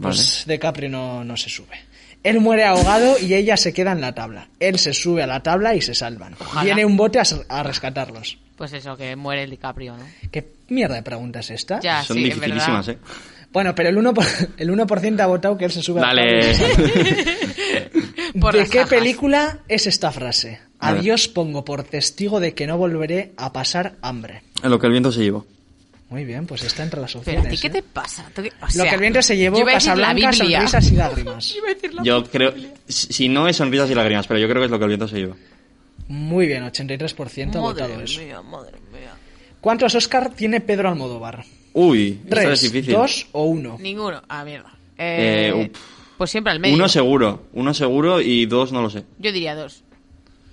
D: pues DiCaprio no, no se sube. Él muere ahogado y ella se queda en la tabla. Él se sube a la tabla y se salvan.
C: Ojalá.
D: Viene un bote a, s- a rescatarlos.
C: Pues eso, que muere el DiCaprio, ¿no?
D: ¿Qué mierda de pregunta es esta?
C: Ya,
B: Son
C: sí, en
B: dificilísimas,
C: verdad.
B: eh.
D: Bueno, pero el 1%, <laughs> el 1 ha votado que él se sube a la tabla. y se
B: Dale.
D: salva.
C: <laughs> Por
D: ¿De
C: las
D: qué
C: cajas.
D: película es esta frase?
B: A ver.
D: Adiós pongo por testigo de que no volveré a pasar hambre.
B: En lo que el viento se llevó.
D: Muy bien, pues está entre las
C: Pero
D: opciones.
C: a ti, ¿qué
D: ¿eh?
C: te pasa? ¿Tú qué- o
D: Lo
C: sea,
D: que el viento se llevó,
C: yo iba a decir la
D: Casablanca,
C: Biblia.
D: sonrisas
C: <laughs>
D: y lágrimas.
B: Yo creo. Si si no es sonrisas y lágrimas, pero yo creo que es lo que el viento se llevó.
D: Muy bien, 83% ha votado
C: Madre
D: eso.
C: mía, madre mía.
D: ¿Cuántos Oscar tiene Pedro Almodóvar?
B: Uy, esto es
D: ¿Tres,
B: difícil.
D: dos o uno?
C: Ninguno. Ah, mierda.
B: Eh,
C: Eh,
B: up.
C: pues siempre al medio.
B: Uno seguro, uno seguro y dos no lo sé.
C: Yo diría dos.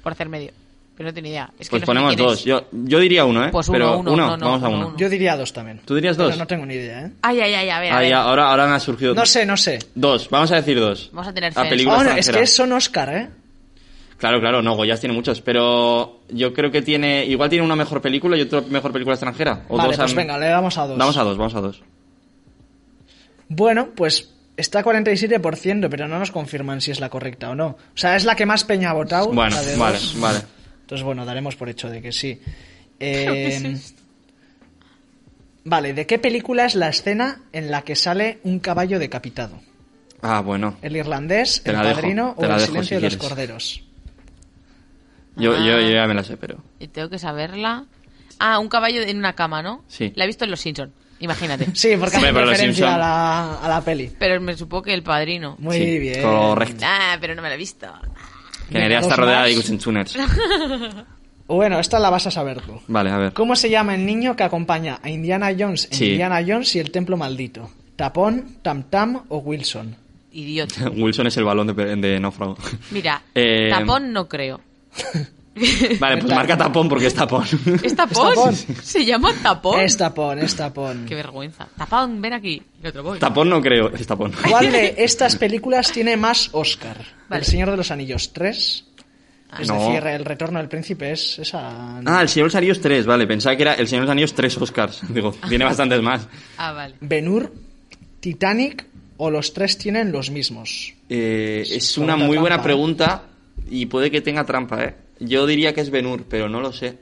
C: Por hacer medio. Pero no tengo ni idea. Es que no
B: Pues
C: sé
B: ponemos
C: ni quién es.
B: dos. Yo, yo diría uno, ¿eh?
C: Pues uno,
B: pero
C: uno, no, no,
B: vamos a
C: uno,
B: uno.
C: uno.
D: Yo diría dos también.
B: ¿Tú dirías
D: Pero
B: dos?
D: no tengo ni idea, ¿eh?
C: Ay, ay, ay, a ver. a
B: Ah,
C: ver.
B: ya, ahora, ahora me ha surgido.
D: No sé, no sé.
B: Dos, vamos a decir dos.
C: Vamos a tener fe.
B: A película
D: Ah, no, es que
B: extranjera.
D: son Oscar, ¿eh?
B: Claro, claro, no, Goyas tiene muchos, pero yo creo que tiene. Igual tiene una mejor película y otra mejor película extranjera. O
D: vale,
B: dos
D: pues
B: a-
D: venga, le damos a dos.
B: Vamos a dos, vamos a dos.
D: Bueno, pues está 47%, pero no nos confirman si es la correcta o no. O sea, es la que más peña ha votado.
B: Bueno,
D: la de
B: vale,
D: dos.
B: vale.
D: Entonces, bueno, daremos por hecho de que sí. Eh, vale, ¿de qué película es la escena en la que sale un caballo decapitado?
B: Ah, bueno.
D: ¿El irlandés,
B: Te
D: el
B: la dejo,
D: padrino
B: te
D: o
B: la dejo
D: el
B: si
D: silencio de los
B: quieres.
D: corderos?
B: Yo, yo,
C: Ah.
B: yo ya me la sé, pero.
C: Y tengo que saberla. Ah, un caballo en una cama, ¿no?
B: Sí.
C: La he visto en Los Simpsons. Imagínate.
D: <laughs> Sí, porque
B: Hombre,
D: hace
B: pero los
D: referencia
B: Simpson.
D: a la, a la peli.
C: Pero me supo que el padrino.
D: Muy
B: Sí,
D: bien.
B: Correcto.
C: Ah, pero no me la he visto.
B: Que Nerea
D: dos
B: está rodeada
D: más.
B: de
D: <laughs>
B: Gusentuners.
D: Bueno, esta la vas a saber tú.
B: Vale, a ver.
D: ¿Cómo se llama el niño que acompaña a Indiana Jones en
B: Sí.
D: Indiana Jones y el templo maldito? ¿Tapón, Tam Tam o Wilson?
C: Idiota.
B: <laughs> Wilson es el balón de, pe- de
D: <laughs>
B: náufrago.
C: Mira,
B: Eh,
C: tapón no creo.
B: Vale, pues marca tapón porque es tapón. <laughs>
C: ¿Es tapón?
D: tapón.
C: <laughs> ¿Se llama tapón?
D: Es tapón, es tapón.
C: Qué vergüenza. Tapón, ven aquí. Y otro voy.
B: tapón no creo, es
C: <laughs>
B: tapón.
D: <laughs>
B: <laughs>
D: ¿Cuál de estas películas tiene más Oscar?
C: Vale.
D: ¿El Señor de los Anillos 3? Es
B: No.
D: decir, el retorno del príncipe es esa.
B: Ah, El Señor de los Anillos 3, vale. Pensaba que era El Señor de los Anillos 3 Oscars. <laughs> Digo, tiene bastantes más.
C: Ah, vale.
D: Benur, Titanic o los tres tienen los mismos.
B: Eh, es
D: Sí,
B: una
D: pregunta
B: muy buena
D: trampa, ¿eh?
B: pregunta y puede que tenga trampa, ¿eh? Yo diría que es Benur, pero no lo sé.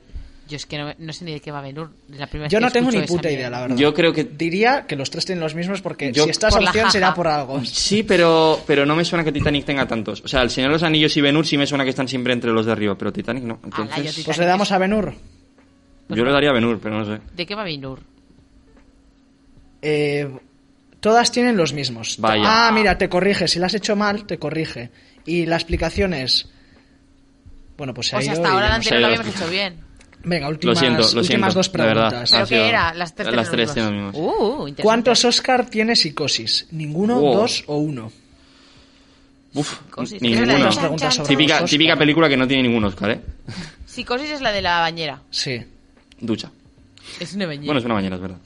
C: Yo es que no, no sé ni de qué va a venir. Es la primera vez
D: Yo
C: que
D: no tengo
C: escucho
D: ni
C: esa
D: puta idea,
C: mierda.
D: la verdad.
B: Yo creo que-
D: Diría que los tres tienen los mismos porque
B: Yo-
D: si estás
C: Por la
D: opción será
C: jaja.
D: por algo.
B: Sí, pero, pero no me suena que Titanic tenga tantos. O sea, El Señor de los Anillos y Benur sí me suena que están siempre entre los de arriba, pero Titanic no.
C: Ala, yo
B: Entonces,
D: Pues le damos a Benur.
B: yo le daría a Benur, pero no sé.
C: ¿De qué va Benur?
D: Eh, todas tienen los mismos.
B: Vaya.
D: Ah, mira, te corrige. Si la has hecho mal, te corrige. Y la explicación es. Bueno, pues se ha
C: Pues
D: ido
C: hasta
D: y
C: ahora
D: ya
C: la
D: no sé.
C: anterior lo
B: sé.
C: habíamos hecho bien.
D: Venga,
B: Lo
D: últimas,
B: siento, lo siento.
D: últimas dos
B: de verdad,
D: preguntas.
B: ha
C: ¿Pero
B: sido-
C: qué era? Las tres
B: Las tres
C: tienen
B: tienen los mismos.
C: Uh, interesante.
D: ¿Cuántos Oscar tiene Psicosis? ¿Ninguno,
B: Wow.
D: dos o uno?
B: Uf,
C: Psicosis.
D: Tiene
B: ninguno.
D: las preguntas sobre los
B: Típica,
D: Oscar.
B: típica película que no tiene ningún Oscar, ¿eh?
C: Psicosis es la de la bañera.
D: Sí.
B: Ducha.
C: Es una bañera.
B: Bueno, es una mañana, es verdad.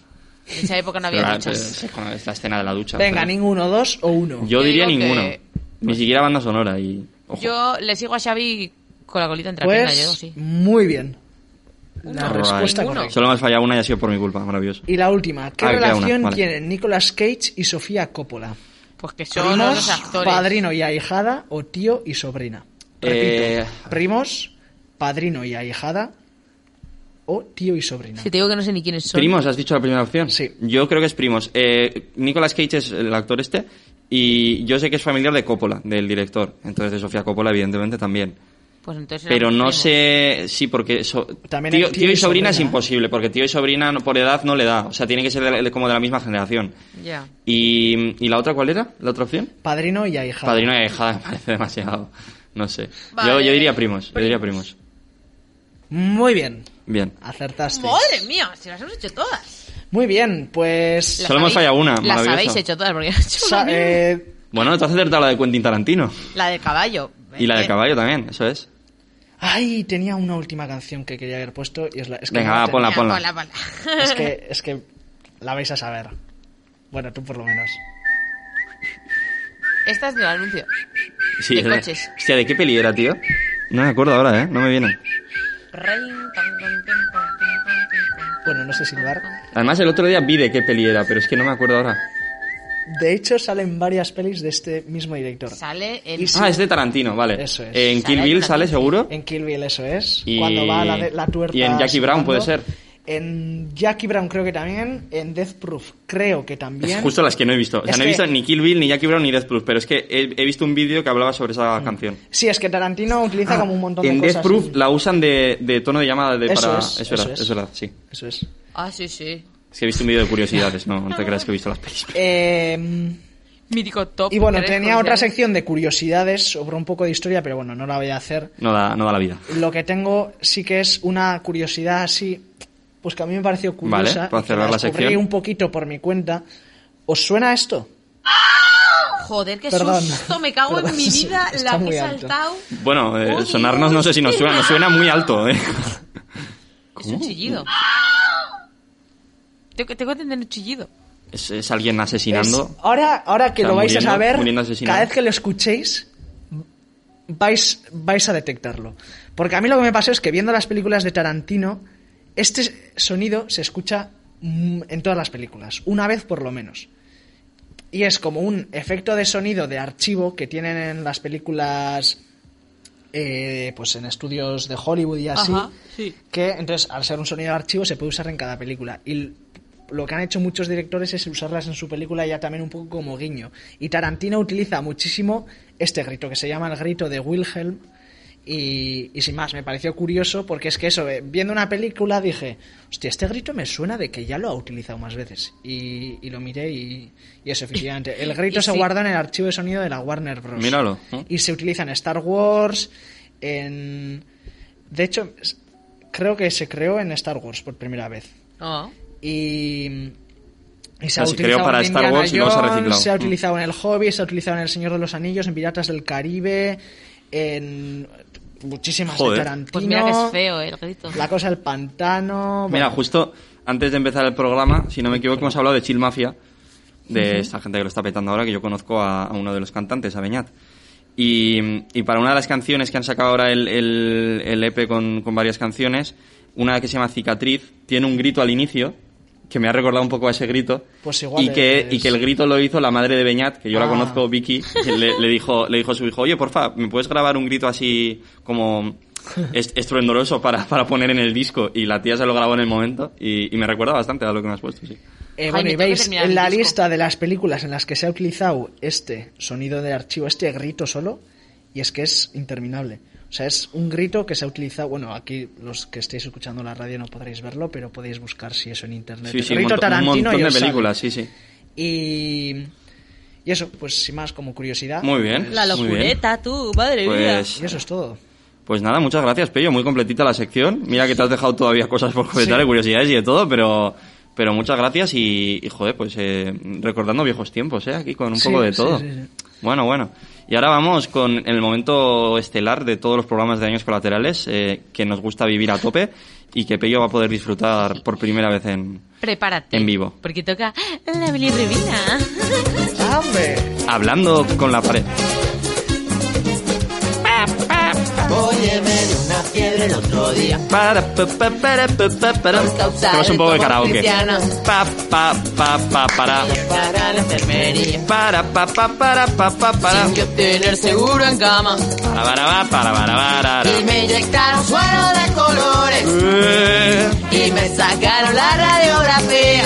C: en esa época no
B: Pero,
C: había
B: eh,
C: duchas.
B: es con la- es la escena de la ducha.
D: Venga,
B: pero-
D: ninguno, dos o uno.
B: Yo
C: Yo
B: diría
C: digo
B: ninguno.
C: que- pues
B: Ni siquiera banda sonora y... Ojo.
C: Yo le sigo a Xavi con la colita entre la pierna, yo digo,
D: pues
C: sí.
D: muy bien. La
B: Alright.
D: respuesta
C: Ninguno.
D: correcta.
B: Solo me has fallado una y ha sido por mi culpa, maravilloso.
D: Y la última. ¿Qué
B: Ah, queda
D: relación
B: una, vale.
D: tienen Nicolas Cage y Sofía Coppola?
C: Pues que son los
D: primos,
C: dos actores.
D: padrino y ahijada o tío y sobrina. Repito,
B: Eh.
D: primos, padrino y ahijada o tío y sobrina.
C: Si te digo que no sé ni quiénes son.
B: Primos, has dicho la primera opción.
D: Sí.
B: Yo creo que es primos. Eh, Nicolas Cage es el actor este y yo sé que es familiar de Coppola, del director. Entonces de Sofía Coppola, evidentemente, también.
C: Pues entonces eran
B: Pero no
C: primos.
B: sé, sí, porque so-
D: También hay
B: tío, tío y sobrina es
D: ¿eh?
B: imposible, porque tío y sobrina no- por edad no le da. O sea, tiene que ser de la- de- como de la misma generación.
C: Ya.
B: ¿Y, ¿y la otra cuál era? ¿La otra opción?
D: Padrino y ahijada.
B: Padrino y ahijada <laughs> me parece demasiado. No sé.
C: Vale.
B: Yo, yo diría primos, yo diría primos.
D: Muy bien,
B: Bien.
D: acertaste.
C: ¡Madre mía! Si las hemos hecho todas.
D: Muy bien, pues...
C: Las
B: Solo hemos
C: habéis-
B: fallado una,
C: Las
B: maravilloso.
C: habéis hecho todas porque las he hecho
D: sa-
C: una mierda.
D: eh,
B: Bueno, te has acertado la de Quentin Tarantino.
C: La del caballo. Eh,
B: Y la del
C: Bien.
B: caballo también, eso es.
D: ay, tenía una última canción que quería haber puesto y es la... Es que
B: Venga,
D: no
B: va,
D: la
B: ponla,
C: Ya,
B: ponla.
C: ponla, ponla. <laughs>
D: tengo. Es que, es que la vais a saber. Bueno, tú por lo menos.
C: Esta es del anuncio.
B: Sí,
C: De
B: es verdad.
C: coches.
B: Hostia, ¿de qué peli era, tío? No me acuerdo ahora, ¿eh? No me viene.
D: Bueno, no sé silbar.
B: Además, el otro día vi de qué peli era, pero es que no me acuerdo ahora.
D: De hecho, salen varias pelis de este mismo director.
C: Sale
D: Y
C: el...
D: Sí.
B: Ah, es de Tarantino, vale.
D: Eso es.
C: Sale
B: En Kill Bill
C: Tarantino.
B: sale seguro.
D: En Kill Bill eso es.
B: Y-
D: Cuando va la, de- la tuerta.
B: y en Jackie Brown
D: saltando.
B: puede ser.
D: En Jackie Brown creo que también. En Death Proof creo que también.
B: Es justo las que no he visto. O sea,
D: Es
B: no he
D: que-
B: visto ni Kill Bill, ni Jackie Brown, ni Death Proof, pero es que he, he visto un vídeo que hablaba sobre esa canción.
D: Sí, es que Tarantino utiliza como un montón
B: Ah, en
D: de
B: Death
D: Mm. cosas.
B: Proof la usan de, de tono de llamada de
D: Eso
B: para...
D: es, eso
B: verdad,
D: es.
B: es verdad, sí.
D: Eso es.
C: Ah, sí, sí.
B: Es que he visto un vídeo de curiosidades, no, no te creas que he visto las pelis.
D: Eh,
C: Mítico top.
D: y bueno,
C: tres
D: tenía otra
C: curiosidades.
D: sección de curiosidades sobre un poco de historia, pero bueno, no la voy a hacer.
B: No da, no da la vida.
D: Lo que tengo sí que es una curiosidad así, pues que a mí me pareció
B: Vale, para
D: curiosa. y que
B: cerrar la
D: descubrí
B: sección.
D: un poquito por mi cuenta. ¿Os suena esto?
C: Joder, qué
D: Perdón.
C: susto. Me cago
D: Perdón,
C: en mi
D: sí,
C: vida
D: está
C: la
D: muy
C: que he
D: alto.
C: saltado.
B: Bueno, eh,
C: Uy,
B: sonarnos no sé si nos suena, nos suena muy alto, ¿eh?
C: Es un chillido. Tengo que, tengo que tener un chillido.
B: Es, es alguien asesinando.
D: Es- ahora, ahora que
B: O sea,
D: lo vais
B: muriendo-
D: a saber,
B: muriendo asesinado.
D: cada vez que lo escuchéis, vais, vais a detectarlo. Porque a mí lo que me pasó es que viendo las películas de Tarantino, este sonido se escucha mm, en todas las películas, una vez por lo menos. Y es como un efecto de sonido de archivo que tienen en las películas, eh, pues en estudios de Hollywood y así
C: Ajá, sí.
D: que entonces al ser un sonido de archivo se puede usar en cada película y l- lo que han hecho muchos directores es usarlas en su película ya también un poco como guiño y Tarantino utiliza muchísimo este grito que se llama el grito de Wilhelm y, y sin más me pareció curioso porque es que eso eh, viendo una película dije hostia este grito me suena de que ya lo ha utilizado más veces y, y lo miré y, y eso efectivamente el
C: <laughs>
D: grito
C: Y
D: se
C: sí.
D: guardó en el archivo de sonido de la Warner Bros
B: Míralo, ¿eh?
D: y se utiliza en Star Wars, en... De hecho, es- creo que se creó en Star Wars por primera vez.
C: No.
D: Y... Y se
B: Ah,
D: ha
B: se
D: utilizado
B: creó para
D: en
B: Star
D: Indiana
B: Wars y luego se ha
D: Jones,
B: reciclado.
D: se ha
B: Mm.
D: utilizado en El Hobby, se ha utilizado en El Señor de los Anillos, en Piratas del Caribe, en muchísimas
B: Joder.
D: de Tarantino.
C: Pues mira que es feo eh, el grito.
D: La cosa del pantano.
B: Mira,
D: bueno,
B: justo antes de empezar el programa, si no me equivoco, hemos hablado de Chill Mafia, de esta gente que lo está petando ahora, que yo conozco a, a uno de los cantantes, a Beñat. Y, y para una de las canciones que han sacado ahora el, el, el EP con, con varias canciones, una que se llama Cicatriz, tiene un grito al inicio que me ha recordado un poco a ese grito.
D: Pues igual
B: y, que,
D: es-
B: y que el grito lo hizo la madre de Beñat, que yo la
D: Ah.
B: conozco, Vicky, que le, le dijo, le dijo a su hijo, oye, porfa, ¿me puedes grabar un grito así
D: <laughs>
B: como est- estruendoroso para, para poner en el disco? Y la tía se lo grabó en el momento y, y me recuerda bastante a lo que me has puesto, sí.
D: Eh,
G: Jaime,
D: bueno, y
G: tengo que
D: veis,
G: terminar
D: en
G: el
D: la
G: disco.
D: lista de las películas en las que se ha utilizado este sonido de archivo, este grito solo, y es que es interminable. O sea, es un grito que se ha utilizado. Bueno, aquí los que estáis escuchando la radio no podréis verlo, pero podéis buscar si eso en internet.
B: Sí,
D: El
B: sí, un
D: grito
B: montón, un
D: Tarantino
B: montón
D: y
B: de
D: os sale.
B: películas, sí, sí.
D: Y, y eso, pues sin más, como curiosidad.
B: Muy bien.
D: pues-
G: La
B: Muy bien.
G: locureta, tú, madre mía.
B: Pues,
D: y eso es todo.
B: pues nada, muchas gracias, Pello. Muy completita la sección. Mira que te has dejado todavía cosas por comentar, y curiosidades y de todo, pero, pero muchas gracias y, y, joder, pues eh, recordando viejos tiempos, ¿eh? Aquí con un
D: Sí,
B: poco de
D: sí,
B: todo.
D: sí, sí.
B: Bueno, bueno. Y ahora vamos con el momento estelar de todos los programas de daños colaterales eh, que nos gusta vivir a tope y que Pello va a poder disfrutar por primera vez en
G: Prepárate.
B: En vivo.
G: Porque toca la bilirrubina.
D: ¡Ah, ¡Hombre!
B: Hablando con la pared. Para, pa, pa, para, pa, pa, para. Tenemos un poco de karaoke. Pa, pa, pa, pa, para.
C: para la enfermería.
B: Para, pa, pa, para, pa, pa, para.
C: Sin yo tener seguro en cama.
B: Para, para, va, para, para, para, para.
C: Y me inyectaron suero de colores.
B: Eh,
C: Y me sacaron la radiografía.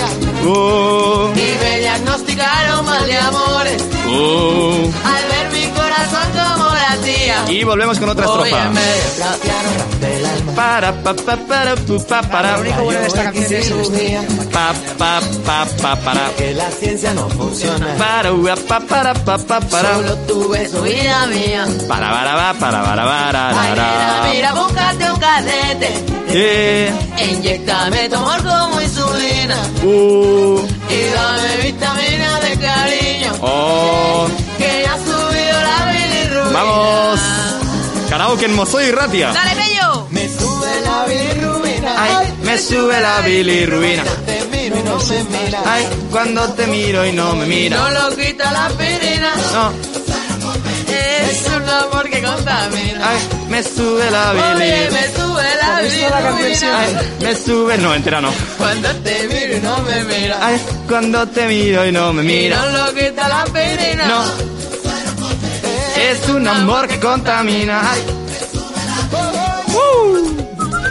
B: oh,
C: Y me diagnosticaron mal de amores.
B: oh.
C: Al ver mi corazón como latía.
B: Y volvemos con otra
C: Hoy
B: estrofa.
C: en medio platearon el alma.
B: Para, pa, pa, para, pu, pa, para.
D: Lo único bueno de esta canción es el estilo.
B: Pa, pa, pa, pa, para.
C: Que la ciencia no funciona.
B: Para, ua, pa, para, pa, pa, para.
C: Solo tuve su vida mía.
B: Para, para, va, para, para, para,
C: Ay, nena,
B: para.
C: mira, búscate un cadete.
B: Eh,
C: E Inyectame tu amor como insulina.
B: uh,
C: Y dame vitamina de cariño.
B: oh.
C: Que ya ha subido la bilirrubina.
B: Vamos. Karaoke en Mozoy y Ratia.
G: ¡Dale, Pello!
C: Me sube la bilirrubina.
B: Ay, me sube la bilirruina.
C: Te miro y no me mira.
B: Ay, cuando te miro y no me
C: No
B: mira.
C: lo quita la pirina.
B: No,
C: Es un amor que contamina.
B: ay, me sube la
C: Oye,
B: bilirruina.
C: me sube la
B: Ay,
C: bilirrubina.
B: me sube, no, entera no.
C: Cuando te miro y no me mira.
B: Ay, cuando te miro y no me
C: No
B: mira.
C: lo quita la pirina.
B: No, es un amor que contamina. Ay.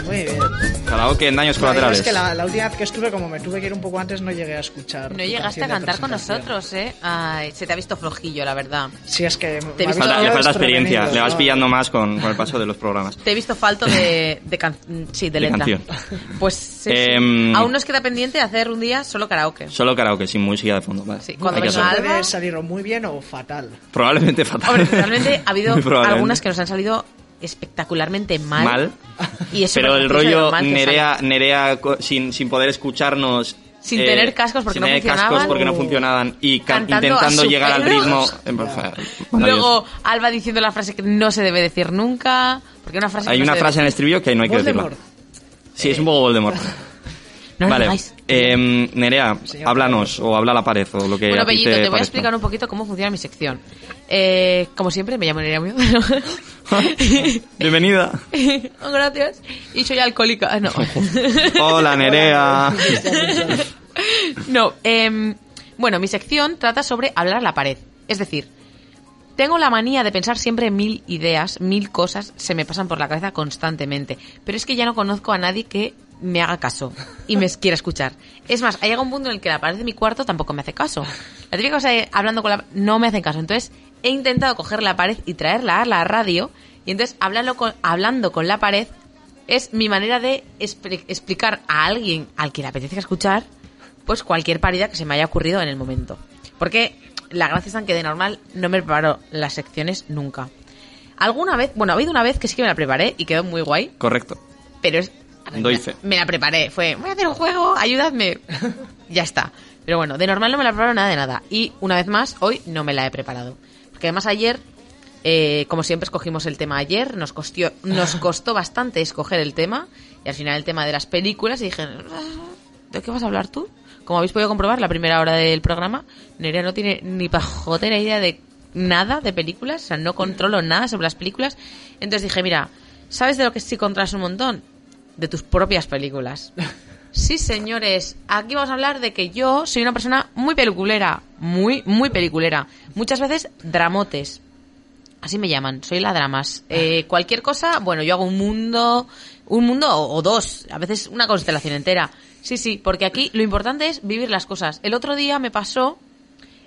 D: Muy bien.
B: Karaoke en daños
D: La verdad
B: colaterales.
D: es que la, la última vez que estuve, como me tuve que ir un poco antes, no llegué a escuchar.
G: No
D: tu
G: llegaste
D: canción
G: a
D: de
G: cantar con
D: presentación.
G: nosotros, ¿eh? Ay, se te ha visto flojillo, la verdad.
D: Sí, es que. me
G: he
D: habéis
G: visto-
B: Falta- le
D: pillado
B: falta experiencia,
D: desprevenido,
B: le vas
D: ¿no?
B: pillando más con, con el paso de los programas.
G: Te he visto falto de, de can- sí, de
B: De
G: letra.
B: canción.
G: Pues sí, sí.
B: Em,
G: aún nos queda pendiente hacer un día solo karaoke.
B: Solo karaoke, sin música de fondo. vale.
G: Sí, cuando
B: Hay que
G: venga
B: hacerlo.
G: Alba.
D: Puede salir o muy bien o fatal.
B: Probablemente fatal.
G: Hombre, realmente ha
B: <laughs>
G: habido
B: Muy probablemente.
G: algunas que nos han salido espectacularmente mal.
B: Mal.
G: Y eso
B: Pero
G: me
B: el
G: parece de lo
B: rollo
G: mal que
B: Nerea, Nerea co- sin, sin poder escucharnos. eh,
G: Sin tener cascos porque
B: sin
G: no
B: tener cascos
G: funcionaban. Uh.
B: porque no funcionaban y ca-
G: Cantando a
B: intentando
G: su
B: llegar al
G: pelo.
B: ritmo. Eh, por favor, maravilloso.
G: Luego Alba diciendo la frase que no se debe decir nunca. Porque una frase que
B: hay
G: no
B: una
G: se
B: frase en
G: debe
B: el estribillo que no hay que decirla.
D: Voldemort.
B: Sí, es un poco Voldemort.
G: decir. Eh. No
B: <laughs>
G: lo
B: vale,
G: hagáis.
B: eh, Nerea, háblanos o habla a la pared o lo que
G: Bueno,
B: a ti
G: Bellito, te, voy a
B: parezca.
G: explicar un poquito cómo funciona mi sección. Eh, como siempre, me llamo Nerea Muñoz.
B: <laughs> Bienvenida.
G: <laughs> Gracias. Y soy alcohólica.
B: <laughs>
G: Ah, no. <laughs>
B: Hola, Nerea.
G: No, em, bueno, mi sección trata sobre hablar a la pared. Es decir, tengo la manía de pensar siempre mil ideas, mil cosas se me pasan por la cabeza constantemente. Pero es que ya no conozco a nadie que me haga caso y me quiera escuchar. Es más, ha llegado un punto en el que la pared de mi cuarto tampoco me hace caso. La típica cosa de hablando con la... No me hacen caso. Entonces he intentado coger la pared y traerla a la radio. Y entonces hablando con, hablando con la pared es mi manera de expli- explicar a alguien al que le apetezca escuchar pues cualquier parida que se me haya ocurrido en el momento. Porque la gracia es en que de normal no me preparo las secciones nunca. Alguna vez, bueno, ha habido una vez que sí que me la preparé y quedó muy guay,
B: Correcto.
G: pero es...
B: Doy fe.
G: Me la preparé, fue, voy a hacer un juego, ayúdame. <laughs> ya está. Pero bueno, de normal no me la preparo nada de nada. Y una vez más, hoy no me la he preparado. Porque además ayer, eh, como siempre, escogimos el tema ayer, nos, costió, nos costó bastante escoger el tema, y al final el tema de las películas, y dije, "Ah, ¿de qué vas a hablar tú? Como habéis podido comprobar, la primera hora del programa, Nerea no tiene ni pajotera idea de nada de películas, o sea, no controlo nada sobre las películas. Entonces dije, mira, ¿sabes de lo que sí controlas un montón? De tus propias películas. Sí, señores, aquí vamos a hablar de que yo soy una persona muy peliculera, muy, muy peliculera. Muchas veces dramotes. Así me llaman, soy la dramas. Eh, cualquier cosa, bueno, yo hago un mundo, un mundo o, o dos, a veces una constelación entera. Sí, sí, porque aquí lo importante es vivir las cosas. El otro día me pasó,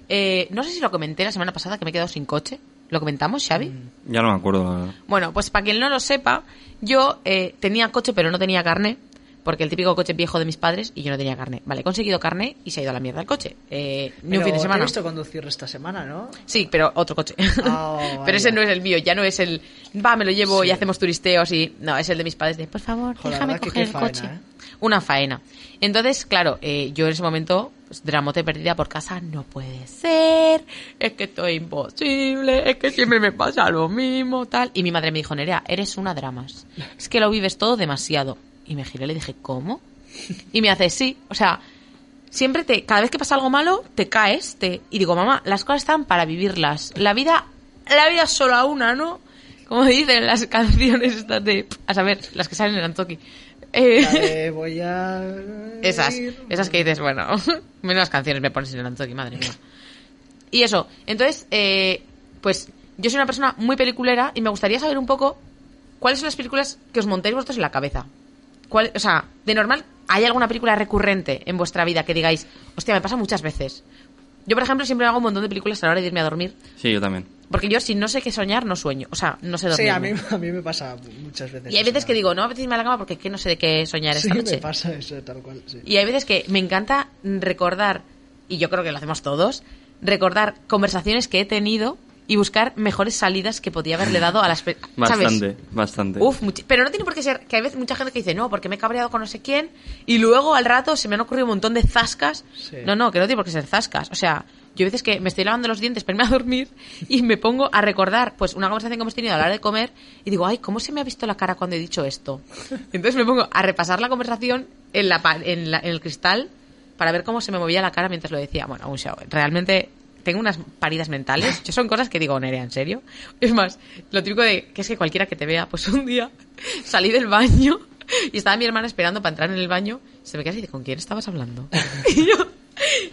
G: eh, no sé si lo comenté la semana pasada que me he quedado sin coche. ¿Lo comentamos, Xavi?
B: Ya no me acuerdo, la verdad.
G: Bueno, pues para quien no lo sepa, yo eh, tenía coche pero no tenía carné, porque el típico coche viejo de mis padres y yo no tenía carné. Vale, he conseguido carné y se ha ido a la mierda el coche. Eh, ni
D: Pero
G: un fin de
D: te
G: semana.
D: he visto conducir esta semana, ¿no?
G: <laughs> Sí, pero otro coche.
D: Ah, vaya.
G: <laughs> pero ese no es el mío, ya no es el. Va, me lo llevo y hacemos turisteos y. No, es el de mis padres de, por favor,
D: Joder, la
G: déjame
D: verdad que
G: coger
D: qué
G: el
D: faena,
G: coche.
D: ¿eh?
G: Una faena. Entonces, claro, eh, yo en ese momento, pues, dramote perdida por casa, no puede ser, es que esto es imposible, es que siempre me pasa lo mismo, tal. Y mi madre me dijo, Nerea, eres una dramas. Es que lo vives todo demasiado. Y me giré y le dije, ¿cómo? Y me hace, sí. O sea, siempre te, cada vez que pasa algo malo, te caes, te, y digo, mamá, las cosas están para vivirlas. La vida, la vida es solo a una, ¿no? Como dicen las <laughs> canciones estas de, a saber, las que salen en Antoki. Eh,
D: La de voy a...
G: esas,
D: ir.
G: esas que dices, bueno, <laughs> menos canciones me pones en el Antoki, madre mía. Y eso, entonces, eh, pues yo soy una persona muy peliculera y me gustaría saber un poco cuáles son las películas que os montáis vosotros en la cabeza. ¿Cuál, o sea, de normal, ¿hay alguna película recurrente en vuestra vida que digáis, hostia, me pasa muchas veces? Yo, por ejemplo, siempre hago un montón de películas a la hora de irme a dormir,
B: Sí, yo también.
G: porque yo si no sé qué soñar, no sueño. O sea, no sé dormir.
D: Sí, a mí, a mí me pasa muchas veces.
G: Y hay veces
D: eso,
G: que digo, no, a veces irme a la cama porque es que no sé de qué soñar
D: Sí,
G: esta
D: me
G: noche.
D: pasa eso, tal cual, sí.
G: Y hay veces que me encanta recordar, y yo creo que lo hacemos todos, recordar conversaciones que he tenido y buscar mejores salidas que podía haberle dado a las pe- ¿sabes?
B: Bastante, bastante.
G: Uf, muchi- pero no tiene por qué ser que hay veces mucha gente que dice, no, porque me he cabreado con no sé quién y luego al rato se me han ocurrido un montón de zascas.
D: Sí.
G: No, no, que no tiene por qué ser zascas. O sea, yo hay veces que me estoy lavando los dientes para irme a dormir y me pongo a recordar pues una conversación que hemos tenido a la hora de comer y digo, ay, ¿cómo se me ha visto la cara cuando he dicho esto? Entonces me pongo a repasar la conversación en, la, pa- en, la- en el cristal para ver cómo se me movía la cara mientras lo decía. Bueno, un show. Realmente tengo unas paridas mentales. Yo son cosas que digo, Nerea, ¿en serio? Es más, lo típico de que es que cualquiera que te vea, pues un día <laughs> salí del baño <laughs> y estaba mi hermana esperando para entrar en el baño. Se me queda así, dice, ¿con quién estabas hablando? <laughs> Y yo,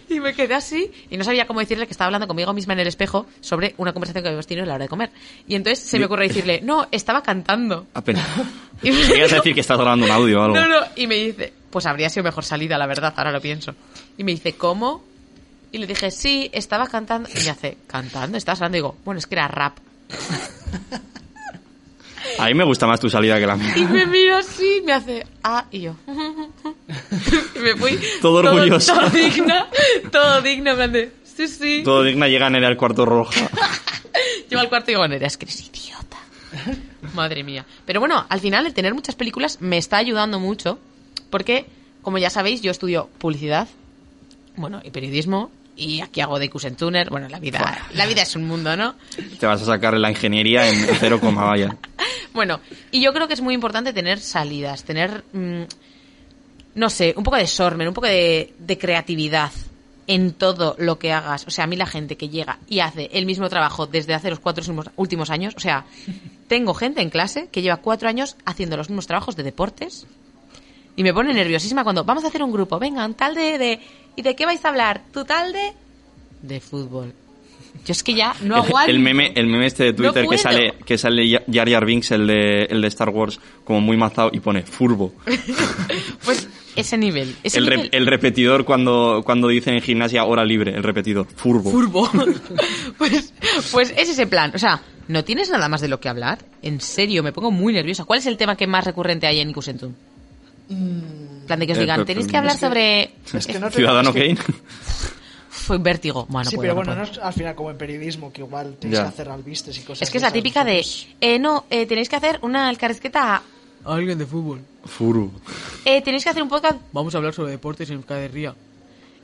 G: y me quedé así y no sabía cómo decirle que estaba hablando conmigo misma en el espejo sobre una conversación que habíamos tenido a la hora de comer. Y entonces se me ocurre decirle, no, estaba cantando.
B: Apenas.
G: <laughs> Y me
B: Querías
G: dijo-
B: decir que estás grabando un audio o Ah, algo.
G: no, no, y me dice, pues habría sido mejor salida, la verdad, ahora lo pienso. Y me dice, ¿cómo? Y le dije, sí, estaba cantando. Y me hace, ¿cantando? ¿Estás hablando? Y digo, bueno, es que era rap.
B: A mí me gusta más tu salida que la mía.
G: Y me mira así, me hace, ah, y yo. <laughs> y me fui.
B: Todo orgulloso.
G: Todo digna, todo digna, en plan de, sí, sí.
B: Todo digna llega en el cuarto roja.
G: Llevo al cuarto y digo, Nerea, es que eres idiota. Madre mía. Pero bueno, al final el tener muchas películas me está ayudando mucho porque, como ya sabéis, yo estudio publicidad, bueno, y periodismo, y aquí hago de Kusen Tuner. Bueno, la vida, la vida es un mundo, ¿no?
B: Te vas a sacar la ingeniería en cero coma vaya.
G: Bueno, y yo creo que es muy importante tener salidas, tener, mm, no sé, un poco de sormen, un poco de, de creatividad en todo lo que hagas. O sea, a mí la gente que llega y hace el mismo trabajo desde hace los cuatro últimos- últimos años, o sea, tengo gente en clase que lleva cuatro años haciendo los mismos trabajos de deportes y me pone nerviosísima cuando vamos a hacer un grupo, venga, un tal de... de ¿Y de qué vais a hablar? ¿Tu tal de...? De fútbol. Yo es que ya no
B: El-
G: aguanto.
B: El meme, el meme este de Twitter que
G: puedo.
B: sale, que sale Ya- Jar Jar Binks, el de, el de Star Wars, como muy mazado y pone furbo.
G: Pues ese nivel. Ese
B: El, re-
G: nivel.
B: el repetidor cuando, cuando dicen en gimnasia hora libre, el repetidor, furbo.
G: furbo. <laughs> pues, pues es ese plan. O sea, ¿no tienes nada más de lo que hablar? En serio, me pongo muy nerviosa. ¿Cuál es el tema que más recurrente hay en Ikusentum?
D: Mm.
G: plan de que os
B: Eh,
G: digan,
B: pero-
G: tenéis que hablar sobre...
D: Es que no te-
B: Ciudadano
D: es que-
B: Kane.
G: Fue vértigo. Bueno, Ah, no
D: sí,
G: puedo,
D: pero
G: no
D: bueno,
G: puedo.
D: no es al final como en periodismo, que igual tienes
B: Ya.
D: que hacer albistes y cosas
G: Es que es la
D: esas,
G: típica de...
D: pues,
G: eh, no, eh, tenéis que hacer una alcarizqueta... a-
H: Alguien de fútbol.
B: Furbo.
G: Eh, tenéis que hacer un podcast...
H: Vamos a hablar sobre deportes en Euskadi Ría.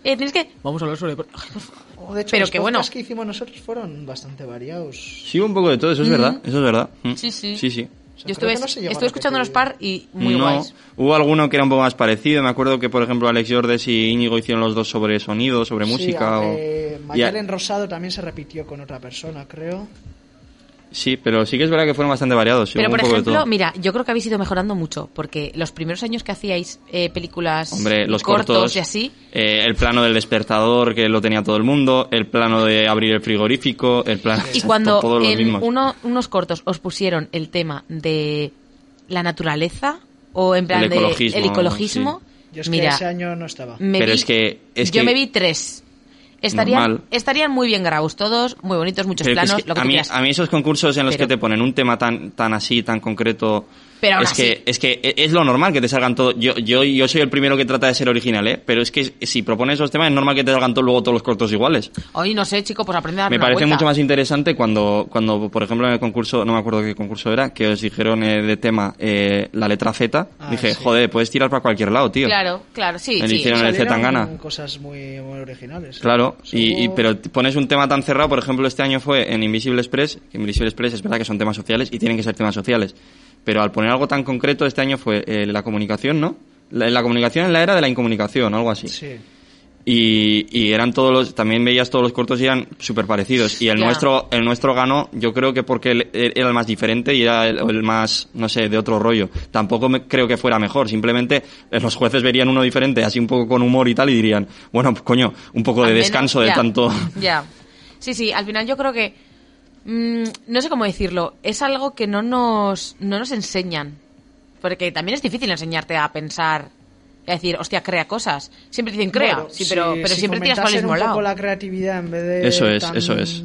G: Eh, tenéis que...
H: Vamos a hablar sobre deportes. <laughs>
D: oh, de hecho,
G: pero
D: los
G: que bueno.
D: podcasts que hicimos nosotros fueron bastante variados.
B: Sí, un poco de todo, eso es verdad, eso es verdad. Mm.
G: Sí, sí.
B: Sí, sí.
G: Yo estuve, estuve escuchando los par y muy
B: no,
G: guays.
B: hubo alguno que era un poco más parecido. Me acuerdo que, por ejemplo, Alex Jordes y Íñigo hicieron los dos sobre sonido, sobre música. o... y a-
D: Mayalen Rosado también se repitió con otra persona, creo.
B: Sí, pero sí que es verdad que fueron bastante variados. sí,
G: Pero,
B: hubo un
G: por
B: poco de
G: ejemplo,
B: todo.
G: mira, yo creo que habéis ido mejorando mucho, porque los primeros años que hacíais eh, películas
B: Hombre, los cortos,
G: cortos y así,
B: eh, el plano del despertador que lo tenía todo el mundo, el plano de abrir el frigorífico, el plano.
G: Y
B: <laughs>
G: cuando
B: todos los
G: en
B: mismos.
G: uno- unos cortos os pusieron el tema de la naturaleza o en plan
B: El
G: de
B: ecologismo,
G: el ecologismo,
D: Yo es que
G: mira, Mm.
D: ese año no estaba.
G: me
B: Pero
G: vi-
B: es que- es
G: yo
B: que-
G: me vi tres. Estarían,
B: Normal.
G: estarían muy bien grabados todos, muy bonitos, muchos
B: Pero que es
G: planos,
B: que
G: lo que
B: a,
G: tú
B: mí,
G: quieras.
B: a mí esos concursos en los
G: Pero-
B: que te ponen un tema tan, tan así, tan concreto...
G: Pero aún
B: es,
G: así.
B: que, es que e- es lo normal que te salgan todo. Yo, yo, yo soy el primero que trata de ser original, ¿eh? Pero es que si propones esos temas es normal que te salgan to- luego todos los cortos iguales.
G: Hoy no sé, chico, pues aprende a dar
B: Me
G: una
B: parece
G: vuelta.
B: mucho más interesante cuando, cuando, por ejemplo, en el concurso, no me acuerdo qué concurso era, que os dijeron eh, de tema eh, la letra Z.
D: Ah,
B: Dije,
D: sí.
B: joder, puedes tirar para cualquier lado, tío.
G: Claro, claro, sí,
B: Me
G: sí.
B: hicieron el
D: Salieron
B: Zetangana.
D: cosas muy, muy originales. ¿eh?
B: Claro, y, y-
D: Hubo-
B: pero t- pones un tema tan cerrado, por ejemplo, este año fue en Invisible Express, que Invisible Express es verdad que son temas sociales y tienen que ser temas sociales, pero al poner algo tan concreto, este año fue eh, la comunicación, ¿no? La, la comunicación en la era de la incomunicación, o algo así.
D: Sí.
B: Y, y eran todos los, también veías todos los cortos y eran súper parecidos. Y el
G: Ya.
B: nuestro, el nuestro ganó, yo creo que porque el- el- era el más diferente y era el, el más, no sé, de otro rollo. Tampoco me- creo que fuera mejor, simplemente eh, los jueces verían uno diferente, así un poco con humor y tal, y dirían, bueno, pues, coño, un poco de
G: Al menos,
B: descanso de
G: ya, <laughs>
B: tanto.
G: Ya. Sí, sí, al final yo creo que. mm, no sé cómo decirlo. Es algo que no nos, no nos enseñan. Porque también es difícil enseñarte a pensar. A decir, hostia, crea cosas. Siempre dicen crea,
D: Bueno,
G: sí, pero,
D: si-
G: pero
D: si
G: siempre tiras para
D: fomentasen
G: el mismo
D: un
G: lado.
D: poco la creatividad en vez de
B: Eso es,
D: tan
B: eso es.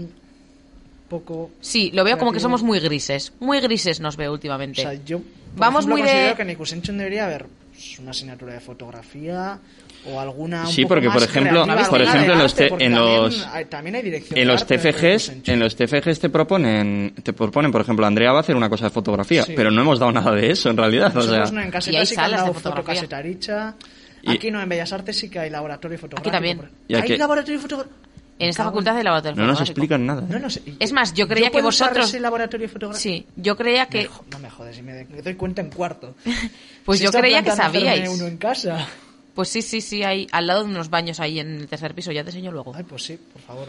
D: Poco.
G: Sí, lo veo como que
D: creativo.
G: somos muy grises. Muy grises nos veo
D: O
G: últimamente.
D: sea, yo por
G: Vamos
D: ejemplo,
G: muy
D: considero
G: de-
D: que en Ikusenchun debería haber pues, una asignatura de fotografía o alguna un
B: Sí,
D: poco
B: porque, por
D: más
B: ejemplo,
D: creativa,
G: por
D: alguna
G: ejemplo,
D: de
G: en
B: los
D: arte,
B: te-
D: porque
B: en
D: también
B: los-
D: hay- también hay dirección
B: En
D: de
B: los
D: arte dentro de
B: TFGs,
D: Ikusenchun.
B: en los TFGs te proponen, te proponen, por ejemplo, Andrea va a hacer una cosa de fotografía,
D: Sí.
B: pero no hemos dado nada de eso en realidad. O sea,
D: Nosotros no, en Casa
G: Y hay
D: Clásica han
G: salas de
D: dado
G: fotografía.
D: fotocasetaritza.
B: Y-
D: Aquí no, en Bellas Artes sí que hay laboratorio fotográfico.
G: también.
D: por-
B: Y aquí-
D: Hay laboratorio fotográfico.
G: en esta facultad de laboratorio.
B: no nos
G: fotográfico.
B: explican nada.
D: No, no sé. y-
G: Es más, yo creía que
D: puedo usar
G: vosotros-
D: ese laboratorio fotográfico?
G: Sí, yo creía que.
D: Me jo- No me jodes, si me de- me doy cuenta en cuarto.
G: Pues
D: Si
G: yo
D: están
G: creía que
D: planteando hacerme
G: sabíais.
D: uno en casa.
G: Pues sí, sí, sí, hay al lado de unos baños ahí en el tercer piso. Ya te enseño luego.
D: Ay, pues sí, por favor.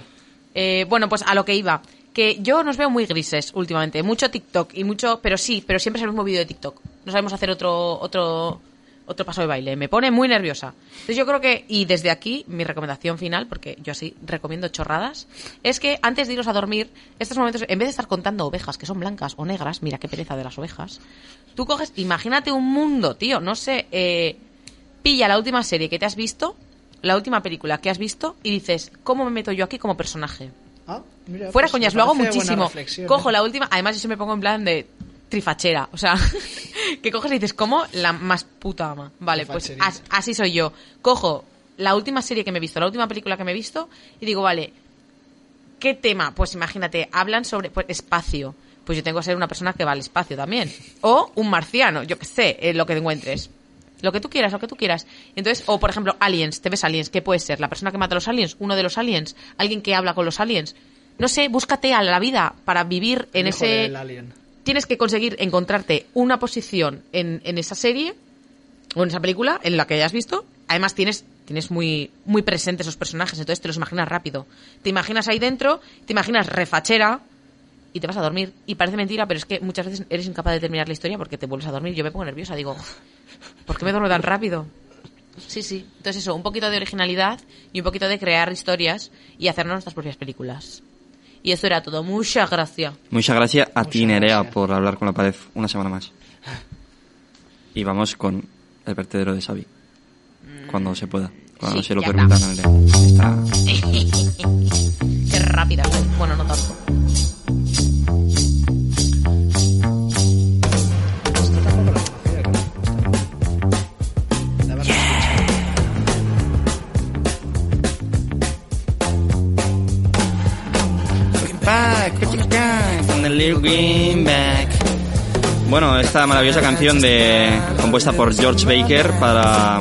G: Eh, bueno, pues a lo que iba. Que yo nos veo muy grises últimamente. Mucho TikTok y mucho. Pero sí, pero siempre es el mismo vídeo de TikTok. No sabemos hacer otro, otro, otro paso de baile. Me pone muy nerviosa. Entonces yo creo que. Y desde aquí, mi recomendación final, porque yo así recomiendo chorradas, es que antes de iros a dormir, estos momentos, en vez de estar contando ovejas que son blancas o negras, mira qué pereza de las ovejas, tú coges. Imagínate un mundo, tío. No sé. eh, pilla la última serie que te has visto, la última película que has visto, y dices, ¿cómo me meto yo aquí como personaje?
D: Ah, mira,
G: Fuera
D: pues
G: coñas,
D: me
G: lo hago
D: parece buena
G: muchísimo.
D: reflexión,
G: Cojo
D: ¿eh?
G: la última, además yo siempre pongo en plan de trifachera, o sea, <laughs> que coges y dices, ¿cómo? La más puta ama. Vale, pues
D: Trifacherita.
G: as- así soy yo. Cojo la última serie que me he visto, la última película que me he visto, y digo, vale, ¿qué tema? Pues imagínate, hablan sobre pues, espacio. Pues yo tengo que ser una persona que va al espacio también. O un marciano, yo qué sé, eh, lo que encuentres. Lo que tú quieras, lo que tú quieras. Entonces, o por ejemplo, aliens, te ves aliens, ¿qué puede ser? ¿La persona que mata a los aliens? ¿Uno de los aliens? ¿Alguien que habla con los aliens? No sé, búscate a la vida para vivir en
D: El hijo
G: ese
D: del alien.
G: tienes que conseguir encontrarte una posición en, en esa serie o en esa película en la que hayas visto. Además, tienes, tienes muy, muy presentes esos personajes, entonces te los imaginas rápido. Te imaginas ahí dentro, te imaginas refachera y te vas a dormir. Y parece mentira, pero es que muchas veces eres incapaz de terminar la historia porque te vuelves a dormir. Yo me pongo nerviosa, digo, ¿por qué me duermo tan rápido? Sí, sí. Entonces eso, un poquito de originalidad y un poquito de crear historias y hacernos nuestras propias películas. Y eso era todo. Muchas gracias.
B: Muchas gracias a ti,
D: Muchas
B: Nerea,
D: gracias.
B: por hablar con la pared una semana más. Y vamos con el vertedero de Xavi. Cuando se pueda. Cuando
G: Sí,
B: se lo
G: ya
B: permitan.
G: está.
B: Nerea. Está-
G: <laughs> Qué rápida. Bueno, no tanto.
D: La verdad.
B: Bueno, esta maravillosa canción de compuesta por George Baker para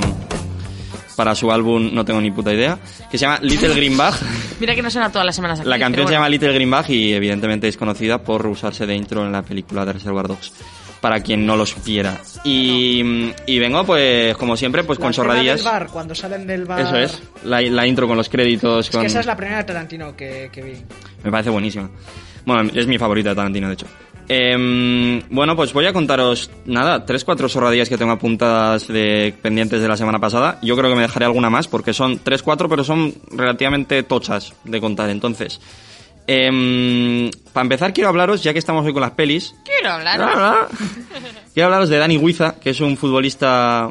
B: para su álbum No tengo ni puta idea, que se llama Little Green Bag.
G: Mira que no suena todas las semanas aquí,
B: La canción
G: pero
B: se llama
G: bueno.
B: Little Green Bag y evidentemente es conocida por usarse de intro en la película de Reservoir Dogs. para quien no los viera. Y, y vengo, pues, como siempre, pues
D: La
B: con
D: escena
B: chorradillas.
D: del bar, cuando salen del bar.
B: Eso es, la, la intro con los créditos.
D: Es
B: con...
D: que esa es la primera de Tarantino que, que vi.
B: Me parece buenísima. Bueno, es mi favorita de Tarantino, de hecho. Em, bueno, pues voy a contaros, nada, tres, cuatro sorradillas que tengo apuntadas de pendientes de la semana pasada. Yo creo que me dejaré alguna más, porque son tres, cuatro, pero son relativamente tochas de contar. Entonces, para empezar quiero hablaros, ya que estamos hoy con las pelis,
C: Quiero hablar.
B: Ah, ah. <laughs> Quiero hablaros de Dani Huiza, que es un futbolista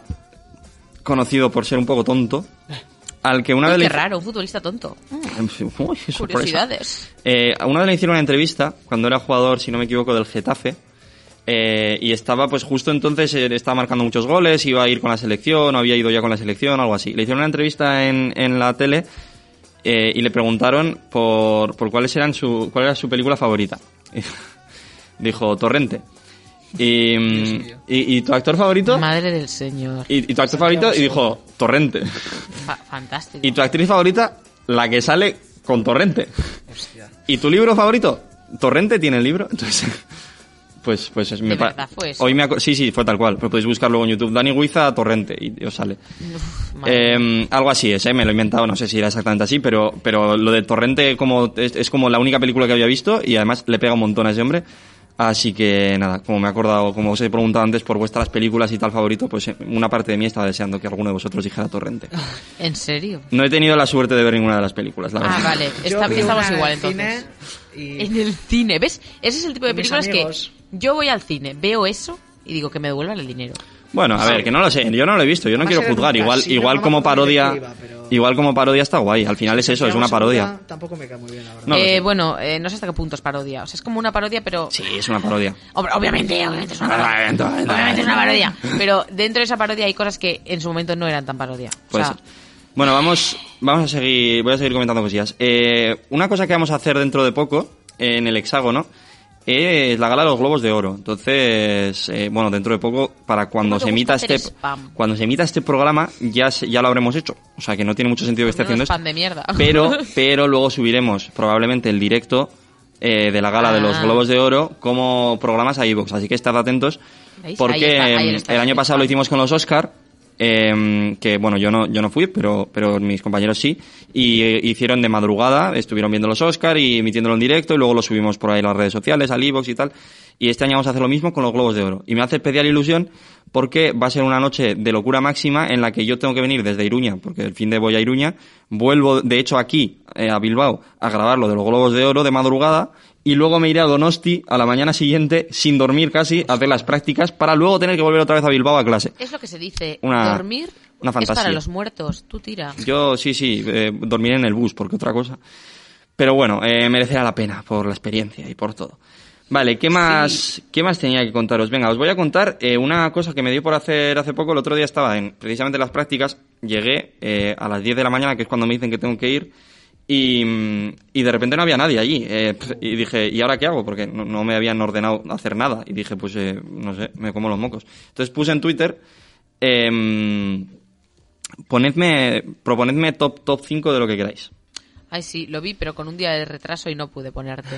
B: conocido por ser un poco tonto, al que una
C: Uy,
B: vez... le
C: qué
B: hice-
C: raro, un futbolista tonto. Mm,
B: <laughs> Uy, qué sorpresa.
C: Curiosidades.
B: Eh, a una vez le hicieron una entrevista cuando era jugador, si no me equivoco, del Getafe. eh, y estaba, pues justo entonces, eh, estaba marcando muchos goles, iba a ir con la selección, o había ido ya con la selección, algo así. Le hicieron una entrevista en, en la tele eh, y le preguntaron por, por cuáles eran su, cuál era su película favorita. <laughs> Dijo, Torrente. Y, mm, y, y tu actor favorito?
C: Madre del señor.
B: Y, y tu actor favorito? Y dijo, Torrente.
C: Fa- fantástico.
B: ¿Y tu actriz favorita? La que sale con Torrente. ¿Y tu libro favorito? ¿Torrente tiene el libro? <laughs> Entonces, pues, pues es- me
C: De
B: pa-
C: verdad fue eso.
B: Hoy me aco- sí, sí, fue tal cual. Pero podéis buscar luego en YouTube. Dani Guiza, Torrente, y os sale.
C: Uf, madre.
B: Eh, algo así es, ¿eh? me lo he inventado, no sé si era exactamente así, pero, pero lo de Torrente como, es, es como la única película que había visto y además le pega un montón a ese hombre. Así que nada, como me he acordado, como os he preguntado antes por vuestras películas y tal favorito, pues eh, una parte de mí estaba deseando que alguno de vosotros
C: <laughs>
B: dijera Torrente.
C: ¿En serio?
B: No he tenido la suerte de ver ninguna de las películas, la
C: Ah,
B: verdad.
C: vale. Está-
D: vi
C: estamos
D: una
C: igual
D: en el
C: entonces.
D: cine
C: En el cine, ¿ves? Ese es el tipo de
D: Con mis
C: películas que
D: amigos.
C: yo voy al cine, veo eso y digo que me devuelvan el dinero.
B: Bueno, a ver, que no lo sé, yo no lo he visto, yo no
D: Va a
B: quiero
D: ser
B: juzgar,
D: un
B: igual
D: casino,
B: igual
D: no
B: como
D: me acuerdo de qué
B: parodia,
D: iba, pero-
B: igual como parodia está guay, al final es eso, es una
D: Santiago
B: parodia.
D: Segura Tampoco me cae muy bien, la verdad.
B: No lo
C: Eh,
B: sé.
C: bueno, eh, no sé hasta qué punto es parodia. O sea, es como una parodia, pero...
B: Sí, es una parodia.
C: Ob- Obviamente, obviamente es una parodia.
B: Obviamente, obviamente.
C: Obviamente es una parodia. Pero dentro de esa parodia hay cosas que en su momento no eran tan parodia. O
B: Puede
C: sea,
B: ser. Bueno, vamos, vamos a seguir, voy a seguir comentando cosillas. Eh, una cosa que vamos a hacer dentro de poco, eh, en el hexágono, es la gala de los globos de oro. Entonces, eh, bueno, dentro de poco, para cuando
C: ¿Cómo te
B: se emita
C: gusta hacer
B: este,
C: spam?
B: cuando se emita este programa, ya, se- ya lo habremos hecho. O sea, que no tiene mucho sentido que esté
C: Menudo
B: haciendo esto.
C: spam de mierda.
G: <laughs>
B: Pero, pero luego subiremos probablemente el directo eh, de la gala de los
C: Ah.
B: Globos de Oro como programas a iVoox. Así que estad atentos
C: ¿Veis? Ahí
B: porque
C: está, ahí
B: em,
C: está.
B: el año pasado lo hicimos con los Oscar. em, que bueno, yo no, yo no fui, pero, pero mis compañeros sí. Y eh, hicieron de madrugada, estuvieron viendo los Oscar y emitiéndolo en directo. Y luego lo subimos por ahí a las redes sociales, al iVoox y tal. Y este año vamos a hacer lo mismo con los Globos de Oro. Y me hace especial ilusión porque va a ser una noche de locura máxima en la que yo tengo que venir desde Iruña, porque el fin de voy a Iruña. Vuelvo, de hecho, aquí, eh, a Bilbao, a grabar lo de los Globos de Oro de madrugada y luego me iré a Donosti a la mañana siguiente, sin dormir casi, a hacer las prácticas para luego tener que volver otra vez a Bilbao a clase.
C: <laughs> Es lo que se dice.
B: Una-
C: Dormir
B: una
C: es para
B: fantasía.
C: los muertos. Tú tira.
B: Yo sí, sí, eh, dormiré en el bus, porque otra cosa. Pero bueno, eh, merecerá la pena por la experiencia y por todo. Vale, ¿qué más, ¿qué más tenía que contaros? Venga, os voy a contar eh, una cosa que me dio por hacer hace poco. El otro día estaba en precisamente las prácticas. Llegué eh, a las 10 de la mañana, que es cuando me dicen que tengo que ir. Y, mm, y de repente no había nadie allí. eh, <laughs> pf, y dije, ¿y ahora qué hago? Porque no, no me habían ordenado hacer nada. Y dije, pues eh, no sé, me como los mocos. Entonces puse en Twitter. em, Ponedme, proponedme top, top 5 de lo que queráis.
C: Ay, sí, lo vi, pero con un día de retraso y no pude ponerte.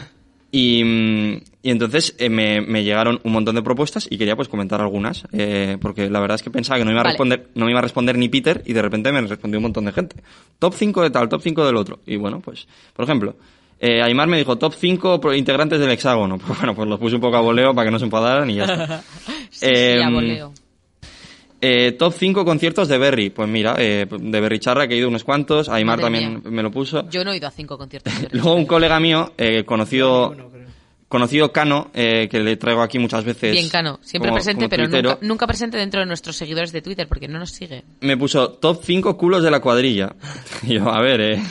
B: Y, mm, y entonces eh, me, me llegaron un montón de propuestas y quería pues comentar algunas, eh, porque la verdad es que pensaba que no, me iba a
C: Vale.
B: responder, no me iba a responder ni Peter y de repente me respondió un montón de gente. Top 5 de tal, top 5 del otro. Y bueno, pues, por ejemplo, eh, Aymar me dijo top 5 pro- integrantes del hexágono. <laughs> Pues bueno, pues los puse un poco a voleo para que no se enfadaran y ya está.
C: <laughs> Sí, sí, a
B: Em,
C: voleo.
B: Eh, top 5 conciertos de Berry. Pues mira, eh, de Berry Charra, que he ido unos cuantos. Aymar
C: Madre
B: también
C: mía.
B: me lo puso.
C: Yo no he ido a cinco
B: <laughs>
C: conciertos. de
B: Luego un
C: Ricky
B: colega mío, eh, conocido,
D: Ninguno, creo.
B: conocido Cano, eh, que le traigo aquí muchas veces.
C: Bien, Cano. Siempre
B: como-
C: presente,
B: como
C: pero
B: tuitero,
C: nunca, nunca presente dentro de nuestros seguidores de Twitter, porque no nos sigue.
B: Me puso top 5 culos de la cuadrilla. <laughs> Y yo, a ver, eh,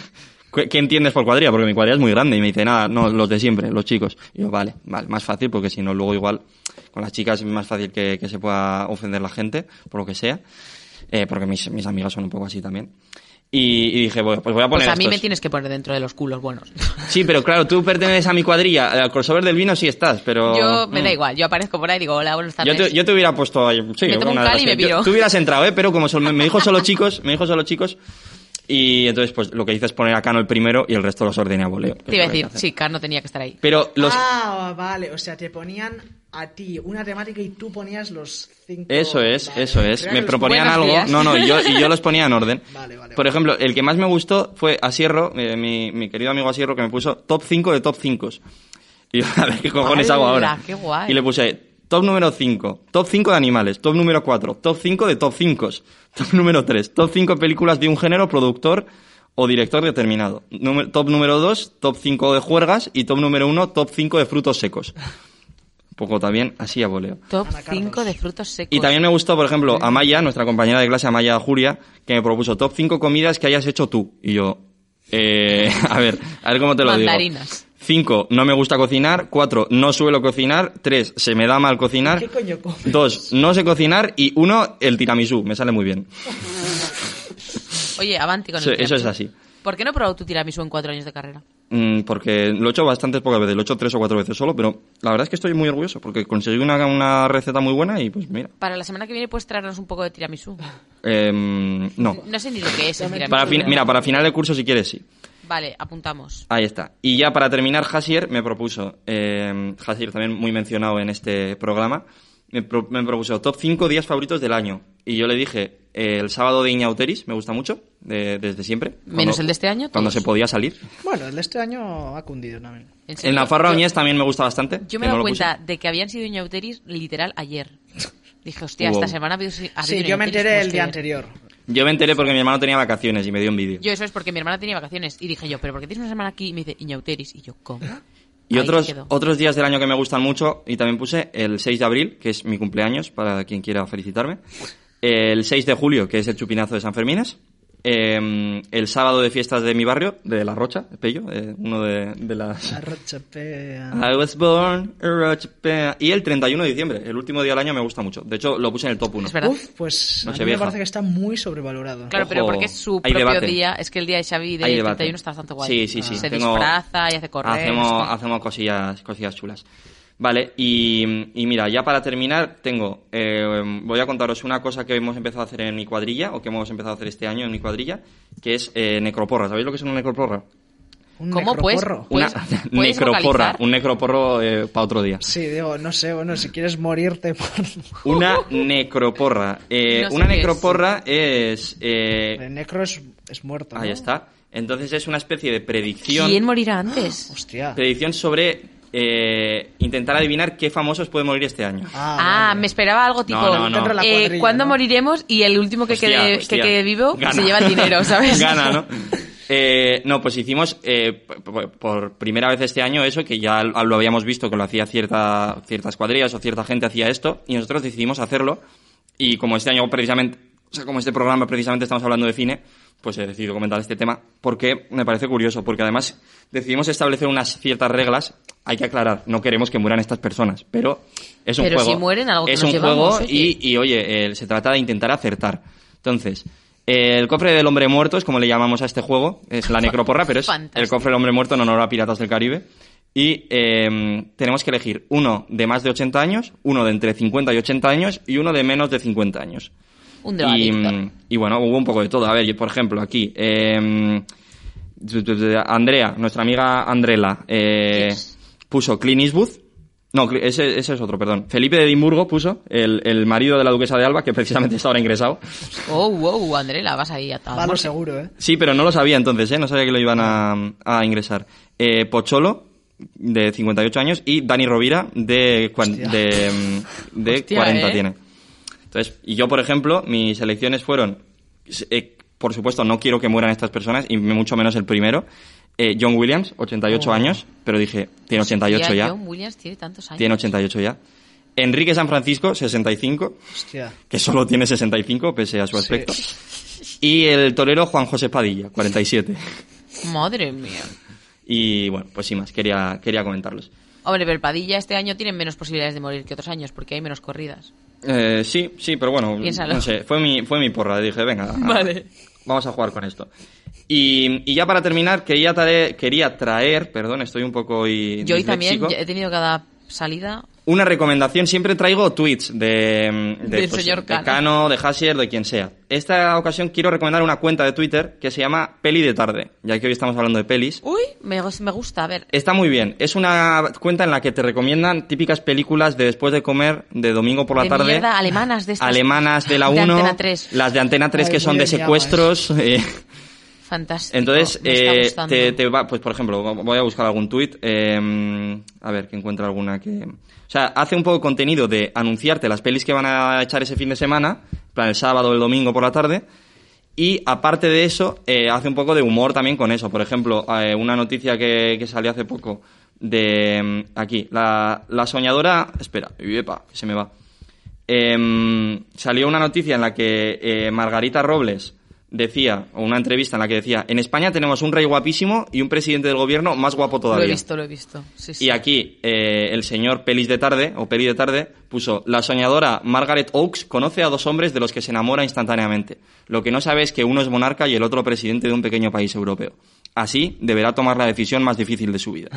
B: ¿qué qué entiendes por cuadrilla? Porque mi cuadrilla es muy grande. Y me dice, nada, no, los de siempre, los chicos. Y yo, vale, vale, más fácil, porque si no, luego igual con las chicas es más fácil que, que se pueda ofender la gente, por lo que sea. Eh, porque mis, mis amigas son un poco así también. Y, y dije, bueno, pues voy a poner
C: Pues a mí me
B: estos.
C: tienes que poner dentro de los culos buenos. <laughs>
B: Sí, pero claro, tú perteneces a mi cuadrilla. Al crossover del vino sí estás, pero...
C: Yo me
B: Mm.
C: da igual, yo aparezco por ahí y digo, hola, buenas
B: Yo
C: tardes.
B: te, yo te hubiera puesto ahí, sí,
C: Me tomo un
B: una de las
C: cali y
B: que-
C: me piro.
B: yo- Tú hubieras entrado, ¿eh? Pero como sol- me dijo solo chicos, me dijo solo chicos. Y entonces, pues lo que hice es poner a Cano el primero y el resto los ordené a voleo. que
C: Te iba a
B: es lo que hay
C: decir,
B: que hacer.
C: sí, Car no tenía que estar ahí.
B: Pero los.
D: Ah, vale, o sea, te ponían a ti una temática y tú ponías los cinco.
B: Eso es,
D: Vale,
B: eso es.
D: creo
B: Me
D: que los-
B: proponían
G: buenos
B: algo.
G: días.
B: No, no, yo, y yo los ponía en orden.
D: Vale, vale,
B: Por
D: vale.
B: ejemplo, el que más me gustó fue Asierro, eh, mi, mi querido amigo Asierro, que me puso top 5 de top 5. Y yo, <laughs> a ver qué cojones hago
G: ¡Hala,
B: ahora.
G: qué guay!
B: Y le puse top número 5, top 5 de animales, top número 4, top 5 de top 5, <laughs> top número 3, top 5 películas de un género, productor o director determinado. Número- top número 2, top 5 de juergas y top número 1, top 5 de frutos secos. <laughs> Un poco también así a voleo.
G: Top
D: Ana Carlos.
G: 5 de frutos secos.
B: Y también me gustó, por ejemplo, Amaya, nuestra compañera de clase, Amaya Juria, que me propuso top 5 comidas que hayas hecho tú. Y yo, eh, <laughs> a ver, a ver cómo te lo
G: Mandarinas.
B: digo. 5. No me gusta cocinar. 4. No suelo cocinar. 3. Se me da mal cocinar.
D: ¿Qué coño comes?
B: 2. No sé cocinar. Y 1. El tiramisú. Me sale muy bien.
G: Oye, avanti con
B: Sí,
G: el
B: eso es
G: tiramisú.
B: así.
G: ¿Por qué no he probado tu tiramisú en cuatro años de carrera?
B: Mm, Porque lo he hecho bastantes pocas veces. Lo he hecho 3 o 4 veces solo. Pero la verdad es que estoy muy orgulloso porque conseguí una, una receta muy buena y pues mira.
G: Para la semana que viene puedes traernos un poco de tiramisú.
B: Em, no.
G: No sé ni lo que
D: <laughs>
G: es el tiramisú.
B: Para fin- mira, para final de curso si quieres sí.
G: Vale, apuntamos.
B: Ahí está. Y ya para terminar, Hasier me propuso, eh, Hasier también muy mencionado en este programa, me, pro- me propuso top 5 días favoritos del año. Y yo le dije, eh, el sábado de Iñauteris, me gusta mucho, de- desde siempre.
G: Menos el de este año,
B: Cuando
G: todos.
B: se podía salir.
D: Bueno, el de este año ha cundido también.
G: En serio,
B: El Nafarro
G: yo-
B: Añez también me gusta bastante.
G: Yo
B: que no
G: me he dado
B: lo
G: cuenta
B: puse.
G: de que habían sido ñauteris literal ayer. Dije, hostia,
B: Wow.
G: esta semana ha habido, ha habido
D: Sí, yo me
G: ñauteris,
D: enteré
G: pues
D: el
G: que
D: día
G: ver.
D: anterior.
B: Yo me enteré porque mi hermano tenía vacaciones y me dio un vídeo.
G: Yo eso es porque mi hermana tenía vacaciones y dije yo, pero ¿por qué tienes una semana aquí? Y me dice, Iñauteris. Y yo, ¿cómo?
B: Y
G: Ahí
B: otros,
G: quedó.
B: otros días del año que me gustan mucho, y también puse el 6 de abril, que es mi cumpleaños, para quien quiera felicitarme. El 6 de julio, que es el chupinazo de San Fermines. Em, el sábado de fiestas de mi barrio, de La Rocha, de Pello, eh, uno de, de las...
G: <laughs>
D: Arrochapea.
B: I was born a Rocha, Pello. Y el 31 de diciembre, el último día del año, me gusta mucho. De hecho, lo puse en el top 1.
G: Es verdad.
D: Uf, pues
B: No
D: a
B: se
D: mí me
B: veja.
D: parece que está muy sobrevalorado.
G: Claro, pero
B: Ojo,
G: porque es su
B: hay
G: propio
B: debate.
G: día. Es que el día de Xavi de
B: Hay debate.
G: 31 está bastante guay. Ah.
B: Sí, sí, sí.
G: Se
B: Tengo-
G: disfraza y hace correr.
B: Hacemos,
G: es que-
B: hacemos cosillas, cosillas chulas. Vale, y, y mira, ya para terminar, tengo. eh, voy a contaros una cosa que hemos empezado a hacer en mi cuadrilla, o que hemos empezado a hacer este año en mi cuadrilla, que es eh, necroporra. ¿Sabéis lo que es una necroporra?
D: Un
G: ¿Cómo, pues?
D: necroporro.
B: Una <laughs>
G: ¿Puedes- puedes
B: necroporra,
G: vocalizar?
B: un necroporro para otro
G: <laughs>
B: día.
D: Sí, digo, no sé, bueno, si quieres
B: <laughs>
D: morirte por...
B: Una necroporra. Eh,
G: No sé
B: una
G: qué es.
B: necroporra es. eh,
D: El necro es, es muerto, ¿no?
B: ahí está. Entonces es una especie de predicción.
G: ¿Quién morirá antes?
D: Hostia.
B: predicción sobre eh, intentar adivinar qué famosos pueden morir este año.
G: Ah,
D: vale.
G: me esperaba algo tipo,
B: No, no, no. Dentro
D: de la
G: eh,
D: cuadrilla,
G: ¿cuándo
D: ¿no?
G: moriremos? Y el último que,
B: Hostia,
G: quede, que
B: hostia.
G: quede vivo pues
B: Gana.
G: se lleva
B: <laughs>
G: el dinero, ¿sabes?
B: Gana, ¿no? Eh, no, pues hicimos eh, p- p- por primera vez este año eso, que ya lo lo habíamos visto, que lo hacía cierta, ciertas cuadrillas o cierta gente hacía esto, y nosotros decidimos hacerlo. Y como este año precisamente, o sea, como este programa precisamente estamos hablando de cine, pues he decidido comentar este tema, porque me parece curioso, porque además decidimos establecer unas ciertas reglas, hay que aclarar, no queremos que mueran estas personas, pero es un
G: Pero
B: juego.
G: si mueren, algo que
B: es
G: nos
B: un
G: llevamos,
B: juego
G: oye.
B: y, y oye, eh, se trata de intentar acertar. Entonces, eh, el cofre del hombre muerto es como le llamamos a este juego, es la necroporra, pero es
G: Fantástico.
B: el cofre del hombre muerto en honor a Piratas del Caribe. Y eh, tenemos que elegir uno de más de 80 años, uno de entre 50 y 80 años y uno de menos de 50 años.
G: <laughs> Un
B: Y,
G: drogadicto.
B: mm, y bueno, hubo un poco de todo. A ver, yo, por ejemplo, aquí, eh, Andrea, nuestra amiga Andrela, eh,
G: Yes.
B: puso Clint Eastwood. No, Cli- ese, ese es otro, perdón. Felipe de Edimburgo puso, el, el marido de la duquesa de Alba, que precisamente <laughs> está ahora ingresado.
G: Oh, wow, Andrela, vas ahí a a
D: Va a lo
G: muerte.
D: seguro, ¿eh?
B: Sí, pero no lo sabía entonces, ¿eh? No sabía que lo iban a, a ingresar. Eh, Pocholo, de 58 años, y Dani Rovira, de, cuan-
D: Hostia.
B: de, mm, de
G: Hostia,
B: 40
G: ¿eh?
B: tiene. Entonces, y yo, por ejemplo, mis elecciones fueron, eh, por supuesto, no quiero que mueran estas personas, y mucho menos el primero, eh, John Williams, 88 años, pero dije, tiene 88
G: Tía,
B: ya,
G: Oh. John Williams tiene tantos años.
B: tiene 88 ya. Enrique San Francisco, 65,
D: Hostia.
B: que solo tiene 65 pese a su aspecto. Y el torero Juan José Padilla, 47.
G: Madre mía.
B: Y bueno, pues sin más, quería, quería comentarlos.
G: Hombre, pero el Padilla este año tiene menos posibilidades de morir que otros años porque hay menos corridas.
B: Eh, sí, sí, pero bueno,
G: Piénsalo.
B: no sé, fue mi, fue mi porra, dije,
G: <laughs>
B: venga,
G: Vale.
B: vamos a jugar con esto. Y, y ya para terminar, quería traer, quería traer, perdón, estoy un poco y
G: Yo hoy también ya he tenido cada salida.
B: Una recomendación, siempre traigo tweets de, mm, de,
G: Del señor
B: de
G: Cano.
B: Cano, de Hasier, de quien sea. Esta ocasión quiero recomendar una cuenta de Twitter que se llama Peli de Tarde, ya que hoy estamos hablando de pelis.
G: Uy, me, me gusta. A ver,
B: Está muy bien. Es una cuenta en la que te recomiendan típicas películas de después de comer, de domingo por la
G: de
B: tarde.
G: mierda, alemanas de estas.
B: Alemanas de la
G: De
B: 1.
G: Antena 3.
B: Las de Antena 3
D: Ay,
B: que son
D: voy
B: de
D: a llamar.
B: secuestros.
G: <laughs>
B: eh,
G: Fantástico.
B: Entonces,
G: me está
B: eh,
G: gustando.
B: te, te va, pues por ejemplo, voy a buscar algún tuit, eh, a ver que encuentra alguna que... O sea, hace un poco de contenido de anunciarte las pelis que van a echar ese fin de semana, en plan el sábado o el domingo por la tarde, y aparte de eso, eh, hace un poco de humor también con eso. Por ejemplo, eh, una noticia que, que salió hace poco de... mm, Aquí, la, la soñadora... Espera, epa, que se me va. Em, salió una noticia en la que eh, Margarita Robles decía, o una entrevista en la que decía, en España tenemos un rey guapísimo y un presidente del gobierno más guapo
G: Lo
B: todavía.
G: he visto, lo he visto. Sí, sí.
B: Y aquí eh, el señor Pelis de Tarde, o Peli de Tarde, puso, la soñadora Margaret Oaks conoce a dos hombres de los que se enamora instantáneamente. Lo que no sabe es que uno es monarca y el otro presidente de un pequeño país europeo. Así deberá tomar la decisión más difícil de su vida.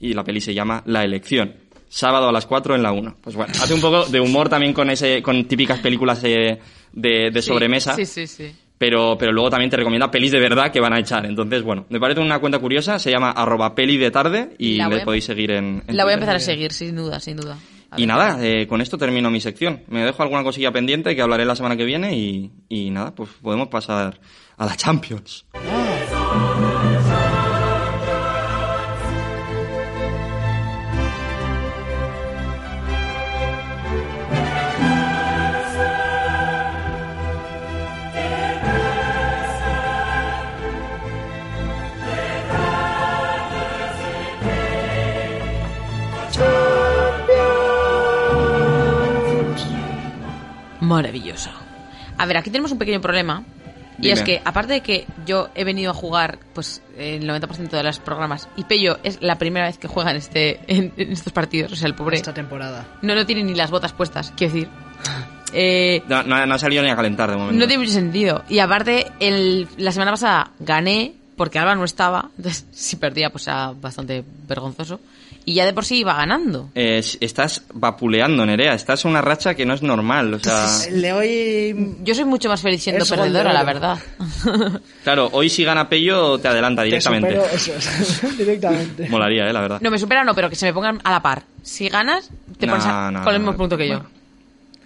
B: Y la peli se llama La elección. Sábado a las 4 en la 1. Pues bueno, hace un poco de humor también con ese con típicas películas eh, de, de
G: Sí,
B: sobremesa
G: Sí, sí, sí.
B: pero, pero luego también te recomienda pelis de verdad que van a echar. Entonces, bueno, me parece una cuenta curiosa, se llama arroba peli de tarde y
G: La voy
B: le
G: a-
B: podéis seguir en... en
G: La voy
B: Twitter.
G: a empezar a seguir, sin duda, sin duda. A
B: eh, Y
G: ver.
B: nada, eh, con esto termino mi sección. Me dejo alguna cosilla pendiente que hablaré la semana que viene y, y nada, pues podemos pasar a la Champions.
G: Maravilloso. A ver, aquí tenemos un pequeño problema. Y
B: Dime.
G: es que, aparte de que yo he venido a jugar pues el 90% de los programas, y Pello es la primera vez que juega en, este, en, en estos partidos, o sea, el pobre
D: Esta temporada.
G: no, no tiene ni las botas puestas, quiero
B: <laughs>
G: decir. Eh,
B: No, no- no ha salido ni a calentar de momento.
G: no tiene mucho sentido. Y aparte, el, la semana pasada gané porque Alba no estaba, entonces <laughs> si perdía pues era bastante vergonzoso. Y ya de por sí iba ganando.
B: Eh, s- estás vapuleando, Nerea. Estás en una racha que no es normal. O
G: <laughs>
B: sea,
D: Le doy...
G: Yo soy mucho más feliz siendo
D: Es gol de
G: perdedora, la
D: oro.
G: verdad.
B: claro, hoy si gana Pello te adelanta
D: te
B: directamente.
D: supero, eso es, directamente.
B: Molaría, eh, la verdad.
G: <laughs> No, me supera no, pero que se me pongan a la par. Si ganas, te
B: No,
G: pones a-
B: no,
G: con el
B: no,
G: mismo
B: no.
G: punto que yo.
B: Bueno.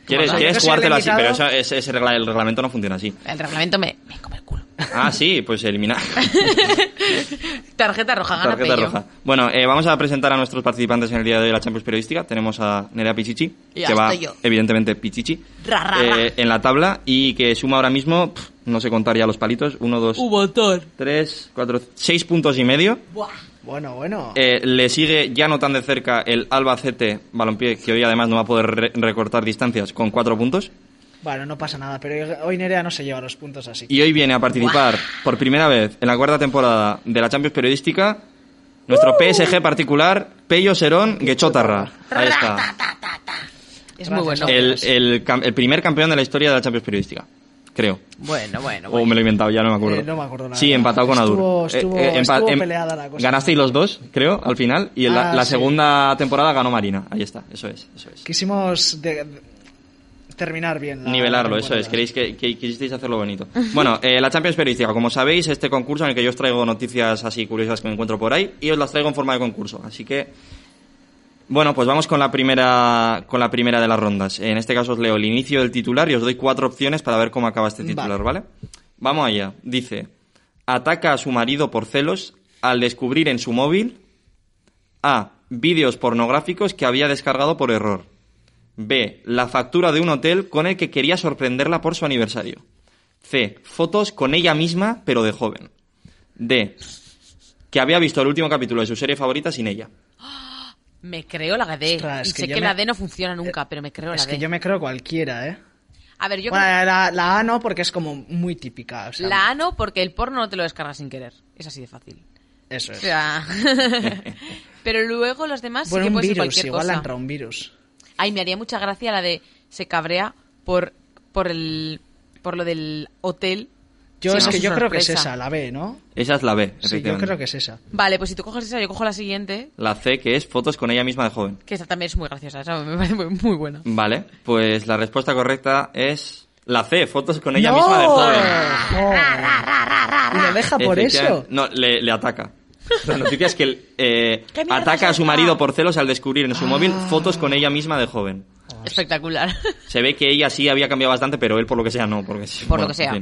B: Quieres,
D: Yo que
B: quieres
D: soy
B: jugártelo así, pero
D: organizado-
B: esa- ese, ese regla- el reglamento no funciona así.
G: El reglamento me, me come el culo.
B: Ah, sí, pues eliminar.
G: <laughs> Tarjeta roja, gana
B: Tarjeta
G: Pello.
B: roja. Bueno, eh, vamos a presentar a nuestros participantes en el día de hoy de la Champions Periodística. Tenemos a Nerea Pichichi,
G: Ya
B: que va,
G: estoy yo.
B: evidentemente, Pichichi,
G: Ra, ra, ra.
B: eh, en la tabla y que suma ahora mismo, pf, no sé contar ya los palitos, uno, dos,
H: Un montón.
B: tres, cuatro, seis puntos y medio.
D: Bueno, bueno.
B: Eh, le sigue ya no tan de cerca el Albacete Balompié, que hoy además no va a poder re- recortar distancias con cuatro puntos.
D: Bueno, no pasa nada, pero hoy Nerea no se lleva los puntos así. que-
B: Y hoy viene a participar por primera vez en la cuarta temporada de la Champions Periodística nuestro PSG particular, Pello Serón Guechotarra. Ahí está.
G: Es muy bueno.
B: El, el cam- el primer campeón de la historia de la Champions Periodística, creo.
G: Bueno, bueno,
B: O
G: bueno.
B: me lo he inventado, ya no me acuerdo.
D: Eh, no me acuerdo, la
B: Sí,
D: verdad.
B: empatado con Adur. Eh,
D: Estuvo- estuvo- estuvo peleada la cosa.
B: em, Ganasteis los dos, creo, al final. Y en la,
D: Ah,
B: la
D: sí.
B: segunda temporada ganó Marina. Ahí está, eso es, eso es.
D: Quisimos de- de- terminar bien. la
B: Nivelarlo, eso
D: temporada.
B: es. Queréis que, que- quisisteis hacerlo bonito. <laughs> Bueno, eh, la Champions Periodística, como sabéis, este concurso en el que yo os traigo noticias así curiosas que me encuentro por ahí y os las traigo en forma de concurso. Así que, bueno, pues vamos con la primera, con la primera de las rondas. En este caso os leo el inicio del titular y os doy cuatro opciones para ver cómo acaba este titular, ¿vale? Vamos allá. Dice, ataca a su marido por celos al descubrir en su móvil A. Vídeos pornográficos que había descargado por error. B. La factura de un hotel con el que quería sorprenderla por su aniversario. C. Fotos con ella misma, pero de joven. D. Que había visto el último capítulo de su serie favorita sin ella.
G: Me creo la D.
D: Ostras,
G: y
D: es que
G: sé
D: yo
G: que
D: me-
G: la D no funciona nunca, pero me creo la
D: Es
G: D.
D: que yo me creo cualquiera, ¿eh?
G: A ver, yo
D: Bueno,
G: creo
D: la, la A no, porque es como muy típica. O sea,
G: la A no, porque el porno no te lo descargas sin querer. Es así de fácil.
D: Eso
G: O
D: es.
G: sea... <laughs> pero luego los demás
D: bueno,
G: sí que
D: un
G: puede ser
D: virus,
G: cualquier
D: igual
G: cosa.
D: la entra un virus.
G: Ay, me haría mucha gracia la de se cabrea por por el por lo del hotel
D: Yo
G: Sí,
D: es
G: no,
D: que
G: es
D: yo creo que es
G: sorpresa.
D: esa, la B, ¿no?
B: Esa es la B,
D: Sí,
B: efectivamente.
D: yo creo que es esa.
G: Vale, pues si tú coges esa, yo cojo la siguiente,
B: La C, que es fotos con ella misma de joven.
G: que esa también es muy graciosa, esa me parece muy, muy buena.
B: Vale, pues la respuesta correcta es la C, fotos con ella
D: ¡No!
B: misma de joven.
D: ¡Joder! <laughs> Y lo deja por eso.
B: Efectivamente- No, le, le ataca. La noticia es que
D: <laughs>
B: eh,
G: ¿Qué mierda
B: ataca a
G: es
B: su
G: esta?
B: marido por celos al descubrir
D: Ah.
B: en su móvil fotos con ella misma de joven.
G: Espectacular. <laughs>
B: Se ve que ella sí había cambiado bastante, pero él por lo que sea no. Porque, <laughs>
G: Por lo que sea.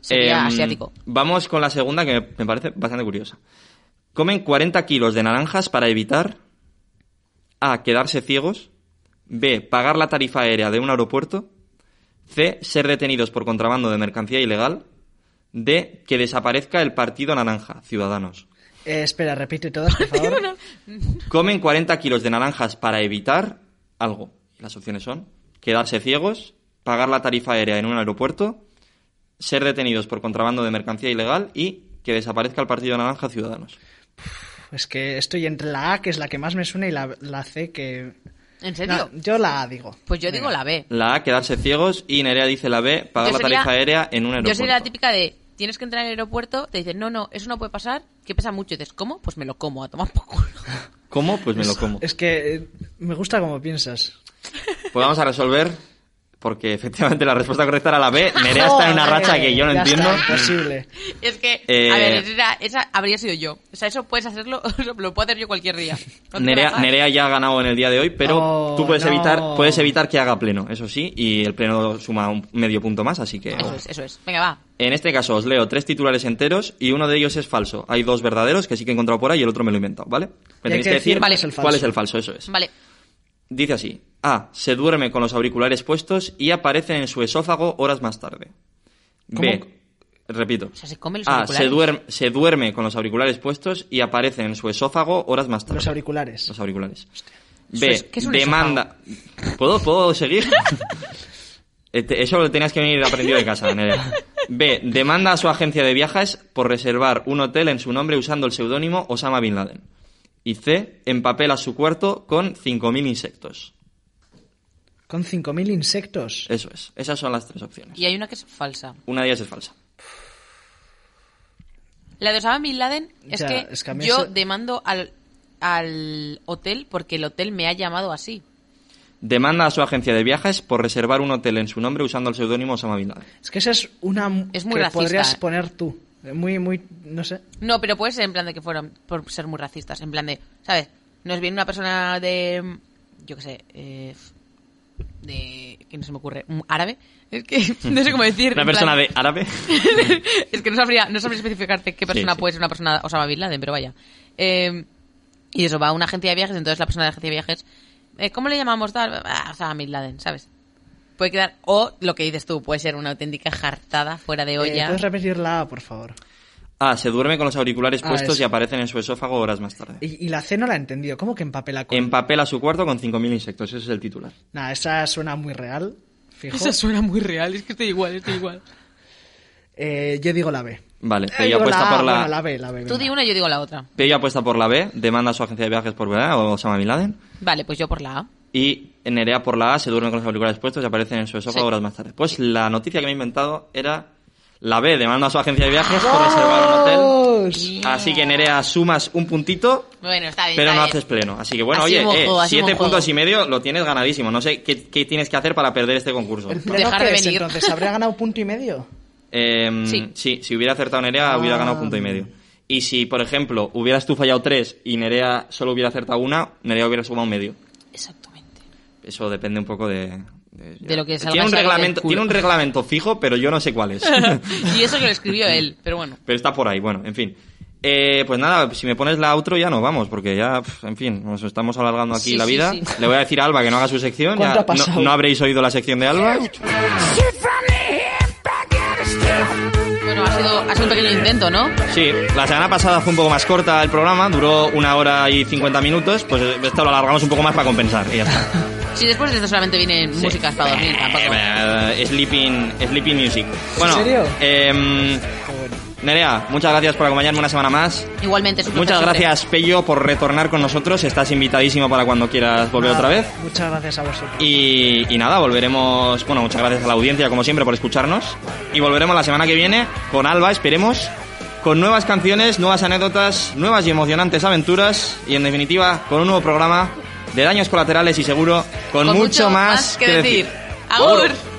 G: Sería
B: Em,
G: asiático.
B: Vamos con la segunda que me- me parece bastante curiosa. Comen 40 kilos de naranjas para evitar A. Quedarse ciegos. B. Pagar la tarifa aérea de un aeropuerto. C. Ser detenidos por contrabando de mercancía ilegal. D. Que desaparezca el partido naranja, Ciudadanos.
D: Eh, espera, repite todas,
G: <laughs>
D: por favor.
B: Comen 40 kilos de naranjas para evitar algo. Las opciones son quedarse ciegos, pagar la tarifa aérea en un aeropuerto, ser detenidos por contrabando de mercancía ilegal y que desaparezca el Partido Naranja Ciudadanos.
D: Es Pues que estoy entre la A, que es la que más me suena, y la, la C, que...
G: ¿En serio?
D: No, yo la A digo.
G: Pues yo digo la B.
B: La A, quedarse ciegos y Nerea dice la B, pagar
G: Yo
B: la
G: sería-
B: tarifa aérea en un aeropuerto.
G: Yo soy la típica de, tienes que entrar en el aeropuerto, te dicen, no, no, eso no puede pasar, que pesa mucho. Y dices, ¿cómo? Pues me lo como, a tomar por culo.
B: ¿Cómo? Pues me lo como.
D: Es que eh, me gusta como piensas.
B: Pues vamos a resolver, porque efectivamente la respuesta correcta era la B. Nerea está en una
D: Joder,
B: racha que yo no
D: ya
B: entiendo.
D: Está, imposible.
G: Es que, a
B: Eh,
G: ver, esa, esa habría sido yo. O sea, eso puedes hacerlo, <laughs> lo puedo hacer yo cualquier día. No te
B: Nerea,
G: relajas.
B: Nerea ya ha ganado en el día de hoy, pero
D: Oh,
B: tú puedes
D: no.
B: evitar puedes evitar que haga pleno, eso sí, y el pleno suma un medio punto más, así que...
G: Eso es, eso es. Venga, va.
B: En este caso os leo tres titulares enteros y uno de ellos es falso. Hay dos verdaderos que sí que he encontrado por ahí y el otro me lo he inventado, ¿vale? Me
D: Y hay
B: tenéis
D: que
B: que decir
D: decir cuál es el falso.
B: cuál es el falso, eso es.
G: Vale.
B: Dice así. A. Se duerme con los auriculares puestos y aparece en su esófago horas más tarde.
D: ¿Cómo?
B: B. Repito.
G: O sea, se come los
B: A.
G: auriculares.
B: Ah, Se duerme, se duerme con los auriculares puestos y aparece en su esófago horas más tarde.
D: Los auriculares.
B: Los auriculares.
G: Eso
B: B.
G: es- ¿qué es un
B: demanda. ¿Puedo, ¿Puedo seguir? <laughs> Eh, te- Eso lo tenías que venir aprendido de casa, Nerea. B. Demanda a su agencia de viajes por reservar un hotel en su nombre usando el seudónimo Osama Bin Laden. Y C. Empapela su cuarto con 5.000 insectos.
D: Con 5.000 insectos.
B: Eso es. Esas son las tres opciones.
G: Y hay una que es falsa.
B: Una de ellas es falsa.
G: La de Osama Bin Laden es,
D: Ya,
G: que,
D: es que a mí
G: yo
D: eso-
G: demando al, al hotel porque el hotel me ha llamado así.
B: Demanda a su agencia de viajes por reservar un hotel en su nombre usando el seudónimo Osama Bin Laden.
D: Es que esa es una m-
G: Es muy
D: que
G: racista,
D: podrías
G: eh.
D: poner tú. Muy, muy, no sé.
G: No, pero puede ser en plan de que fueron por ser muy racistas. En plan de, ¿sabes? Nos viene una persona de. Yo qué sé. eh, de. que no se me ocurre. un árabe. Es que <laughs> no sé cómo decir.
B: Una
G: en
B: persona
G: plan-
B: de árabe.
G: <laughs> es que no sabría, no sabría especificarte qué persona
B: Sí, sí.
G: puede ser una persona Osama Bin Laden, pero vaya. Eh, y eso, va a una agencia de viajes, entonces la persona de la agencia de viajes, eh, ¿cómo le llamamos tal? Ah, Osama Bin Laden, ¿sabes? Puede quedar, o lo que dices tú, puede ser una auténtica jartada fuera de
D: Eh,
G: olla.
D: ¿Puedes repetir la A, por favor?
B: A. Ah, Se duerme con los auriculares
D: Ah,
B: puestos
D: eso.
B: y aparecen en su esófago horas más tarde.
D: Y, y la C no la he entendido. ¿Cómo que empapela con...?
B: Empapela su cuarto con 5.000 insectos. Ese es el titular.
D: Nah, esa suena muy real. Fijo.
H: Esa suena muy real, es que estoy igual, estoy igual.
D: Eh, yo digo la B.
B: Vale,
D: Eh,
B: Pello
D: digo
B: apuesta,
D: A,
B: por la...
D: bueno, la B, la B.
G: tú
D: venga.
G: di una y yo digo la otra.
B: Pello apuesta por la B, demanda a su agencia de viajes por verdad o Osama Bin Laden.
G: Vale, pues yo por la A.
B: Y Nerea por la A se duerme con los auriculares puestos y aparecen en su esófago
G: Sí.
B: horas más tarde. Pues la noticia que me he inventado era la B, demanda a su agencia de viajes por reservar un hotel.
D: Dos.
B: Así que Nerea sumas un puntito,
G: Bueno, está bien.
B: pero
G: está
B: no
G: bien.
B: haces pleno. Así que bueno,
G: Así
B: oye,
G: hemos
B: eh,
G: jugado, así
B: siete
G: hemos jugado.
B: puntos y medio lo tienes ganadísimo. No sé qué, qué tienes que hacer para perder este concurso.
D: ¿El pleno
G: Dejar
D: qué
G: de
D: es,
G: venir.
D: Entonces, ¿habría ganado punto y medio?
B: Em,
G: Sí.
B: sí. si hubiera acertado Nerea, hubiera
D: Ah.
B: ganado punto y medio. Y si, por ejemplo, hubieras tú fallado tres y Nerea solo hubiera acertado una, Nerea hubiera sumado medio.
G: Exactamente. <laughs>
B: Eso depende un poco de...
G: De lo que salga
B: tiene un,
G: sale del
B: reglamento,
G: culo.
B: tiene un reglamento fijo, pero yo no sé cuál
G: <laughs>
B: es.
G: y eso que lo escribió él, pero bueno.
B: pero está por ahí, bueno, en fin. Eh, pues nada, si me pones la outro ya no vamos, porque ya, pf, en fin, nos estamos alargando aquí
G: Sí,
B: la
G: sí,
B: vida.
G: sí.
B: Le voy a decir a Alba que no haga su sección.
D: ¿Cuánto
B: ya
D: ha pasado?
B: no, no habréis oído la sección de Alba.
I: Shoot from the hip, I got a stiff.
G: Bueno, ha sido, ha sido un pequeño intento, ¿no?
B: Sí, la semana pasada fue un poco más corta el programa, duró una hora y 50 minutos, pues esto lo alargamos un poco más para compensar. Y ya
C: <laughs>
B: está.
G: Si después de esto solamente vienen músicas para
C: pues,
G: dormir, tampoco.
B: Eh, sleeping, sleeping music. Bueno,
D: serio?
B: em,
D: Qué bueno.
B: Nerea, muchas gracias por acompañarme una semana más.
C: Igualmente, es un
B: Muchas
C: placer
B: gracias, Pello, por retornar con nosotros. Estás invitadísimo para cuando quieras volver
C: Ah,
D: Nada,
B: otra vez.
D: Muchas gracias a vosotros.
B: Y, y nada, volveremos. Bueno, muchas gracias a la audiencia, como siempre, por escucharnos. Y volveremos la semana que viene con Alba, esperemos, con nuevas canciones, nuevas anécdotas, nuevas y emocionantes aventuras. Y en definitiva, con un nuevo programa de daños colaterales y seguro con,
C: Con
B: mucho, más que decir.
C: ¡Agur!
B: Agur.